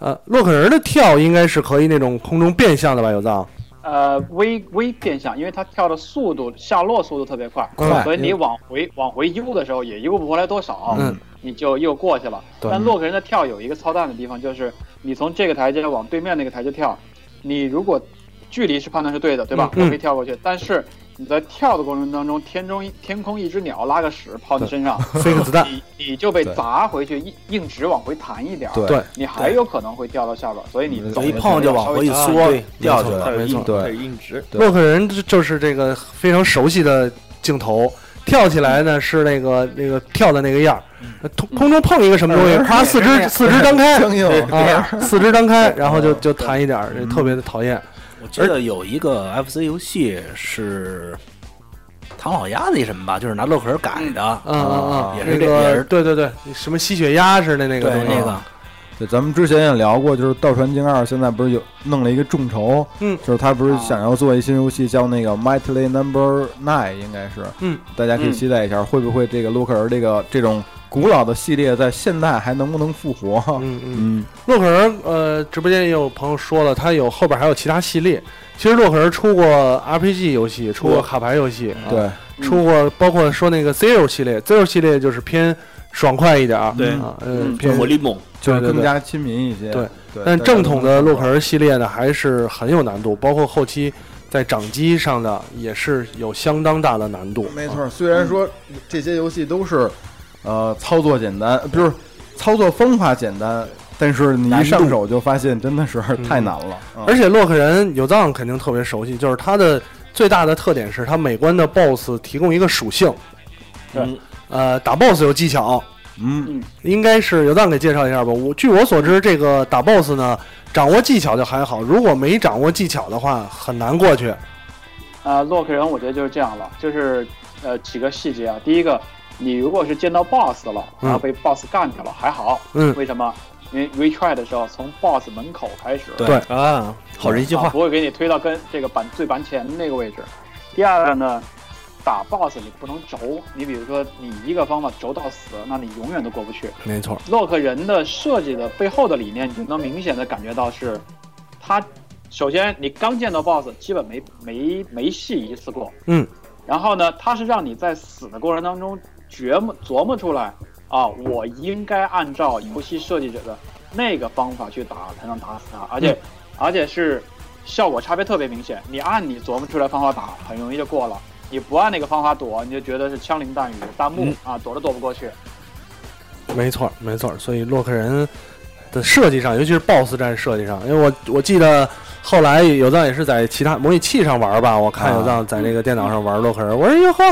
Speaker 2: 呃，洛克人的跳应该是可以那种空中变向的吧？有 藏
Speaker 4: 呃，微微变向，因为它跳的速度下落速度特别快，
Speaker 1: 快
Speaker 4: 所以你往回往回悠的时候也悠不回来多少，
Speaker 2: 嗯
Speaker 4: 你就又过去了。
Speaker 2: 对
Speaker 4: 但洛克人的跳有一个操蛋的地方，就是你从这个台阶往对面那个台阶跳，你如果距离是判断是对的，对吧？
Speaker 2: 嗯
Speaker 4: 我可以跳过去，但是你在跳的过程当中，天中天空一只鸟拉个屎跑你身上，
Speaker 2: 飞个子弹，
Speaker 4: 你你就被
Speaker 1: 对
Speaker 4: 砸回去，硬硬直往回弹一点儿，
Speaker 1: 对
Speaker 2: 对
Speaker 4: 你还有可能会掉到下边儿，所以你
Speaker 1: 嗯
Speaker 4: 走
Speaker 1: 没
Speaker 3: 一
Speaker 4: 的
Speaker 3: 碰
Speaker 4: 时
Speaker 3: 就
Speaker 4: 候
Speaker 3: 往
Speaker 4: 稍微
Speaker 3: 回一
Speaker 4: 弹
Speaker 5: 啊
Speaker 3: 缩
Speaker 2: 对，
Speaker 3: 掉
Speaker 2: 没错
Speaker 3: 下去了。
Speaker 5: 它有
Speaker 1: 没
Speaker 5: 硬
Speaker 1: 错
Speaker 5: 它有硬直。
Speaker 1: 对
Speaker 2: 洛克人就就是这个非常熟悉的镜头。跳起来呢是那个那个跳的那个样
Speaker 3: 嗯
Speaker 2: 儿，空空中碰一个什么东西，啪四肢四肢张 开
Speaker 1: 生硬，
Speaker 2: 啊，四肢张开，然后
Speaker 3: 嗯
Speaker 2: 就就弹一点儿，这特别的讨厌。
Speaker 3: 我记得有一个 FC 游戏是唐老鸭那什么吧，就是拿洛克人改的，啊
Speaker 2: 嗯嗯嗯，
Speaker 3: 也
Speaker 2: 那
Speaker 3: 是
Speaker 2: 个
Speaker 3: 也是
Speaker 2: 对对对，什么吸血鸭似的那个
Speaker 3: 对
Speaker 2: 东西，啊
Speaker 3: 那个
Speaker 1: 对，咱们之前也聊过，就是《盗船精二》现在不是有弄了一个众筹，
Speaker 2: 嗯
Speaker 1: 就是他不是想要做一新游戏，叫那个《Mightly Number Nine》，应该是，
Speaker 2: 嗯，
Speaker 1: 大家可以期待一下，会不会这个洛克人这个这种古老的系列在现代还能不能复活？
Speaker 2: 嗯嗯。
Speaker 1: 嗯，
Speaker 2: 洛克人，呃，直播间也有朋友说了，他有后边还有其他系列。其实洛克人出过 RPG 游戏，出过卡牌游戏，
Speaker 5: 嗯
Speaker 2: 啊，
Speaker 1: 对，
Speaker 2: 出过包括说那个 Zero 系列，Zero 系列就是偏爽快一点儿，
Speaker 5: 对
Speaker 2: 啊，呃
Speaker 5: 嗯，
Speaker 2: 偏
Speaker 5: 火力猛，
Speaker 1: 就是
Speaker 2: 对对
Speaker 1: 更加亲民一些。
Speaker 2: 对
Speaker 1: 对，
Speaker 2: 但
Speaker 1: 大家
Speaker 2: 正统的
Speaker 1: 都能
Speaker 2: 洛克人系列呢，还是很有难度，包括后期在掌机上的也是有相当大的难度。
Speaker 1: 没错，虽然说这些游戏都是，呃，操作简单，不是操作方法简单，但是你一上手就发现真的是太难了。嗯
Speaker 2: 而且洛克人有藏肯定特别熟悉，就是它的最大的特点是它每关的 BOSS 提供一个属性，
Speaker 5: 嗯，
Speaker 2: 呃，打 BOSS 有技巧，
Speaker 1: 嗯，
Speaker 2: 应该是有藏给介绍一下吧。我据我所知，这个打 BOSS 呢，掌握技巧就还好，如果没掌握技巧的话，很难过去。
Speaker 4: 啊，洛克人我觉得就是这样了，就是呃几个细节啊。第一个，你如果是见到 BOSS 了，然后被 BOSS 干掉了，还好，
Speaker 2: 嗯
Speaker 4: 为什么？因为 retry 的时候从 BOSS 门口开始，
Speaker 3: 对
Speaker 5: 啊，好人性
Speaker 4: 啊
Speaker 5: 化，
Speaker 4: 不会给你推到跟这个板最板前那个位置。第二个呢，打 BOSS 你不能轴，你比如说你一个方法轴到死，那你永远都过不去。
Speaker 2: 没错，
Speaker 4: 洛克人的设计的背后的理念，你就能明显的感觉到是，他首先你刚见到 BOSS，基本没没没戏一次过，
Speaker 2: 嗯，
Speaker 4: 然后呢，他是让你在死的过程当中琢磨琢磨出来啊，我应该按照游戏设计者的那个方法去打才能打死他，而且、而且是效果差别特别明显，你按你琢磨出来方法打，很容易就过了。你不按那个方法躲，你就觉得是枪林弹雨、弹幕、啊，躲都躲不过去。
Speaker 2: 没错，没错。所以洛克人的设计上，尤其是 BOSS 战设计上，因为我我记得后来有藏也是在其他模拟器上玩吧，我看
Speaker 1: 啊
Speaker 2: 有藏在那个电脑上玩洛克人，我说哟呵，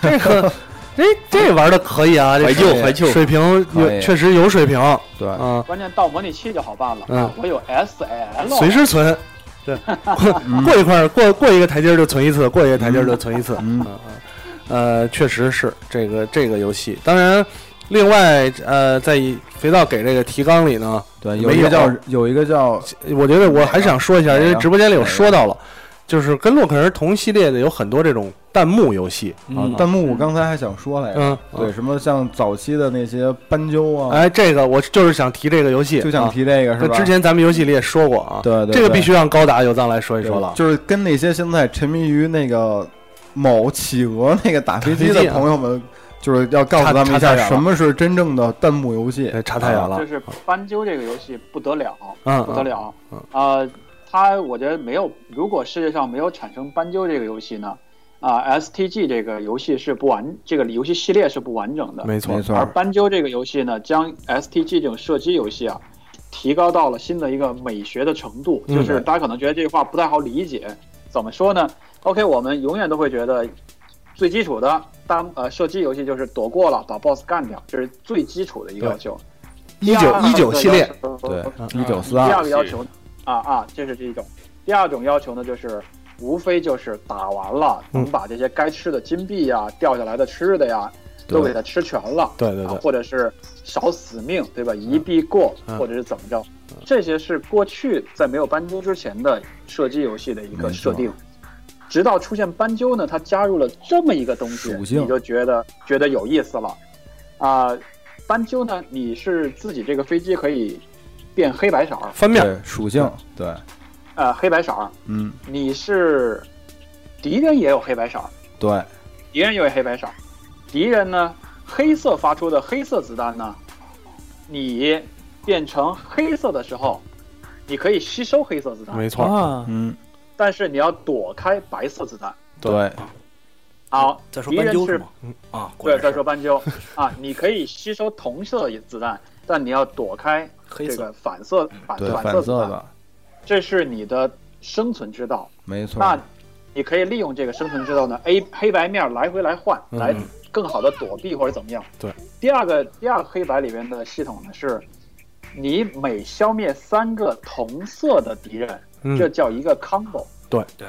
Speaker 2: 这个这这玩的可以啊，这
Speaker 5: 怀旧
Speaker 2: 水平水
Speaker 5: 怀旧
Speaker 2: 平
Speaker 1: 可
Speaker 2: 有
Speaker 1: 以
Speaker 2: 确实有水平啊，
Speaker 1: 对，
Speaker 4: 关键到模拟器就好办了。
Speaker 2: 嗯
Speaker 4: 啊我有 S L，
Speaker 2: 随时存。对，过过一块儿过过一个台阶儿就存一次，过一个台阶儿就存一次。
Speaker 1: 嗯
Speaker 2: 嗯呃，确实是这个这个游戏。当然，另外呃，在肥皂给这个提纲里呢，
Speaker 1: 对，
Speaker 2: 没
Speaker 1: 有一个
Speaker 2: 有
Speaker 1: 叫有一个叫啊
Speaker 2: 我觉得我还想说一下，
Speaker 1: 哪个
Speaker 2: 因为直播间里有说到了，就是跟洛克人同系列的有很多这种弹幕游戏。
Speaker 1: 啊
Speaker 5: 嗯，
Speaker 1: 弹幕我刚才还想说来着，
Speaker 2: 嗯，
Speaker 1: 对，什么像早期的那些斑鸠啊，
Speaker 2: 哎，这个我就是想提这个游戏，
Speaker 1: 就想
Speaker 2: 啊。
Speaker 1: 提这个是
Speaker 2: 这
Speaker 1: 吧？
Speaker 2: 之前咱们游戏里也说过啊，
Speaker 1: 对对
Speaker 2: 这个
Speaker 1: 对
Speaker 2: 必须让高达有藏来说一
Speaker 1: 对
Speaker 2: 说了。
Speaker 1: 就是跟那些现在沉迷于那个某企鹅那个打飞机
Speaker 2: 打飞机
Speaker 1: 的
Speaker 2: 啊
Speaker 1: 朋友们，就是要告诉
Speaker 2: 差
Speaker 1: 他们一
Speaker 2: 差太
Speaker 1: 下
Speaker 2: 远了
Speaker 1: 什么是真正的弹幕游戏。
Speaker 2: 哎差太远了
Speaker 4: 就是斑鸠这个游戏不得了，
Speaker 2: 嗯
Speaker 4: 不得了
Speaker 2: 嗯。
Speaker 4: 呃，它我觉得没有，如果世界上没有产生斑鸠这个游戏呢，啊、s t g 这个游戏是不完，这个游戏系列是不完整的。
Speaker 2: 没错，
Speaker 1: 没错
Speaker 4: 而斑鸠这个游戏呢，将 STG 这种射击游戏啊，提高到了新的一个美学的程度。
Speaker 2: 嗯
Speaker 4: 就是大家可能觉得这句话不太好理解，怎么说呢？OK，我们永远都会觉得最基础的单呃射击游戏就是躲过了把 BOSS 干掉，这是最基础的一个要求。
Speaker 2: 一九一九系列，
Speaker 1: 对
Speaker 4: 对，
Speaker 1: 一九四
Speaker 4: 啊第二
Speaker 1: 二，
Speaker 4: 个要求啊啊，这是第一种。第二种要求呢，就是无非就是打完了，
Speaker 2: 嗯
Speaker 4: 能把这些该吃的金币呀、掉下来的吃的呀，都
Speaker 1: 对
Speaker 4: 给它吃全了。
Speaker 2: 对对
Speaker 4: 啊
Speaker 2: 对，
Speaker 4: 或者是少死命，对吧？一必过，
Speaker 2: 嗯
Speaker 4: 或者是怎么着？这些是过去在没有斑鸠之前的射击游戏的一
Speaker 1: 没
Speaker 4: 个
Speaker 1: 错
Speaker 4: 设定。直到出现斑鸠呢，它加入了这么一个东西，
Speaker 1: 属性
Speaker 4: 你就觉得觉得有意思了。啊、斑鸠呢，你是自己这个飞机可以变黑白色儿，
Speaker 2: 翻面
Speaker 1: 对属性，对，
Speaker 4: 呃，黑白色儿，
Speaker 1: 嗯，
Speaker 4: 你是敌人也有黑白色儿，
Speaker 1: 对，
Speaker 4: 敌人也有黑白色儿，敌人呢黑色发出的黑色子弹呢，你变成黑色的时候，你可以吸收黑色子弹，
Speaker 2: 没错，
Speaker 5: 啊，
Speaker 1: 嗯，
Speaker 4: 但是你要躲开白色子弹。
Speaker 1: 对，
Speaker 4: 好，
Speaker 3: 再说
Speaker 4: 敌
Speaker 3: 斑
Speaker 4: 人
Speaker 3: 鸠
Speaker 4: 是
Speaker 3: 是吗？啊，果
Speaker 4: 对，
Speaker 3: 然
Speaker 4: 再
Speaker 3: 是
Speaker 4: 说斑鸠啊，你可以吸收同色子弹，但你要躲开
Speaker 3: 黑
Speaker 4: 这
Speaker 3: 色
Speaker 4: 个反色反
Speaker 1: 对，
Speaker 4: 反
Speaker 1: 反
Speaker 4: 色
Speaker 1: 色
Speaker 4: 子弹，
Speaker 1: 的，
Speaker 4: 这是你的生存之道。
Speaker 1: 没错，
Speaker 4: 那你可以利用这个生存之道呢，A 黑白面来回来换，
Speaker 2: 嗯
Speaker 4: 来更好的躲避或者怎么样。
Speaker 2: 对，
Speaker 4: 第二个第二个黑白里边的系统呢是，你每消灭三个同色的敌人，
Speaker 2: 嗯
Speaker 4: 这叫一个 combo。
Speaker 2: 对
Speaker 3: 对。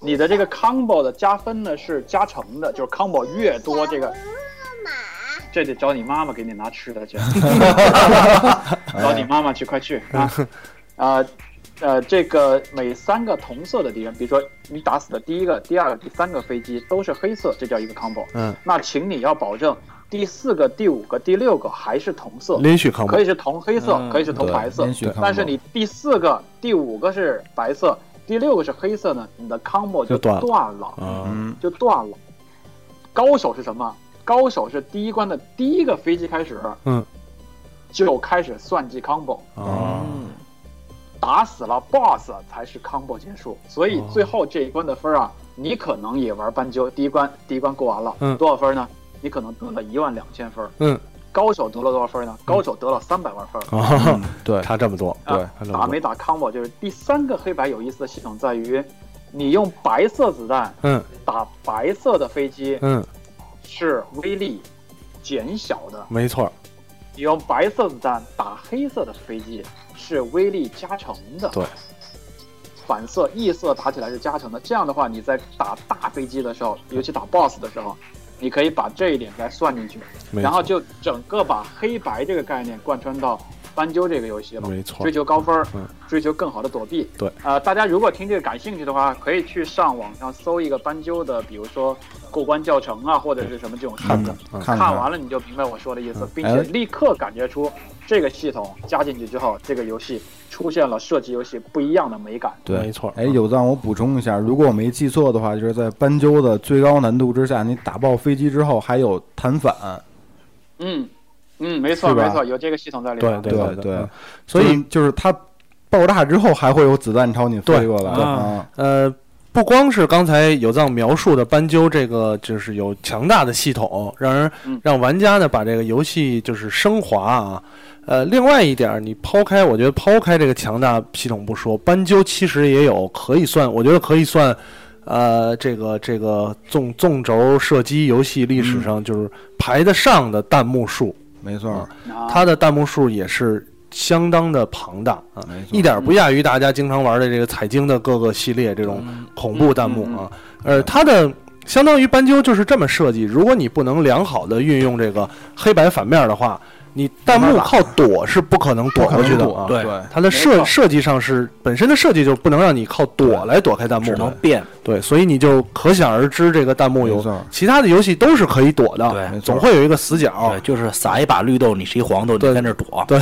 Speaker 4: 你的这个 combo 的加分呢是加成的，就是 combo 越多，这个这得找你妈妈给你拿吃的 去，找你妈妈去，快去 啊！啊，呃，这个每三个同色的敌人，比如说你打死的第一个、第二个、第三个飞机都是黑色，这叫一个 combo。
Speaker 2: 嗯，
Speaker 4: 那请你要保证第四个、第五个、第六个还是同色，
Speaker 2: 连续 combo
Speaker 4: 可以是同黑色，
Speaker 5: 嗯
Speaker 4: 可以是同白色，
Speaker 1: 连续看不
Speaker 4: 但是
Speaker 1: 到
Speaker 4: 你第四个、第五个是白色，第六个是黑色呢，你的 combo
Speaker 2: 就断
Speaker 4: 断
Speaker 2: 了
Speaker 4: 了，
Speaker 2: 啊，
Speaker 6: 嗯
Speaker 4: 就断了。高手是什么？高手是第一关的第一个飞机开始，
Speaker 2: 嗯，
Speaker 4: 就开始算计 combo，
Speaker 2: 啊，
Speaker 5: 嗯
Speaker 4: 打死了 boss 才是 combo 结束。所以
Speaker 2: 哦
Speaker 4: 最后这一关的分啊，你可能也玩斑鸠，第一关第一关过完了，
Speaker 2: 嗯
Speaker 4: 多少分呢？你可能得了一万两千分，
Speaker 2: 嗯，
Speaker 4: 高手得了多少分呢？高手得了三百万分。
Speaker 2: 啊，
Speaker 1: 嗯对，
Speaker 2: 差这么多，
Speaker 4: 啊
Speaker 2: 差这
Speaker 4: 打
Speaker 2: 么
Speaker 4: 没
Speaker 2: 多，
Speaker 4: 打 combo 就是第三个黑白有意思的系统在于，你用白色子弹
Speaker 2: 嗯
Speaker 4: 打白色的飞机
Speaker 2: 嗯，
Speaker 4: 是威力减小的，
Speaker 2: 没错儿，
Speaker 4: 你用白色子弹打黑色的飞机是威力加成的。
Speaker 2: 对。
Speaker 4: 反色、异色打起来是加成的，这样的话，你在打大飞机的时候，尤其打 BOSS 的时候，你可以把这一点来算进去，
Speaker 2: 没
Speaker 4: 然后
Speaker 2: 错
Speaker 4: 就整个把黑白这个概念贯穿到斑鸠这个游戏了。
Speaker 2: 没错
Speaker 4: 追，求高分儿
Speaker 2: 嗯，
Speaker 4: 追求更好的躲避。
Speaker 2: 对，
Speaker 4: 呃，大家如果听这个感兴趣的话，可以去上网上搜一个斑鸠的，比如说过关教程啊，或者是什么这种
Speaker 1: 看
Speaker 4: 看的，
Speaker 2: 嗯
Speaker 1: 看
Speaker 4: 看
Speaker 1: 看
Speaker 4: 完了你就明白我说的意思
Speaker 2: 嗯，
Speaker 4: 并
Speaker 1: 哎
Speaker 4: 且立刻感觉出这个系统加进去之后，这个游戏出现了射击游戏不一样的美感。
Speaker 1: 对，
Speaker 2: 没错
Speaker 1: 哎，有藏，我补充一下，如果我没记错的话，就是在斑鸠的最高难度之下，你打爆飞机之后还有弹反，
Speaker 4: 嗯嗯，没错
Speaker 1: 是吧
Speaker 4: 没错，有这个系统在里
Speaker 2: 对
Speaker 4: 面。
Speaker 2: 对
Speaker 1: 对
Speaker 2: 对
Speaker 1: 对
Speaker 2: 嗯所以
Speaker 1: 就是就是它爆炸之后还会有子弹朝你飞
Speaker 2: 对
Speaker 1: 过来
Speaker 5: 对
Speaker 1: 啊，
Speaker 2: 呃，不光是刚才有藏描述的斑鸠这个，就是有强大的系统，让人
Speaker 4: 嗯
Speaker 2: 让玩家呢把这个游戏就是升华啊。呃，另外一点儿，你抛开，我觉得抛开这个强大系统不说，斑鸠其实也有可以算，我觉得可以算，呃，这个这个纵纵轴射击游戏历
Speaker 4: 嗯
Speaker 2: 史上就是排得上的弹幕数，
Speaker 1: 没错，
Speaker 4: 啊，
Speaker 2: 它的弹幕数也是相当的庞大啊。
Speaker 1: 没错，
Speaker 2: 一点儿不亚于大家经常玩的这个彩晶的各个系列这种
Speaker 4: 嗯
Speaker 2: 恐
Speaker 1: 嗯
Speaker 2: 怖弹幕啊。呃，它的相当于斑鸠就是这么设计，如果你不能良好的运用这个黑白反面的话，你弹幕靠躲是不可能躲
Speaker 1: 不可
Speaker 2: 过去
Speaker 1: 能
Speaker 2: 的
Speaker 1: 躲
Speaker 2: 啊。
Speaker 1: 对
Speaker 2: 它的
Speaker 4: 没
Speaker 2: 设
Speaker 4: 错
Speaker 2: 设计上是本身的设计就不能让你靠躲来躲开弹幕
Speaker 3: 只能
Speaker 2: 的，
Speaker 3: 变。
Speaker 2: 对，所以你就可想而知这个弹幕
Speaker 1: 没
Speaker 2: 有
Speaker 1: 错
Speaker 2: 其他的游戏都是可以躲的，
Speaker 3: 对
Speaker 1: 没错
Speaker 2: 总会有一个死角
Speaker 3: 对，，就是撒一把绿豆，你是一黄豆，
Speaker 2: 哦对
Speaker 3: 你在那儿躲。
Speaker 2: 对，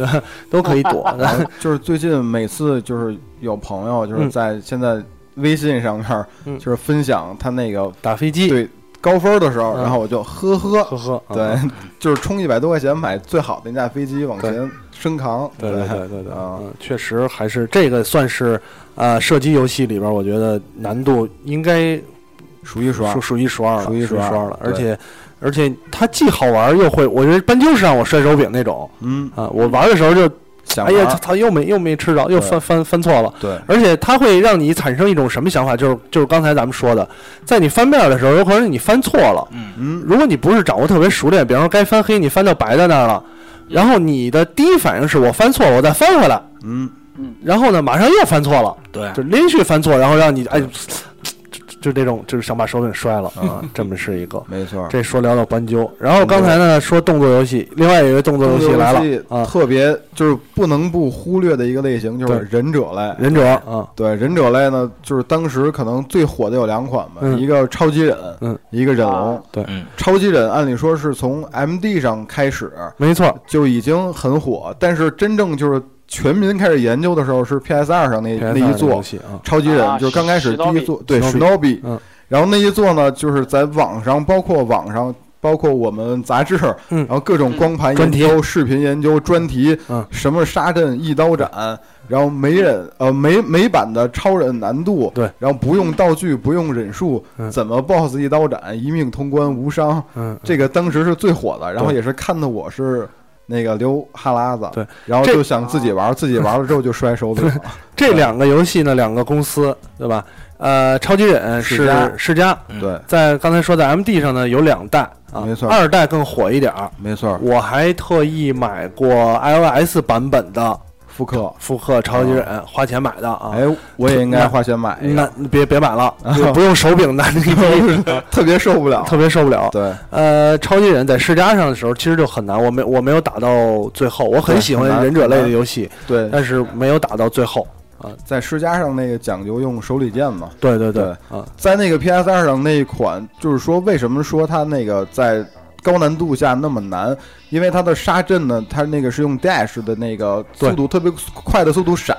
Speaker 2: 都可以 躲。
Speaker 1: 哎就是最近每次就是有朋友就是
Speaker 2: 嗯
Speaker 1: 在现在微信上面儿
Speaker 2: 嗯
Speaker 1: 就是分享他那个
Speaker 2: 打飞机，
Speaker 1: 对高分的时候，
Speaker 2: 嗯
Speaker 1: 然后我就呵呵
Speaker 2: 呵呵，啊
Speaker 1: 对，就是充一百多块钱买最好的那架飞机往
Speaker 2: 对
Speaker 1: 前升扛。
Speaker 2: 对对对对对，
Speaker 1: 啊，
Speaker 2: 嗯，确实还是这个算是呃射击游戏里边，我觉得难度应该
Speaker 1: 数一数二
Speaker 2: 数，数一数二了，
Speaker 1: 数
Speaker 2: 数
Speaker 1: 一数
Speaker 2: 数
Speaker 1: 二
Speaker 2: 二了，而
Speaker 1: 对
Speaker 2: 且而且它既好玩又会，我觉得斑鸠是让我摔手柄那种
Speaker 1: 嗯，
Speaker 2: 啊，我玩的时候就
Speaker 1: 想
Speaker 2: 哎呀，
Speaker 1: 玩
Speaker 2: 它
Speaker 1: 儿
Speaker 2: 它又没又没吃着，又
Speaker 1: 对
Speaker 2: 翻翻翻错了。
Speaker 1: 对，
Speaker 2: 而且它会让你产生一种什么想法？就是就是刚才咱们说的，在你翻面的时候，有可能你翻错了。
Speaker 1: 嗯，
Speaker 2: 如果你不是掌握特别熟练，比方说该翻黑，你翻到白的那儿了，然后你的第一反应是我翻错了，我再翻回来。
Speaker 1: 嗯，
Speaker 2: 然后呢，马上又犯错了，
Speaker 3: 对
Speaker 2: 就连续犯错，然后让你哎，就就这种就是想把手柄摔了啊，这么是一个。
Speaker 1: 没错儿。
Speaker 2: 这说聊到斑鸠，然后刚才呢说动作游戏，另外有一个动作游戏来了啊，
Speaker 1: 特别就是不能不忽略的一个类型，就是
Speaker 2: 对
Speaker 1: 忍者类。
Speaker 2: 忍者啊，
Speaker 1: 对忍者类呢，就是当时可能最火的有两款嘛，
Speaker 2: 嗯
Speaker 1: 一个超级忍，
Speaker 2: 嗯
Speaker 1: 一个忍龙
Speaker 4: 啊。
Speaker 2: 对
Speaker 3: 嗯
Speaker 1: 超级忍按理说是从 M D 上开始
Speaker 2: 没错
Speaker 1: 就已经很火，但是真正就是全民开始研究的时候是 P S 二上那那一
Speaker 2: 座
Speaker 1: 座
Speaker 2: 游戏啊，
Speaker 1: 超级忍，
Speaker 4: 啊
Speaker 1: 就是刚开始
Speaker 4: 史
Speaker 1: 第
Speaker 4: 史努
Speaker 1: 一
Speaker 4: 比
Speaker 1: 座对
Speaker 2: 史
Speaker 1: 史
Speaker 2: 努比
Speaker 1: 努比
Speaker 2: 嗯，
Speaker 1: 然后那一座呢，就是在网上，包括网上，包括我们杂志，
Speaker 2: 嗯
Speaker 1: 然后各种光盘
Speaker 2: 专
Speaker 1: 研
Speaker 2: 题
Speaker 1: 究、视频研究、专题
Speaker 2: 嗯，
Speaker 1: 什么沙阵、一刀斩，然后美忍呃美美版的超忍难度，
Speaker 2: 对，
Speaker 1: 然后不用道具，不用忍术
Speaker 2: 嗯，
Speaker 1: 怎么 BOSS 一刀斩一命通关无伤，
Speaker 2: 嗯，
Speaker 1: 这个当时是最火的，然后
Speaker 2: 对
Speaker 1: 也是看的我是。那个流哈喇子，
Speaker 2: 对，
Speaker 1: 然后
Speaker 2: 这
Speaker 1: 就想自己玩，自己玩了之后就摔手柄 了，
Speaker 2: 这两个游戏呢，两个公司对吧？呃，超级忍
Speaker 1: 世
Speaker 2: 是
Speaker 1: 嘉
Speaker 2: 世嘉，
Speaker 1: 对，
Speaker 2: 在刚才说的 MD 上呢有两代啊，
Speaker 1: 没错
Speaker 2: 二代更火一点儿，
Speaker 1: 没错儿，
Speaker 2: 我还特意买过 iOS 版本的
Speaker 1: 复刻，
Speaker 2: 复刻超级忍，花钱买的啊。
Speaker 1: 哦哎，我也应该花钱买一
Speaker 2: 那
Speaker 1: 个，
Speaker 2: 你别别买 了，就不用手柄拿那个，
Speaker 1: 特别受不了。
Speaker 2: 特别受不了。
Speaker 1: 对，
Speaker 2: 呃，超级忍在世嘉上的时候其实就很难，我没我没有打到最后，我很
Speaker 1: 对
Speaker 2: 喜
Speaker 1: 很
Speaker 2: 欢
Speaker 1: 难
Speaker 2: 忍者
Speaker 1: 很
Speaker 2: 类的
Speaker 1: 难
Speaker 2: 游戏，
Speaker 1: 对，
Speaker 2: 但是没有打到最后。
Speaker 1: 在世嘉上那个讲究用手里剑嘛，
Speaker 2: 对对对
Speaker 1: 对，
Speaker 2: 啊，
Speaker 1: 在那个 PS 二上那一款，就是说为什么说它那个在高难度下那么难，因为它的杀阵呢，它那个是用 dash 的那个速度特别快的速度闪，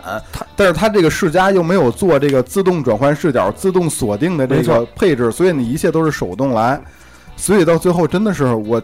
Speaker 1: 但是它这个世家又没有做这个自动转换视角、自动锁定的这
Speaker 2: 没
Speaker 1: 个
Speaker 2: 错
Speaker 1: 配置，所以你一切都是手动来，所以到最后真的是我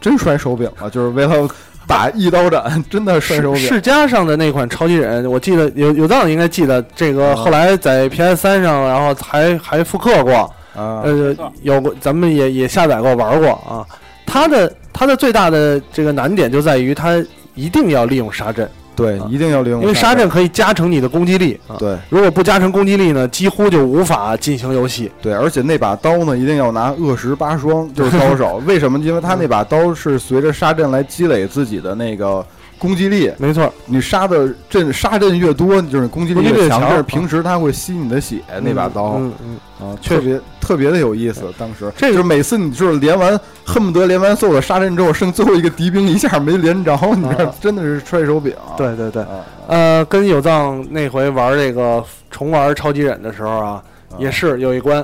Speaker 1: 真摔手柄了，就是为了打一刀斩，真的摔手
Speaker 2: 世
Speaker 1: 柄。
Speaker 2: 世嘉上的那款超级忍，我记得有有道应该记得这个，
Speaker 1: 嗯
Speaker 2: 后来在 PS 三上，然后还还复刻过，
Speaker 1: 啊，
Speaker 2: 呃
Speaker 4: 错，
Speaker 2: 有过，咱们也也下载过玩过啊。它的它的最大的这个难点就在于它一定要利用杀阵，
Speaker 1: 对，
Speaker 2: 啊
Speaker 1: 一定要利用，
Speaker 2: 因为杀阵可以加成你的攻击力啊。
Speaker 1: 对
Speaker 2: 如果不加成攻击力呢，几乎就无法进行游戏。
Speaker 1: 对，而且那把刀呢，一定要拿恶石八双，就是高 手。为什么？因为他那把刀是随着杀阵来积累自己的那个攻击力，
Speaker 2: 没错，
Speaker 1: 你杀的阵杀阵越多，就是攻击力
Speaker 2: 攻击力
Speaker 1: 越
Speaker 2: 越
Speaker 1: 强。
Speaker 2: 强
Speaker 1: 但是平时他会吸你的血，那把刀
Speaker 2: 嗯嗯，
Speaker 1: 啊，
Speaker 2: 确
Speaker 1: 特别特别的有意思。当时
Speaker 2: 这
Speaker 1: 就
Speaker 2: 个
Speaker 1: 是每次你就是连完，恨不得连完所有的杀阵之后，剩最后一个敌兵一下没连着，你这
Speaker 2: 啊
Speaker 1: 真的是摔手柄。
Speaker 2: 对对对
Speaker 1: 啊，。啊，
Speaker 2: 呃，跟有藏那回玩这个重玩超级忍的时候啊，
Speaker 1: 啊
Speaker 2: 也是有一关，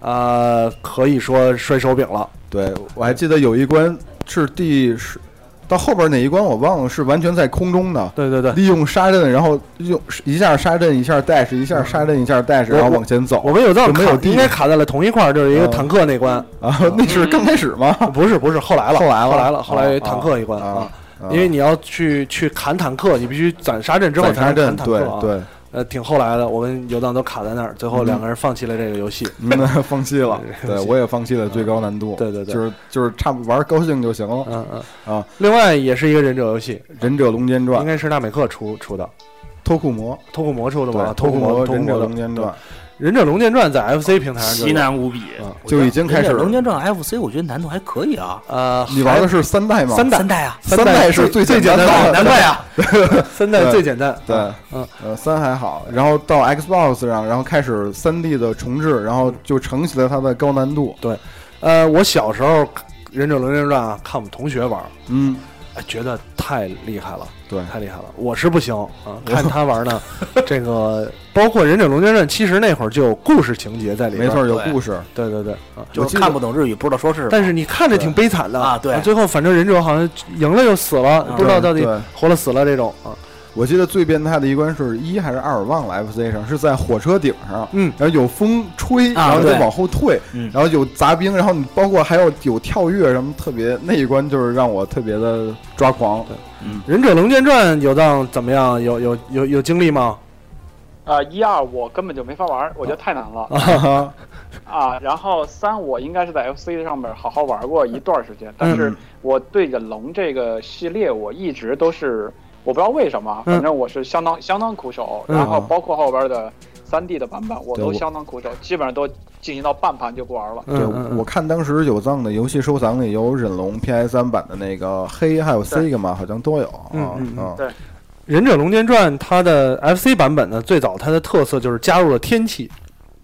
Speaker 2: 呃，可以说摔手柄了。
Speaker 1: 对，我还记得有一关是第十，到后边哪一关我忘了，是完全在空中的，
Speaker 2: 对对对，
Speaker 1: 利用沙阵，然后用一下沙阵，一下 dash，一下沙阵，一下 dash，
Speaker 2: 我
Speaker 1: 然后往前走
Speaker 2: 我们有藏
Speaker 1: 就没
Speaker 2: 卡
Speaker 1: 有地
Speaker 2: 应该卡在了同一块儿，就是一个
Speaker 1: 嗯
Speaker 2: 坦克那关。
Speaker 1: 啊。那是刚开始吗？
Speaker 2: 不是不是，后来了，
Speaker 1: 后来了
Speaker 2: 后来了，
Speaker 1: 啊
Speaker 2: 后来有一坦克一关
Speaker 1: 啊，啊
Speaker 2: 因为你要去去砍坦克，你必须攒沙阵之后
Speaker 1: 反
Speaker 2: 才
Speaker 1: 沙
Speaker 2: 能砍
Speaker 1: 阵，
Speaker 2: 坦克
Speaker 1: 对
Speaker 2: 啊。，
Speaker 1: 对，
Speaker 2: 呃，挺后来的，我跟游荡都卡在那儿，最后两个人放弃了这个游戏。
Speaker 1: 嗯，放弃 了，对我也放弃了最高难度，
Speaker 2: 对对对
Speaker 1: 就是就是差不玩高兴就行了。
Speaker 2: 嗯嗯
Speaker 1: 啊，
Speaker 2: 另外也是一个忍者游戏，
Speaker 1: 忍者龙间
Speaker 2: 应
Speaker 1: 传，
Speaker 2: 该是纳美克出出的，
Speaker 1: 脱裤魔，
Speaker 2: 偷库魔出的吧？
Speaker 1: 对，
Speaker 2: 偷
Speaker 1: 脱
Speaker 2: 库
Speaker 1: 裤
Speaker 2: 魔，偷库
Speaker 1: 忍者
Speaker 2: 魔的
Speaker 1: 龙间传
Speaker 2: 忍者龙剑传在 FC 平台上就
Speaker 5: 奇
Speaker 2: 有。
Speaker 5: 难无比。
Speaker 1: 就已经开始
Speaker 3: 人家龙
Speaker 1: 了。
Speaker 3: 剑传 FC，我觉得难度还可以啊，
Speaker 2: 呃，
Speaker 1: 你玩的是三代吗？
Speaker 2: 三代
Speaker 3: 三代啊，
Speaker 1: 三代是最
Speaker 2: 最
Speaker 1: 简单
Speaker 2: 简单
Speaker 1: 的，
Speaker 2: 的
Speaker 3: 难怪啊，
Speaker 2: 三代最简单。
Speaker 1: 对，
Speaker 2: 嗯，
Speaker 1: 呃，三还好，然后到 Xbox 上，然后开始三 D 的重置，然后就承袭了它的高难度。
Speaker 2: 呃，我小时候忍者龙剑传啊，看我们同学玩，
Speaker 1: 嗯，
Speaker 2: 哎，觉得太厉害了，
Speaker 1: 对
Speaker 2: 太厉害了。我是不行啊，看他玩呢，这个包括《忍者龙剑传》，其实那会儿就有故事情节在里边。
Speaker 1: 没错，，有
Speaker 3: 对
Speaker 1: 故事。
Speaker 2: 对对对啊。
Speaker 1: 我
Speaker 3: 就
Speaker 1: 记
Speaker 3: 是
Speaker 1: 得
Speaker 3: 看不懂日语，不知道说是什么。
Speaker 2: 但是你看着挺悲惨的
Speaker 3: 啊对
Speaker 2: 最后反正忍者好像赢了又死了，
Speaker 3: 嗯
Speaker 2: 不知道到底
Speaker 1: 对对
Speaker 2: 活了死了这种啊。
Speaker 1: 我记得最变态的一关是一还是二，忘了 FC 上是在火车顶上，
Speaker 2: 嗯，
Speaker 1: 然后有风吹，
Speaker 3: 啊
Speaker 1: 然后再
Speaker 3: 对
Speaker 1: 往后退，
Speaker 3: 嗯
Speaker 1: 然后有杂兵，然后你包括还有有跳跃什么，特别那一关就是让我特别的抓狂。
Speaker 2: 《忍者龙剑传》有当怎么样？有有有有经历吗？
Speaker 4: 啊，一二我根本就没法玩，我觉得太难了
Speaker 1: 啊，
Speaker 4: 啊。然后三我应该是在 FC 上面好好玩过一段时间，但是我对忍龙这个系列我一直都是我不知道为什么，
Speaker 2: 嗯
Speaker 4: 反正我是相当相当苦手，
Speaker 2: 嗯
Speaker 4: 然后包括后边的三 D 的版本我
Speaker 1: 对
Speaker 4: 都
Speaker 1: 我
Speaker 4: 相当苦手，基本上都进行到半盘就不玩了。
Speaker 2: 嗯
Speaker 1: 对，
Speaker 2: 嗯
Speaker 1: 我
Speaker 2: 嗯
Speaker 1: 看当时有藏的游戏收藏里有忍龙 PS 三版的那个黑，还有 Sega 嘛，好像都有啊
Speaker 2: 嗯嗯嗯
Speaker 1: 啊。
Speaker 2: 忍者龙剑传》它的 FC 版本呢，最早它的特色就是加入了天气，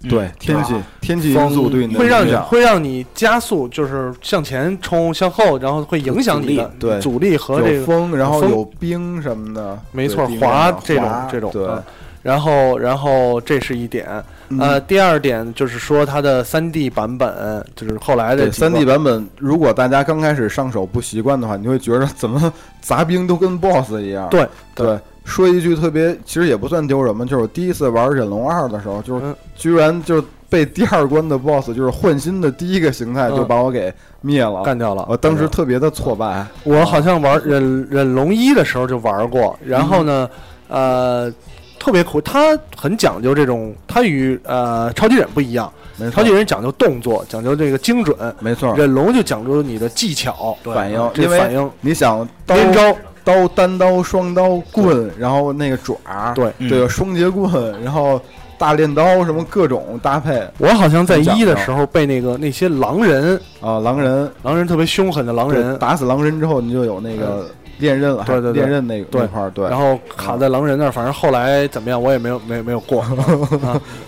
Speaker 2: 嗯
Speaker 1: 对，
Speaker 3: 嗯
Speaker 1: 天气天气因素对你的
Speaker 2: 会让
Speaker 1: 影
Speaker 2: 你
Speaker 1: 响
Speaker 2: 会让你加速，就是向前冲、向后，然后会影响你的
Speaker 1: 阻力对
Speaker 2: 阻力和这
Speaker 1: 有
Speaker 2: 个，
Speaker 1: 风，然后
Speaker 2: 风
Speaker 1: 有冰什么的，
Speaker 2: 没
Speaker 1: 对
Speaker 2: 错
Speaker 1: 冰
Speaker 2: 滑
Speaker 1: 上的
Speaker 2: 这种
Speaker 1: 滑
Speaker 2: 这种
Speaker 1: 对，
Speaker 2: 嗯然后然后这是一点，
Speaker 1: 嗯
Speaker 2: 呃，第二点就是说它的三 D 版本，就是后来的
Speaker 1: 对，
Speaker 2: 几个
Speaker 1: 三 D 版本，如果大家刚开始上手不习惯的话，你会觉得怎么 杂兵都跟 BOSS 一样。
Speaker 2: 对
Speaker 1: 对说一句特别，其实也不算丢人嘛，就是我第一次玩忍龙二的时候，就是、
Speaker 2: 嗯
Speaker 1: 居然就是被第二关的 BOSS 就是换新的第一个形态
Speaker 2: 嗯
Speaker 1: 就把我给灭了，
Speaker 2: 干掉了。
Speaker 1: 我哦当时特别的挫败。
Speaker 2: 我好像玩忍忍龙一的时候就玩过，然后呢，
Speaker 1: 嗯
Speaker 2: 呃，特别酷，它很讲究这种，它与呃超级忍不一样，
Speaker 1: 没错
Speaker 2: 超级，忍讲究动作，讲究这个精准，
Speaker 1: 没错，
Speaker 2: 忍龙就讲究你的技巧，
Speaker 3: 对
Speaker 1: 反应，
Speaker 2: 这
Speaker 1: 因
Speaker 2: 反
Speaker 1: 为
Speaker 2: 应
Speaker 1: 你想刀
Speaker 2: 连招，
Speaker 1: 刀、单刀、双刀、棍，然后那个爪儿，
Speaker 2: 对
Speaker 3: 嗯
Speaker 1: 对，双节棍，然后大镰刀，什么各种搭配
Speaker 2: 我好像在
Speaker 1: 很讲
Speaker 2: 一
Speaker 1: 究
Speaker 2: 的时候被那个那些狼人，
Speaker 1: 啊，狼人，
Speaker 2: 狼人特别凶狠的狼
Speaker 1: 对
Speaker 2: 人，嗯
Speaker 1: 打死狼人之后，你就有那个练刃了，
Speaker 2: 对对对
Speaker 1: 练刃那个
Speaker 2: 对
Speaker 1: 那块儿，对，
Speaker 2: 然后卡在狼人那儿，反正后来怎么样，我也没有没有没 有过，啊、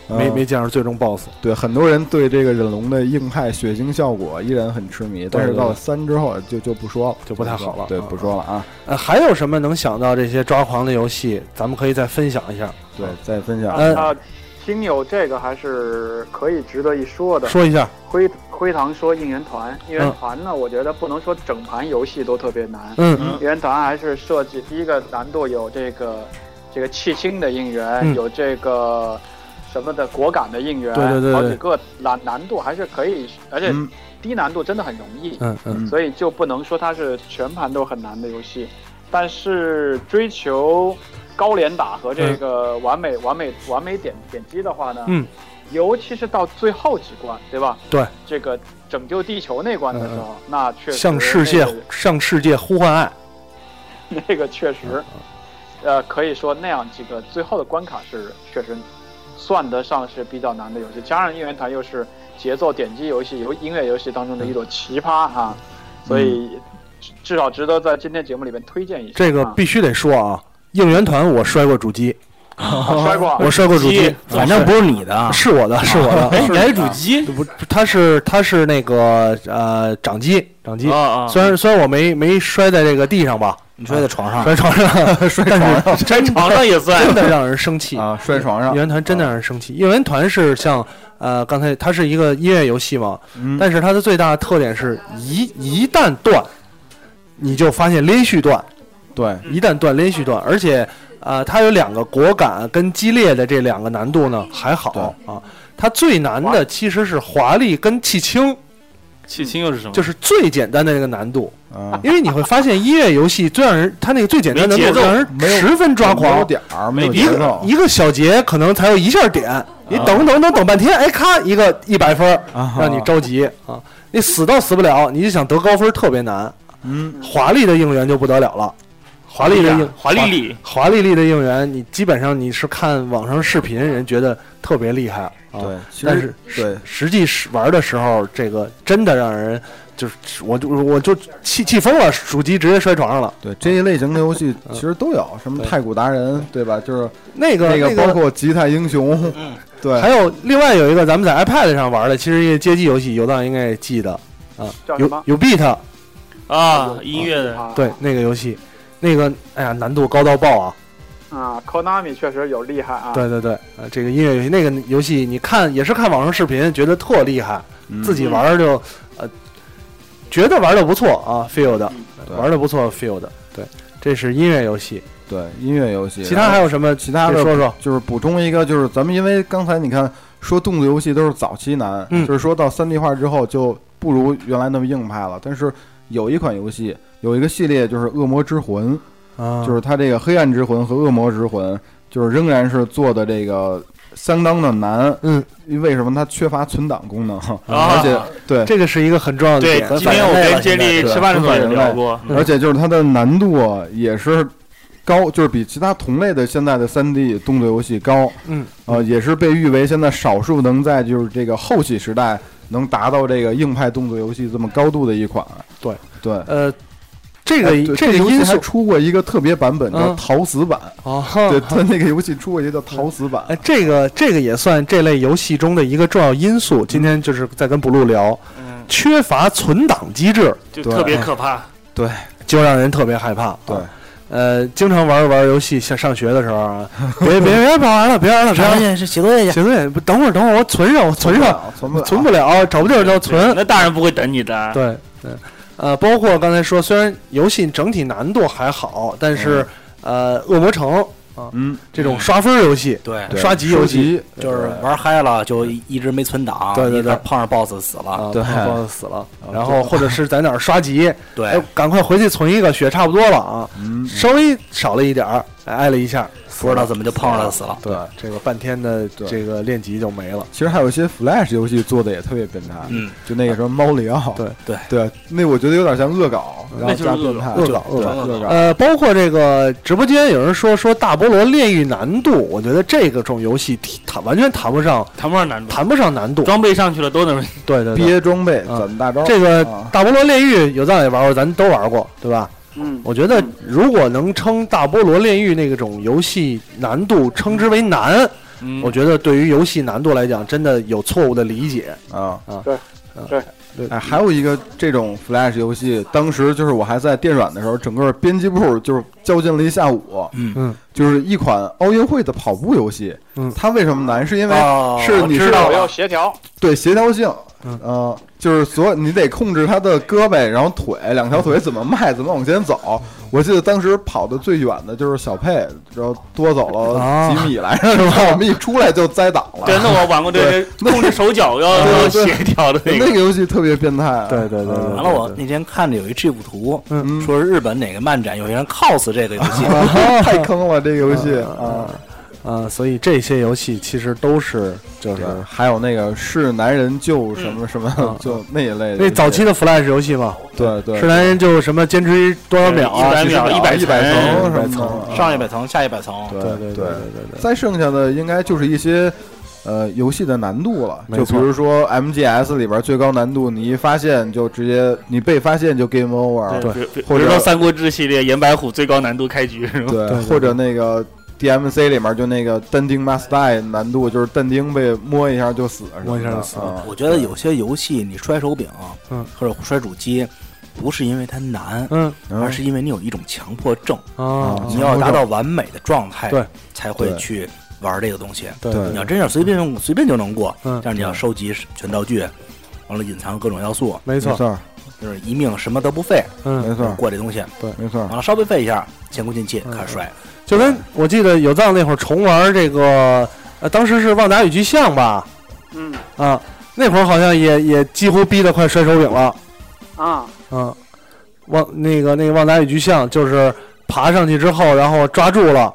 Speaker 1: 嗯
Speaker 2: 没没见着最终 BOSS。
Speaker 1: 对很多人对这个忍龙的硬派血腥效果依然很痴迷，但是
Speaker 2: 对对
Speaker 1: 到三之后就就不说了，
Speaker 2: 就不太好了
Speaker 1: 对，
Speaker 2: 啊
Speaker 1: 不说了啊，
Speaker 2: 呃，还有什么能想到这些抓狂的游戏，咱们可以再分享一下。
Speaker 1: 对，再分享
Speaker 2: 呃
Speaker 4: 啊，听友这个还是可以值得一说的。
Speaker 2: 说一下，
Speaker 4: 灰灰堂说应援团，应援团呢，我觉得不能说整盘游戏都特别难，
Speaker 2: 嗯
Speaker 5: 嗯
Speaker 4: 应援团还是设计第一个难度有这个这个气清的应援，
Speaker 2: 嗯
Speaker 4: 有这个什么的果敢的应援，
Speaker 2: 对对对
Speaker 4: 好
Speaker 2: 对
Speaker 4: 几个难难度还是可以，而且
Speaker 1: 嗯
Speaker 4: 低难度真的很容易。
Speaker 2: 嗯嗯，
Speaker 4: 所以就不能说它是全盘都很难的游戏，但是追求高连打和这个完美、完美完美点点击的话呢，
Speaker 2: 嗯，
Speaker 4: 尤其是到最后几关，对吧？
Speaker 2: 对，嗯
Speaker 4: 这个拯救地球那关的时候，那确实
Speaker 2: 向世界
Speaker 4: 那个
Speaker 2: 向世界呼唤爱，
Speaker 4: 那个确实，
Speaker 2: 嗯
Speaker 4: 呃，可以说那样几个最后的关卡是确实算得上是比较难的游戏。加上应援团又是节奏点击游戏、游音乐游戏当中的一
Speaker 2: 嗯
Speaker 4: 朵奇葩哈、所以至至少值得在今天节目里面推荐一下。
Speaker 2: 这个
Speaker 4: 啊
Speaker 2: 必须得说啊，应援团我摔过主机，
Speaker 4: 啊摔过，
Speaker 2: 哦我摔过主机，
Speaker 3: 反正不是你的啊，
Speaker 2: 是我的，是我的，
Speaker 5: 哎，你还是主机
Speaker 2: 不，它是它是那个呃掌机，掌机
Speaker 5: 啊。啊！
Speaker 2: 虽然虽然我没没摔在这个地上吧，
Speaker 3: 你摔在床上，
Speaker 2: 摔床上，摔但是真
Speaker 5: 床哦上也算
Speaker 2: 真的让人生气。
Speaker 1: 啊，摔床上
Speaker 2: 应，援团真的让人生气。应援团是像呃刚才它是一个音乐游戏嘛，
Speaker 1: 嗯
Speaker 2: 但是它的最大的特点是一一旦断，你就发现连续断，
Speaker 1: 对，
Speaker 2: 一旦断连续断，而且呃，它有两个果敢跟激烈的这两个难度呢，还好啊。它最难的其实是华丽跟气
Speaker 1: 嗯
Speaker 2: 清，
Speaker 5: 气清又是什么？
Speaker 2: 就是最简单的那个难度，
Speaker 1: 啊，
Speaker 2: 因为你会发现音乐游戏最让人它那个最简单的
Speaker 5: 没
Speaker 2: 难
Speaker 5: 节
Speaker 2: 度
Speaker 5: 奏
Speaker 2: 让人
Speaker 1: 没有
Speaker 2: 十分抓
Speaker 1: 没有
Speaker 2: 狂，
Speaker 1: 点儿，没有
Speaker 2: 一
Speaker 1: 节
Speaker 2: 个
Speaker 1: 奏啊
Speaker 2: 一个小节可能才有一下点，你等等等等半天，哎，咔一个一百分儿，
Speaker 1: 啊，
Speaker 2: 让你着急啊，你死都死不了，你就想得高分儿特别难。
Speaker 1: 嗯，
Speaker 2: 华丽的应援就不得了了，华丽的应
Speaker 5: 啊华丽丽，
Speaker 2: 华丽丽的应援，你基本上你是看网上视频，人觉得特别厉害啊。
Speaker 1: 对，其
Speaker 2: 但
Speaker 1: 实
Speaker 2: 是
Speaker 1: 对，
Speaker 2: 实际是玩的时候，这个真的让人就是我就我就气气疯了，主机直接摔床上了。
Speaker 1: 对这一类型的游戏其实都有，什么
Speaker 2: 嗯对
Speaker 1: 太鼓达人，对吧？就是
Speaker 2: 那个
Speaker 1: 那
Speaker 2: 个嗯
Speaker 1: 个包括吉他英雄，对，
Speaker 2: 还有另外有一个咱们在 iPad 上玩的，其实一个街机游戏，游荡应该也记得啊，
Speaker 4: 叫什
Speaker 2: 有
Speaker 4: 么
Speaker 2: 有 Beat
Speaker 5: 啊，音乐的，
Speaker 4: 啊，
Speaker 2: 对那个游戏，那个哎呀难度高到爆啊！
Speaker 4: 啊，Konami 确实有厉害啊，
Speaker 2: 对对对，啊这个音乐游戏那个游戏你看也是看网上视频，觉得特厉害。
Speaker 1: 嗯
Speaker 2: 自己玩儿就呃，觉得玩儿的不错啊，feel 的
Speaker 4: 嗯，
Speaker 1: 对
Speaker 2: 玩儿的不错，feel 的，对，这是音乐游戏。
Speaker 1: 对音乐游戏，
Speaker 2: 其他还有什么？
Speaker 1: 其他
Speaker 2: 可以
Speaker 1: 的
Speaker 2: 说说，
Speaker 1: 就是补充一个，就是咱们因为刚才你看说动作游戏都是早期难，
Speaker 2: 嗯
Speaker 1: 就是说到三 D 化之后就不如原来那么硬派了。但是有一款游戏，有一个系列就是《恶魔之魂》，
Speaker 2: 啊
Speaker 1: 就是它这个《黑暗之魂》和《恶魔之魂》，就是仍然是做的这个相当的难。
Speaker 2: 嗯，
Speaker 1: 为什么它缺乏存档功能？
Speaker 5: 啊
Speaker 1: 而且对，
Speaker 2: 这个是一个很重要的
Speaker 5: 对
Speaker 2: 点。，
Speaker 5: 今天我跟接力
Speaker 1: 对
Speaker 5: 吃饭的时候也聊过，
Speaker 2: 嗯
Speaker 1: 而且就是它的难度啊也是高，就是比其他同类的现在的三 D 动作游戏高。
Speaker 2: 嗯，
Speaker 1: 呃，也是被誉为现在少数能在就是这个后期时代能达到这个硬派动作游戏这么高度的一款。
Speaker 2: 对
Speaker 1: 对，
Speaker 2: 呃，这
Speaker 1: 哎对
Speaker 2: 个
Speaker 1: 这
Speaker 2: 个
Speaker 1: 游戏
Speaker 2: 因
Speaker 1: 还
Speaker 2: 素
Speaker 1: 出过一个特别版本叫
Speaker 2: 嗯
Speaker 1: 逃死版，
Speaker 2: 啊，
Speaker 1: 对，它那个游戏出过一个叫逃死版。
Speaker 2: 哎，这个这个也算这类游戏中的一个重要因素。今天就是在跟补录聊，
Speaker 5: 嗯，
Speaker 2: 缺乏存档机制，
Speaker 5: 就
Speaker 1: 对
Speaker 5: 特别可怕。
Speaker 2: 就让人特别害怕。啊
Speaker 1: 对，
Speaker 2: 呃，经常玩儿玩儿游戏，像上学的时候 啊，别别别别玩了，别玩了，别玩
Speaker 3: 上
Speaker 2: 了。
Speaker 3: 去是写作业去，
Speaker 2: 行对，不等会儿等会儿我存上，我存上，
Speaker 1: 存不了，
Speaker 2: 存不了，找不地儿就存。
Speaker 5: 那大人不会等你的，
Speaker 2: 对对，呃，包括刚才说，虽然游戏整体难度还好，但是呃，恶魔城
Speaker 1: 嗯，
Speaker 2: 这种刷分儿游戏，
Speaker 3: 对，
Speaker 1: 对
Speaker 2: 刷级游戏，
Speaker 3: 就是玩嗨了就一直没存档，
Speaker 2: 对对对
Speaker 3: 一看碰上 BOSS 死了，
Speaker 2: 啊，
Speaker 1: 对
Speaker 2: 包括死了，然后或者是在哪儿 刷级，哎
Speaker 3: 啊对，，
Speaker 2: 赶快回去存一个，血差不多了啊，
Speaker 1: 嗯，
Speaker 2: 稍微少了一点儿，哎挨了一下，
Speaker 3: 不知道怎么就碰上了死了。
Speaker 1: 对。
Speaker 2: 这个半天的
Speaker 1: 对
Speaker 2: 这个练级就没了。
Speaker 1: 其实还有一些 Flash 游戏做的也特别变态，
Speaker 3: 嗯，
Speaker 1: 就那个什么猫里奥，
Speaker 2: 对
Speaker 3: 对
Speaker 1: 对，那我觉得有点像恶搞，然后
Speaker 5: 那就是
Speaker 1: 加变态，
Speaker 2: 恶搞
Speaker 1: 对
Speaker 2: 恶搞
Speaker 1: 恶搞，
Speaker 2: 呃，包括这个直播间有人说说大菠萝炼狱难度，我觉得这个种游戏提谈完全谈不上，
Speaker 5: 谈不上难度，
Speaker 2: 谈不上难度。
Speaker 5: 装备上去了都能
Speaker 2: 对对对，
Speaker 1: 憋装备
Speaker 2: 啊
Speaker 1: 攒大
Speaker 3: 哦
Speaker 1: 招，
Speaker 2: 这个
Speaker 1: 啊
Speaker 2: 大菠萝炼狱有咱也玩过，咱都玩过，对吧？
Speaker 4: 嗯，
Speaker 2: 我觉得如果能称大菠萝炼狱那个种游戏难度称之为难，
Speaker 5: 嗯
Speaker 2: 我觉得对于游戏难度来讲，真的有错误的理解。
Speaker 1: 啊，对，哎，还有一个这种 Flash 游戏，当时就是我还在电软的时候，整个编辑部就是较劲了一下午。
Speaker 3: 嗯
Speaker 2: 嗯，
Speaker 1: 就是一款奥运会的跑步游戏。
Speaker 2: 嗯
Speaker 1: 它为什么难？是因为
Speaker 3: 哦
Speaker 1: 是
Speaker 3: 我
Speaker 1: 你
Speaker 3: 知
Speaker 1: 是
Speaker 3: 道
Speaker 4: 我要
Speaker 3: 了，
Speaker 4: 协调，
Speaker 1: 对协调性，
Speaker 2: 嗯
Speaker 1: 呃，就是所有你得控制他的胳膊，然后腿，两条腿怎么迈，怎么往前走。我记得当时跑的最远的就是小佩，然后多走
Speaker 2: 啊
Speaker 1: 了几米来着，然后我们一出来就栽倒了。
Speaker 5: 对，那我玩过这个控制手脚要要
Speaker 1: 对
Speaker 5: 协
Speaker 1: 对
Speaker 5: 调的那
Speaker 1: 那
Speaker 5: 个，
Speaker 1: 个游戏特别变态啊。
Speaker 2: 对对对
Speaker 1: 嗯
Speaker 2: 对
Speaker 3: 完了，我那天看着有一 GIF 图，
Speaker 1: 嗯
Speaker 3: 说是日本哪个漫展有些人 cos 这个游戏，
Speaker 1: 太坑了这个游戏啊！
Speaker 2: 啊，所以这些游戏其实都是就
Speaker 1: 对
Speaker 2: 是，
Speaker 1: 啊还有那个是男人就什么什么
Speaker 2: 嗯
Speaker 1: 就那一类的游戏，
Speaker 2: 那早期的 Flash 游戏嘛，
Speaker 1: 对对
Speaker 2: 是男人就什么坚持多少秒啊，
Speaker 5: 100秒
Speaker 1: 一
Speaker 5: 100
Speaker 1: 一百层
Speaker 2: 嗯
Speaker 5: 层
Speaker 1: 什么的啊
Speaker 3: 上一百层，下一百层，嗯
Speaker 1: 对
Speaker 2: 对对对对对
Speaker 1: 再剩下的应该就是一些呃游戏的难度了，
Speaker 2: 没
Speaker 1: 就
Speaker 2: 错
Speaker 1: 比如说 MGS 里边最高难度，你一发现就直接你被发现就 game over，
Speaker 5: 比如比
Speaker 1: 或者
Speaker 5: 比如说《三国志》系列，岩白虎最高难度开局是吗？
Speaker 1: 对
Speaker 2: 对
Speaker 1: 或者那个 DMC 里面就那个但丁 must die 难度，就是但丁被摸一下就死什么的，
Speaker 2: 摸一下就死
Speaker 1: 啊
Speaker 3: 我觉得有些游戏你摔手柄，
Speaker 2: 嗯，
Speaker 3: 或者摔主机，不是因为它难，
Speaker 2: 嗯
Speaker 1: 嗯
Speaker 3: 而是因为你有一种强迫症，
Speaker 2: 啊
Speaker 1: 啊
Speaker 3: 你要达到完美的状态，
Speaker 2: 对，
Speaker 3: 才会
Speaker 1: 对
Speaker 3: 去玩这个东西。
Speaker 2: 对
Speaker 1: 对
Speaker 3: 你要真想随便用，随便就能过，
Speaker 2: 嗯
Speaker 3: 但是你要收集全道具，完了隐藏各种要素，
Speaker 2: 没
Speaker 1: 没
Speaker 2: 错，
Speaker 1: 错
Speaker 3: 就是一命什么都不费，
Speaker 2: 嗯
Speaker 1: 没错
Speaker 3: 过这东西，
Speaker 1: 没错
Speaker 3: 完了稍微费一下，前功尽弃，
Speaker 2: 嗯
Speaker 3: 开始摔。
Speaker 2: 就跟我记得有藏那会儿重玩这个，呃，当时是旺达与巨像吧，
Speaker 4: 嗯
Speaker 2: 啊，那会儿好像也也几乎逼得快摔手柄了，
Speaker 4: 啊，
Speaker 2: 啊，旺那个那个旺达与巨像就是爬上去之后，然后抓住了，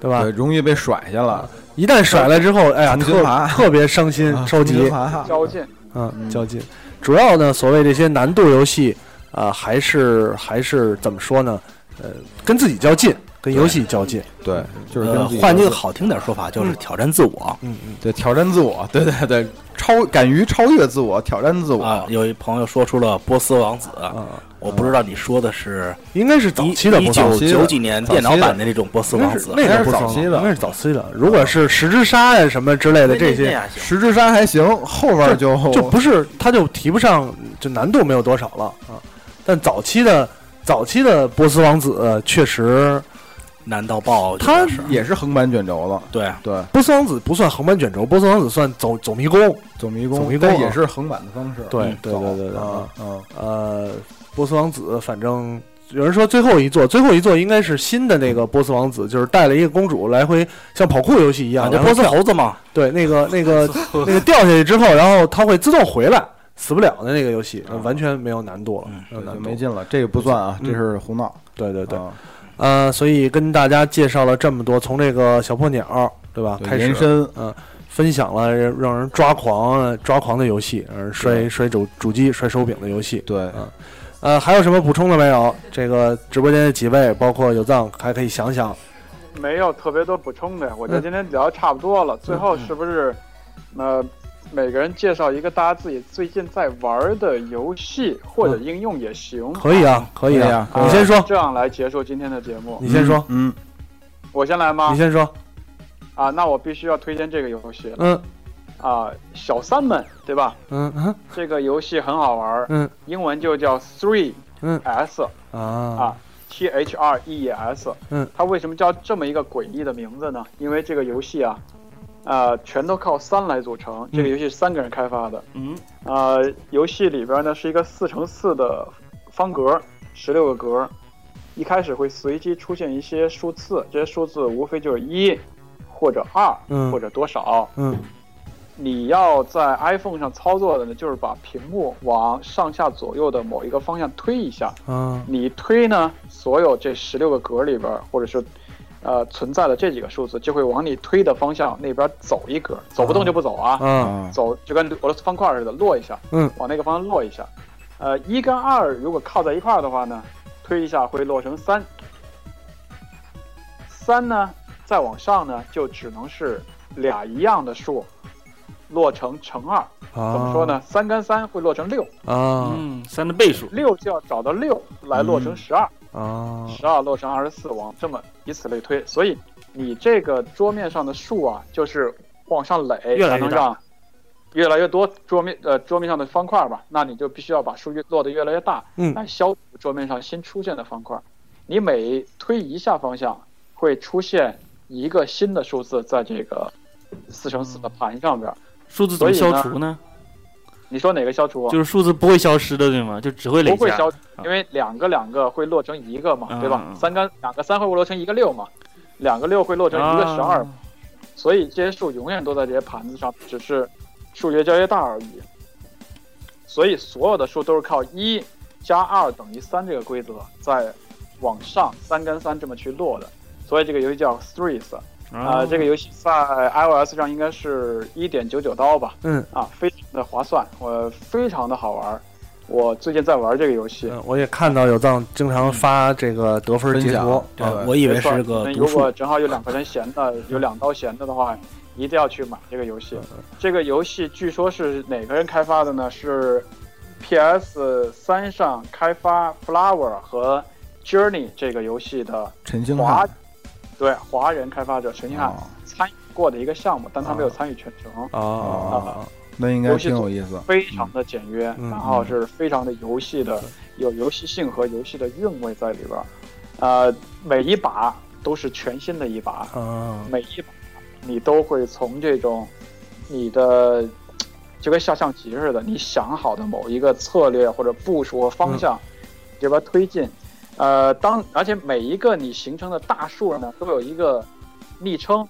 Speaker 2: 对吧
Speaker 1: 对，？容易被甩下了，
Speaker 2: 一旦甩了之后，哎呀，
Speaker 1: 重新
Speaker 2: 特
Speaker 1: 爬
Speaker 2: 特别伤心
Speaker 1: 啊
Speaker 2: 着急，
Speaker 4: 较劲，
Speaker 2: 嗯，较劲。主要呢，所谓这些难度游戏啊，还是还是怎么说呢？呃，跟自己较劲，跟游戏较劲，
Speaker 1: 对，就是跟
Speaker 3: 呃
Speaker 1: 自己，
Speaker 3: 换一个好听点说法，就是
Speaker 2: 嗯
Speaker 3: 挑战自我。
Speaker 2: 嗯嗯，
Speaker 1: 对挑战自我，对对对，超敢于超越自我，挑战自我，
Speaker 3: 啊，有一朋友说出了波斯王子，
Speaker 2: 啊，
Speaker 3: 我不知道你说的是
Speaker 2: 应该是早
Speaker 3: 一
Speaker 2: 期的
Speaker 3: 一
Speaker 2: 不
Speaker 1: 早
Speaker 3: 九
Speaker 1: 期的
Speaker 3: 九几年
Speaker 1: 早期
Speaker 3: 电
Speaker 1: 的
Speaker 3: 脑版的那种波斯
Speaker 2: 应
Speaker 3: 王
Speaker 2: 该是
Speaker 3: 子，
Speaker 2: 那
Speaker 1: 应该是
Speaker 2: 个不
Speaker 1: 早
Speaker 2: 算
Speaker 1: 期
Speaker 2: 了
Speaker 1: 的
Speaker 2: 应该是早期的。如果是十之沙呀什么之类的这些，
Speaker 3: 那
Speaker 1: 十之山还行，后边就
Speaker 2: 就不是它就提不上，就难度没有多少了啊。但早期的早期的波斯王子呃确实，
Speaker 3: 难到爆，
Speaker 2: 他
Speaker 3: 是
Speaker 1: 也是横版卷轴了。
Speaker 3: 对
Speaker 1: 对，
Speaker 2: 波斯王子不算横版卷轴，波斯王子算走走迷宫。
Speaker 1: 走迷宫，
Speaker 2: 走迷宫
Speaker 1: 但
Speaker 2: 啊
Speaker 1: 也是横版的方式。
Speaker 2: 对
Speaker 1: 嗯
Speaker 2: 对
Speaker 1: 走
Speaker 2: 对对对
Speaker 1: 啊嗯，
Speaker 2: 呃，波斯王子反正有人说最后一座，最后一座应该是新的那个波斯王子，就是带了一个公主来回像跑酷游戏一样，
Speaker 3: 啊，就
Speaker 2: 然后
Speaker 3: 波斯
Speaker 2: 跳
Speaker 3: 猴子嘛，
Speaker 2: 对那个那个那个掉下去之后，然后它会自动回来，死不了的那个游戏，呃完全没有难度了，没有
Speaker 1: 对
Speaker 2: 难
Speaker 1: 就
Speaker 2: 度
Speaker 1: 没。劲了，这个不算啊，这是胡闹。
Speaker 2: 对对对。
Speaker 1: 啊
Speaker 2: 呃，所以跟大家介绍了这么多，从这个小破鸟，对吧？
Speaker 1: 对
Speaker 2: 开始
Speaker 1: 延伸
Speaker 2: 嗯、分享了让让人抓狂、抓狂的游戏，让人摔摔主主机、摔手柄的游戏。
Speaker 1: 对
Speaker 2: 啊呃，还有什么补充的没有？这个直播间的几位，包括有藏，还可以想想。
Speaker 4: 没有特别多补充
Speaker 2: 嗯
Speaker 4: 的，我觉得今天聊得差不多了。最后是不是，
Speaker 2: 嗯
Speaker 4: 呃，每个人介绍一个大家自己最近在玩的游戏或者应用也行，
Speaker 2: 可以啊，可以
Speaker 1: 可以啊
Speaker 2: 你先说，
Speaker 4: 这样来结束今天的节目。
Speaker 2: 你先说，
Speaker 1: 嗯，
Speaker 4: 我先来吗
Speaker 2: 你？先说。
Speaker 4: 啊，那我必须要推荐这个游戏了
Speaker 2: 嗯
Speaker 4: 啊，小三们，对吧？
Speaker 2: 嗯嗯
Speaker 4: 这个游戏很好玩，
Speaker 2: 嗯
Speaker 4: 英文就叫 Three
Speaker 2: 嗯
Speaker 4: S
Speaker 2: 啊
Speaker 4: 啊，T H R E E S。
Speaker 2: 嗯，
Speaker 4: 它为什么叫这么一个诡异的名字呢？因为这个游戏啊，呃，全都靠三来组成。这个游戏是三个人开发的。
Speaker 5: 嗯，
Speaker 4: 呃，游戏里边呢是一个四乘四的方格，十六个格。一开始会随机出现一些数字，这些数字无非就是一或者二、
Speaker 2: 嗯
Speaker 4: 或者多少。
Speaker 2: 嗯
Speaker 4: 你要在 iPhone 上操作的呢，就是把屏幕往上下左右的某一个方向推一下。
Speaker 2: 啊
Speaker 4: 你推呢，所有这十六个格里边儿，或者是呃存在的这几个数字，就会往你推的方向那边走一格，走不动就不走啊，
Speaker 2: 啊
Speaker 1: 啊
Speaker 4: 走就跟俄罗斯方块似的落一下，
Speaker 2: 嗯，
Speaker 4: 往那个方向落一下。呃，一跟二如果靠在一块儿的话呢，推一下会落成三。三呢，再往上呢，就只能是俩一样的数，落成乘二。怎么说呢？三跟三会落成六，
Speaker 2: 啊
Speaker 5: 嗯，三的倍数，
Speaker 4: 六就要找到六来落成十二。
Speaker 2: 啊
Speaker 4: 十二落成二十四往这么以此类推。所以你这个桌面上的数啊，就是往上垒，
Speaker 5: 越来
Speaker 4: 才
Speaker 5: 越大
Speaker 4: 能让越来越多桌面呃桌面上的方块吧，那你就必须要把数据做得越来越大，
Speaker 2: 嗯
Speaker 4: 来消除桌面上新出现的方块。你每推移一下方向，会出现一个新的数字在这个四乘
Speaker 5: 嗯
Speaker 4: 四的盘上边儿。
Speaker 5: 数字怎么
Speaker 4: 所以呢
Speaker 5: 消除呢？
Speaker 4: 你说哪个消除啊？
Speaker 5: 就是数字不会消失的，对吗？就只会累
Speaker 4: 不
Speaker 5: 加。
Speaker 4: 会消除
Speaker 5: 啊，
Speaker 4: 因为两个两个会落成一个嘛，
Speaker 5: 嗯
Speaker 4: 对吧
Speaker 5: 嗯？嗯
Speaker 4: 三个两个三会落成一个六嘛，两个六会落成一个十二
Speaker 5: 啊，
Speaker 4: 所以这些数永远都在这些盘子上，只是数越加越大而已。所以所有的数都是靠一加二等于三这个规则在往上三跟三这么去落的，所以这个游戏叫 Threes。啊、
Speaker 3: 哦
Speaker 4: 这个游戏在 iOS 上应该是一点九九刀吧？
Speaker 2: 嗯，
Speaker 4: 啊，非常的划算，我非常的好玩儿。我最近在玩这个游戏，
Speaker 2: 嗯，我也看到有藏经常发这个得分截
Speaker 1: 分享
Speaker 2: 图，
Speaker 1: 对
Speaker 3: 啊我以为是个
Speaker 4: 那
Speaker 3: 读
Speaker 4: 如
Speaker 3: 数
Speaker 4: 果，正好有两块钱闲的， 有两刀闲的的话，一定要去买这个游戏。
Speaker 3: 嗯
Speaker 4: 这个游戏据说是哪个人开发的呢？是 PS 三上开发 Flower 和 Journey 这个游戏的
Speaker 1: 陈星
Speaker 4: 华
Speaker 1: 汉，啊
Speaker 4: 对华人开发者陈星汉
Speaker 1: 哦
Speaker 4: 参与过的一个项目，但他没有参与全程。
Speaker 2: 啊
Speaker 1: 那应该挺有意思。
Speaker 4: 非常的简约，
Speaker 2: 嗯
Speaker 4: 然后是非常的游戏的，
Speaker 1: 嗯
Speaker 4: 有游戏性和游戏的韵味在里边儿。呃，每一把都是全新的一把，
Speaker 2: 啊
Speaker 4: 每一把你都会从这种你的就跟下象棋似的，你想好的某一个策略或者部署和方向这边推进。呃，当而且每一个你形成的大数呢，都有一个昵称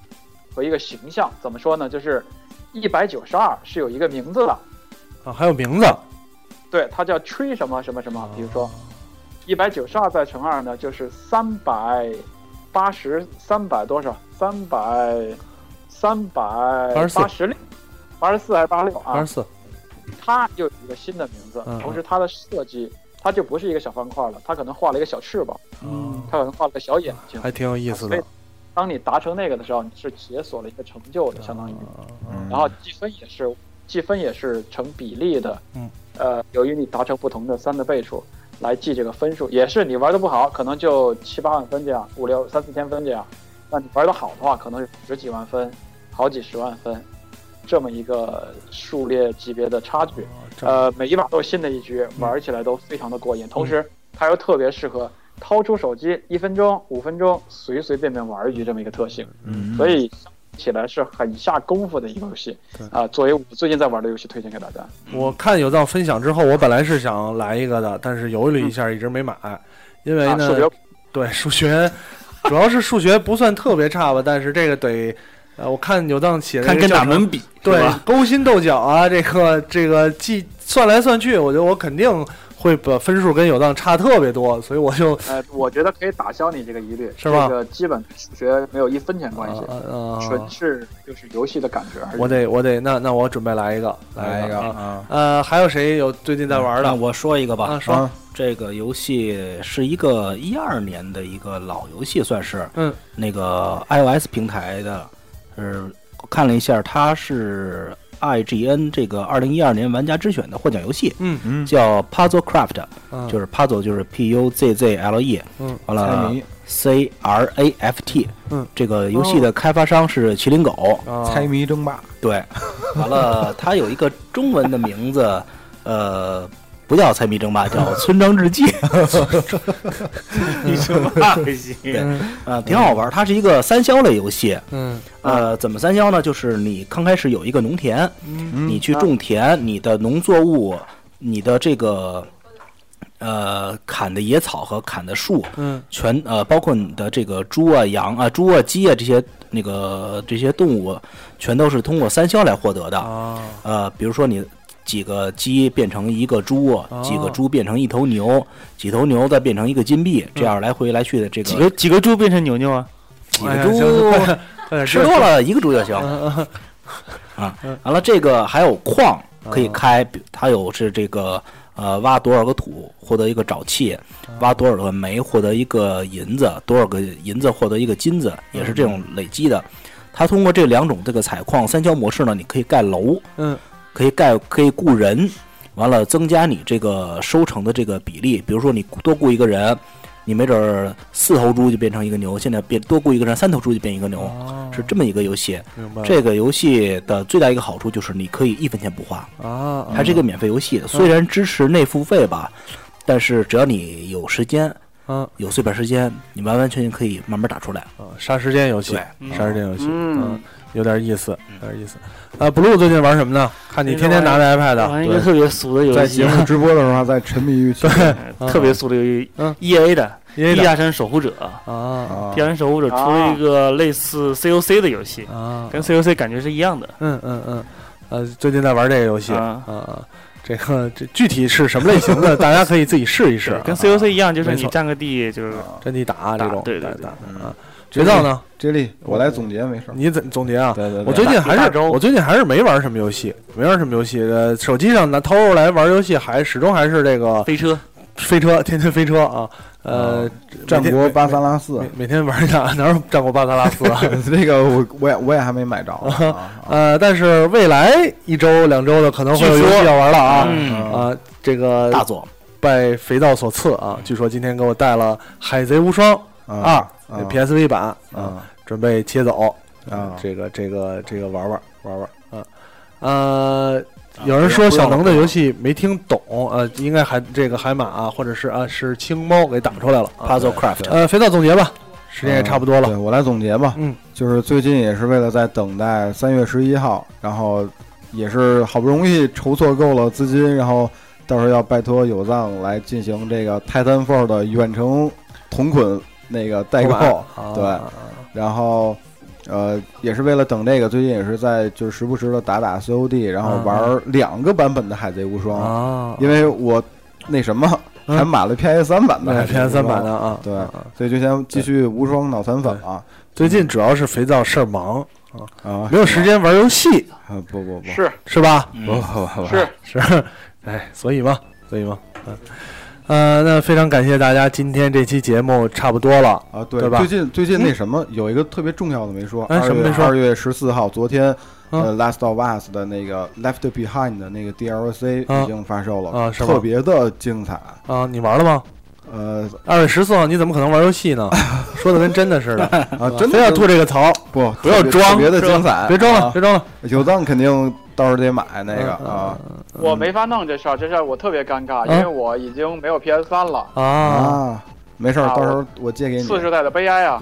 Speaker 4: 和一个形象。怎么说呢？就是一百九十二是有一个名字的。
Speaker 2: 啊！还有名字，
Speaker 4: 对，它叫 tree 什么什么什么，比如说一百九十二再乘二呢，就是三百八十三百多少？三百三百八十六，八十四还是八十六
Speaker 2: 二
Speaker 4: 啊
Speaker 2: 十？四
Speaker 4: 它就有一个新的名字
Speaker 2: 嗯，
Speaker 4: 同时它的设计，它就不是一个小方块了，它可能画了一个小翅膀，
Speaker 5: 嗯
Speaker 4: 它可能画了个小眼睛。
Speaker 2: 嗯还挺有意思
Speaker 4: 所以
Speaker 2: 的，
Speaker 4: 当你达成那个的时候，你是解锁了一个成就的，相当于。
Speaker 2: 啊
Speaker 1: 嗯
Speaker 4: 然后积分也是积分也是成比例的，
Speaker 2: 嗯，
Speaker 4: 呃，由于你达成不同的三的倍数来记这个分数，也是你玩的不好，可能就七八万分这样，五六三四千分这样，那你玩的好的话，可能是十几万分，好几十万分，这么一个数列级别的差距，呃，每一把都是新的一局，
Speaker 2: 嗯
Speaker 4: 玩起来都非常的过瘾，同时它又特别适合。掏出手机一分钟、五分钟，随随便便玩一局这么一个特性，
Speaker 1: 嗯
Speaker 4: 所以相比起来是很下功夫的一个游戏
Speaker 2: 对
Speaker 4: 啊、作为我最近在玩的游戏，推荐给大家。
Speaker 2: 我看有藏分享之后，我本来是想来一个的，但是犹豫了一下，一直没买，因为
Speaker 4: 嗯啊，
Speaker 2: 呢，
Speaker 4: 数学
Speaker 2: 对数学，主要是数学不算特别差吧，但是这个得，呃，我看有藏写的
Speaker 5: 看
Speaker 2: 这个
Speaker 5: 跟
Speaker 2: 教
Speaker 5: 哪
Speaker 2: 程
Speaker 5: 门比，
Speaker 2: 对
Speaker 5: 是吧？
Speaker 2: 勾心斗角啊，这个这个计算来算去，我觉得我肯定会把分数跟有藏差特别多，所以我就
Speaker 4: 呃，我觉得可以打消你这个疑虑，
Speaker 2: 是吧
Speaker 4: 这个基本跟数学没有一分钱关系，
Speaker 2: 呃
Speaker 4: 纯是就是游戏的感觉而已。
Speaker 2: 我得我得那那我准备来一个
Speaker 1: 来一个
Speaker 2: 啊
Speaker 1: 啊
Speaker 2: 呃，还有谁有最近在玩
Speaker 3: 那
Speaker 2: 的？
Speaker 3: 我说一个吧
Speaker 2: 啊，，说
Speaker 1: 啊
Speaker 3: 这个游戏是一个一二年的一个老游戏，算是，
Speaker 2: 嗯，
Speaker 3: 那个 iOS 平台的，呃，我看了一下，它是 IGN 这个二零一二年玩家之选的获奖游戏，
Speaker 2: 嗯
Speaker 1: 嗯，
Speaker 3: 叫 Puzzle Craft，
Speaker 2: 嗯
Speaker 3: 就是 Puzzle 就是 P U Z Z L E，
Speaker 2: 嗯，
Speaker 3: 完
Speaker 1: 猜
Speaker 3: 了
Speaker 1: 谜
Speaker 3: C R A F T，
Speaker 2: 嗯，
Speaker 3: 这个游戏的开发商是麒麟狗，
Speaker 2: 啊
Speaker 1: 猜谜争霸，
Speaker 3: 对，完了，它有一个中文的名字，呃，不叫猜谜争霸，叫村庄日记，
Speaker 5: 你什么恶心？
Speaker 3: 呃，挺好玩儿。它是一个三消类游戏，
Speaker 2: 嗯
Speaker 3: 呃，怎么三消呢？就是你刚开始有一个农田，
Speaker 1: 嗯
Speaker 3: 你去种田，你的农作物，你的这个呃砍的野草和砍的树，
Speaker 2: 嗯
Speaker 3: 全呃包括你的这个猪啊、羊啊、猪啊、鸡啊这些那个这些动物，全都是通过三消来获得的。
Speaker 2: 啊
Speaker 3: 呃，比如说你几个鸡变成一个猪，几个猪变成一头牛，几头牛再变成一个金币，这样来回来去的这个
Speaker 5: 几个几个猪变成牛牛啊？
Speaker 3: 几
Speaker 2: 哎
Speaker 3: 个
Speaker 2: 呀
Speaker 3: 猪、
Speaker 2: 行快点快点
Speaker 3: 吃多了一个猪就行。啊，完了这个还有矿可以开，比它有是这个呃挖多少个土获得一个沼气，挖多少个煤获得一个银子，多少个银子获得一个金子，也是这种累积的。它通过这两种这个采矿三消模式呢，你可以盖楼，
Speaker 2: 嗯，
Speaker 3: 可以盖可以雇人，完了增加你这个收成的这个比例，比如说你多雇一个人。你没准儿四头猪就变成一个牛，现在变多雇一个人，三头猪就变一个牛，是这么一个游戏。
Speaker 2: 嗯明白了
Speaker 3: 这个游戏的最大一个好处就是你可以一分钱不花，
Speaker 2: 啊，
Speaker 3: 它是一个免费游戏，虽然支持内付费吧，但是只要你有时间，
Speaker 2: 啊
Speaker 3: 有碎片时间，你完完全全可以慢慢打出来。
Speaker 2: 啊，杀时间游戏
Speaker 3: 对，
Speaker 2: 杀时间游戏，
Speaker 5: 嗯
Speaker 2: 嗯，有点意思，有点意思。啊，blue 最近玩什么呢？看你天天拿着 iPad，啊
Speaker 6: 玩一个特别俗的游
Speaker 1: 在
Speaker 6: 戏啊
Speaker 1: 节，目直播的时候还啊在沉迷于其中
Speaker 2: 嗯
Speaker 6: 特别俗的游戏
Speaker 2: 嗯
Speaker 6: ，E A 的《
Speaker 2: 因
Speaker 6: 地
Speaker 2: 为
Speaker 6: 下城守护者》。
Speaker 2: 啊
Speaker 1: 啊
Speaker 6: 《地下城守护者》出了一个类似 COC 的游戏，
Speaker 2: 啊，
Speaker 6: 跟 COC 感觉是一样的。
Speaker 2: 嗯嗯嗯，呃，最近在玩这个游戏
Speaker 6: 啊
Speaker 2: 啊，这个这具体是什么类型的，大家可以自己试一试
Speaker 6: 对，，跟 COC 一样，就是
Speaker 2: 啊没
Speaker 6: 你
Speaker 2: 错啊
Speaker 6: 占个地，就是
Speaker 2: 真地打这种，
Speaker 6: 对对
Speaker 2: 打
Speaker 6: 对
Speaker 2: 打
Speaker 1: 嗯
Speaker 2: 啊。肥皂呢？
Speaker 1: 接力，我来总结没事儿。
Speaker 2: 你怎总结啊？
Speaker 1: 对对
Speaker 2: 我
Speaker 1: 对，
Speaker 2: 最近还
Speaker 6: 大
Speaker 2: 是
Speaker 6: 招
Speaker 2: 我最近还是没玩什么游戏，没玩什么游戏。呃，手机上拿掏出来玩游戏，还始终还是这个
Speaker 6: 飞车。
Speaker 2: 飞车，天天飞车啊。呃，
Speaker 1: 战
Speaker 2: 每天
Speaker 1: 国巴萨拉四
Speaker 2: 每，每天玩一下，哪有战国巴萨拉斯啊？
Speaker 1: 这个我我也我也还没买着啊。啊
Speaker 2: 呃，但是未来一周两周的可能会有
Speaker 6: 据
Speaker 2: 游
Speaker 6: 说
Speaker 2: 戏要玩了啊。
Speaker 6: 嗯
Speaker 2: 啊，这个
Speaker 3: 大作，
Speaker 2: 拜肥皂所赐啊，据说今天给我带了《海贼无双二》
Speaker 1: 啊啊
Speaker 2: PSV 版啊，
Speaker 1: 啊
Speaker 2: 准备切走
Speaker 1: 啊！
Speaker 2: 这个这个这个玩玩玩玩啊，呃。
Speaker 1: 啊
Speaker 2: 有人说小能的游戏没听懂，呃，应该海这个海马啊，或者是啊是青猫给打出来了啊。
Speaker 3: Puzzle Craft，
Speaker 2: 呃，肥皂总结吧，时
Speaker 1: 啊
Speaker 2: 间也差不多了
Speaker 1: 呃对，。我来总结吧。
Speaker 2: 嗯，
Speaker 1: 就是最近也是为了在等待三月十一号，然后也是好不容易筹措够了资金，然后到时候要拜托有藏来进行这个 Titanfall 的远程同捆那个代购。
Speaker 2: 啊
Speaker 1: 对然后呃，也是为了等这个，最近也是在就是时不时的打打 COD，然后
Speaker 2: 嗯
Speaker 1: 玩两个版本的《海贼无双》
Speaker 2: 啊，
Speaker 1: 因为我那什么
Speaker 2: 嗯
Speaker 1: 还买了 PS 三版的《海
Speaker 2: 那
Speaker 1: 贼无双
Speaker 2: PS 三版的，啊，
Speaker 1: 对
Speaker 2: 啊啊
Speaker 1: 所以就先继续《无双脑残粉》啊
Speaker 2: 最近主要是肥皂事儿忙，
Speaker 1: 啊，
Speaker 2: 没有时间玩游戏，
Speaker 1: 啊，不不不，
Speaker 4: 是
Speaker 2: 是吧？
Speaker 1: 不不不不
Speaker 4: 是，
Speaker 2: 是，哎，所以嘛，所以嘛，嗯，呃，那非常感谢大家，今天这期节目差不多了。
Speaker 1: 啊，对
Speaker 2: 对吧
Speaker 1: 最
Speaker 2: 嗯
Speaker 1: 近最近那什么，有一个特别重要的没说，
Speaker 2: 哎什么没说
Speaker 1: 二月十四号，昨天，
Speaker 2: 嗯
Speaker 1: 呃，《Last of Us》的那个《Left Behind》的那个 DLC
Speaker 2: 啊
Speaker 1: 已经发售了，
Speaker 2: 啊是吗
Speaker 1: 特别的精彩。
Speaker 2: 啊，你玩了吗？
Speaker 1: 呃
Speaker 2: 二月十四号你怎么可能玩游 戏呢？说的跟真的似的，
Speaker 1: 啊， 真
Speaker 2: 嗯非
Speaker 1: 的
Speaker 2: 要
Speaker 1: 是
Speaker 2: 吐这个槽，
Speaker 1: 不
Speaker 2: 不
Speaker 1: 特
Speaker 2: 要
Speaker 1: 别
Speaker 2: 装
Speaker 1: 特别的
Speaker 2: 是吧
Speaker 1: 精彩，
Speaker 2: 别装了，嗯
Speaker 1: 啊
Speaker 2: 别装了。
Speaker 1: 有藏肯定到时候得买那个啊
Speaker 4: 我没法弄这事儿，这事儿我特别尴尬，因为我已经没有 PS 三了，
Speaker 2: 啊，
Speaker 1: 啊，没事儿，
Speaker 4: 啊
Speaker 1: 到时候我借给你
Speaker 4: 次。世代的悲哀啊！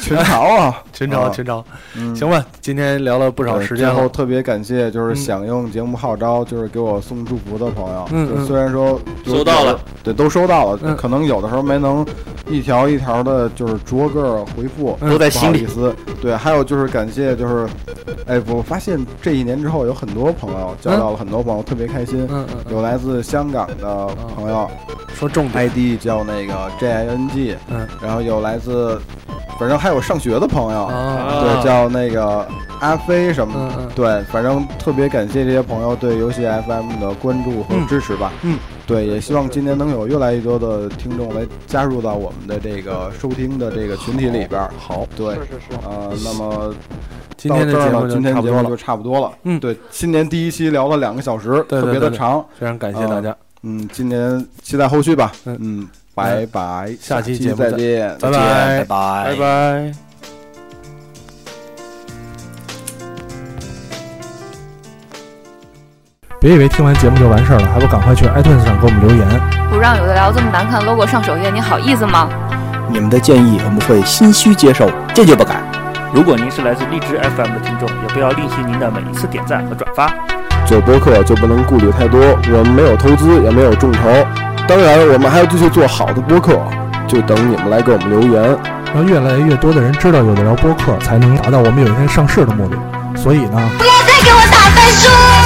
Speaker 1: 群嘲啊，
Speaker 2: 群嘲
Speaker 1: 啊
Speaker 2: 群嘲，
Speaker 1: 嗯
Speaker 2: 行吧，今天聊了不少
Speaker 1: 对
Speaker 2: 时间
Speaker 1: 最后
Speaker 2: 了，
Speaker 1: 特别感谢，就是
Speaker 2: 嗯
Speaker 1: 响应节目号召，就是给我送祝福的朋友。
Speaker 2: 嗯
Speaker 1: 就
Speaker 2: 嗯
Speaker 1: 虽然说
Speaker 5: 收到了，
Speaker 1: 对，都收到了，
Speaker 2: 嗯
Speaker 1: 可能有的时候没能一条一条的，就是逐个儿回复，
Speaker 2: 嗯都在
Speaker 1: 心里。意思对，还有就是感谢，就是，哎，我发现这一年之后有很多朋友，交到了很多朋友，特别开心。
Speaker 2: 嗯嗯嗯，嗯
Speaker 1: 有来自香港的朋友
Speaker 2: 说重点，
Speaker 1: ，ID 叫那个 JING，
Speaker 2: 嗯
Speaker 1: 然后有来自，反正还有上学的朋友，
Speaker 2: 啊，
Speaker 1: 对，叫那个阿飞什么的，
Speaker 2: 嗯嗯
Speaker 1: 对，反正特别感谢这些朋友对游戏 FM 的关注和支持吧。
Speaker 2: 嗯嗯
Speaker 1: 对，也希望今年能有越来越多的听众来加入到我们的这个收听的这个群体里边儿。
Speaker 2: 好，
Speaker 1: 对
Speaker 4: 是，是是，
Speaker 1: 呃，那么
Speaker 2: 今
Speaker 1: 到
Speaker 2: 天的
Speaker 1: 这儿
Speaker 2: 节目
Speaker 1: 呢，今
Speaker 2: 就
Speaker 1: 天
Speaker 2: 差
Speaker 1: 的
Speaker 2: 不
Speaker 1: 节
Speaker 2: 多
Speaker 1: 目
Speaker 2: 了
Speaker 1: 就，差不多了。
Speaker 2: 嗯
Speaker 1: 对，新年第一期聊了两个小时，
Speaker 2: 对对
Speaker 1: 特别
Speaker 2: 对
Speaker 1: 的
Speaker 2: 对
Speaker 1: 长。
Speaker 2: 非常感谢大家，
Speaker 1: 嗯，今年期待后续吧。
Speaker 2: 嗯
Speaker 1: 嗯，拜拜，
Speaker 2: 下期
Speaker 1: 期
Speaker 2: 节目
Speaker 1: 再
Speaker 2: 再
Speaker 1: 见，
Speaker 2: 拜拜。
Speaker 3: 拜拜
Speaker 5: 拜拜。
Speaker 2: 别以为听完节目就完事儿了，还不赶快去 iTunes 上给我们留言。
Speaker 7: 不让有的聊这么难看 logo 上首页，你好意思吗？
Speaker 3: 你们的建议我们会心虚接受，坚决不改。
Speaker 6: 如果您是来自荔枝 FM 的听众，也不要吝惜您的每一次点赞和转发。
Speaker 8: 做播客就不能顾虑太多，我们没有投资，也没有众筹，当然我们还要继续做好的播客，就等你们来给我们留言。
Speaker 2: 让越来越多的人知道有的聊播客，才能达到我们有一天上市的目的。所以呢，
Speaker 7: 再给我打分数！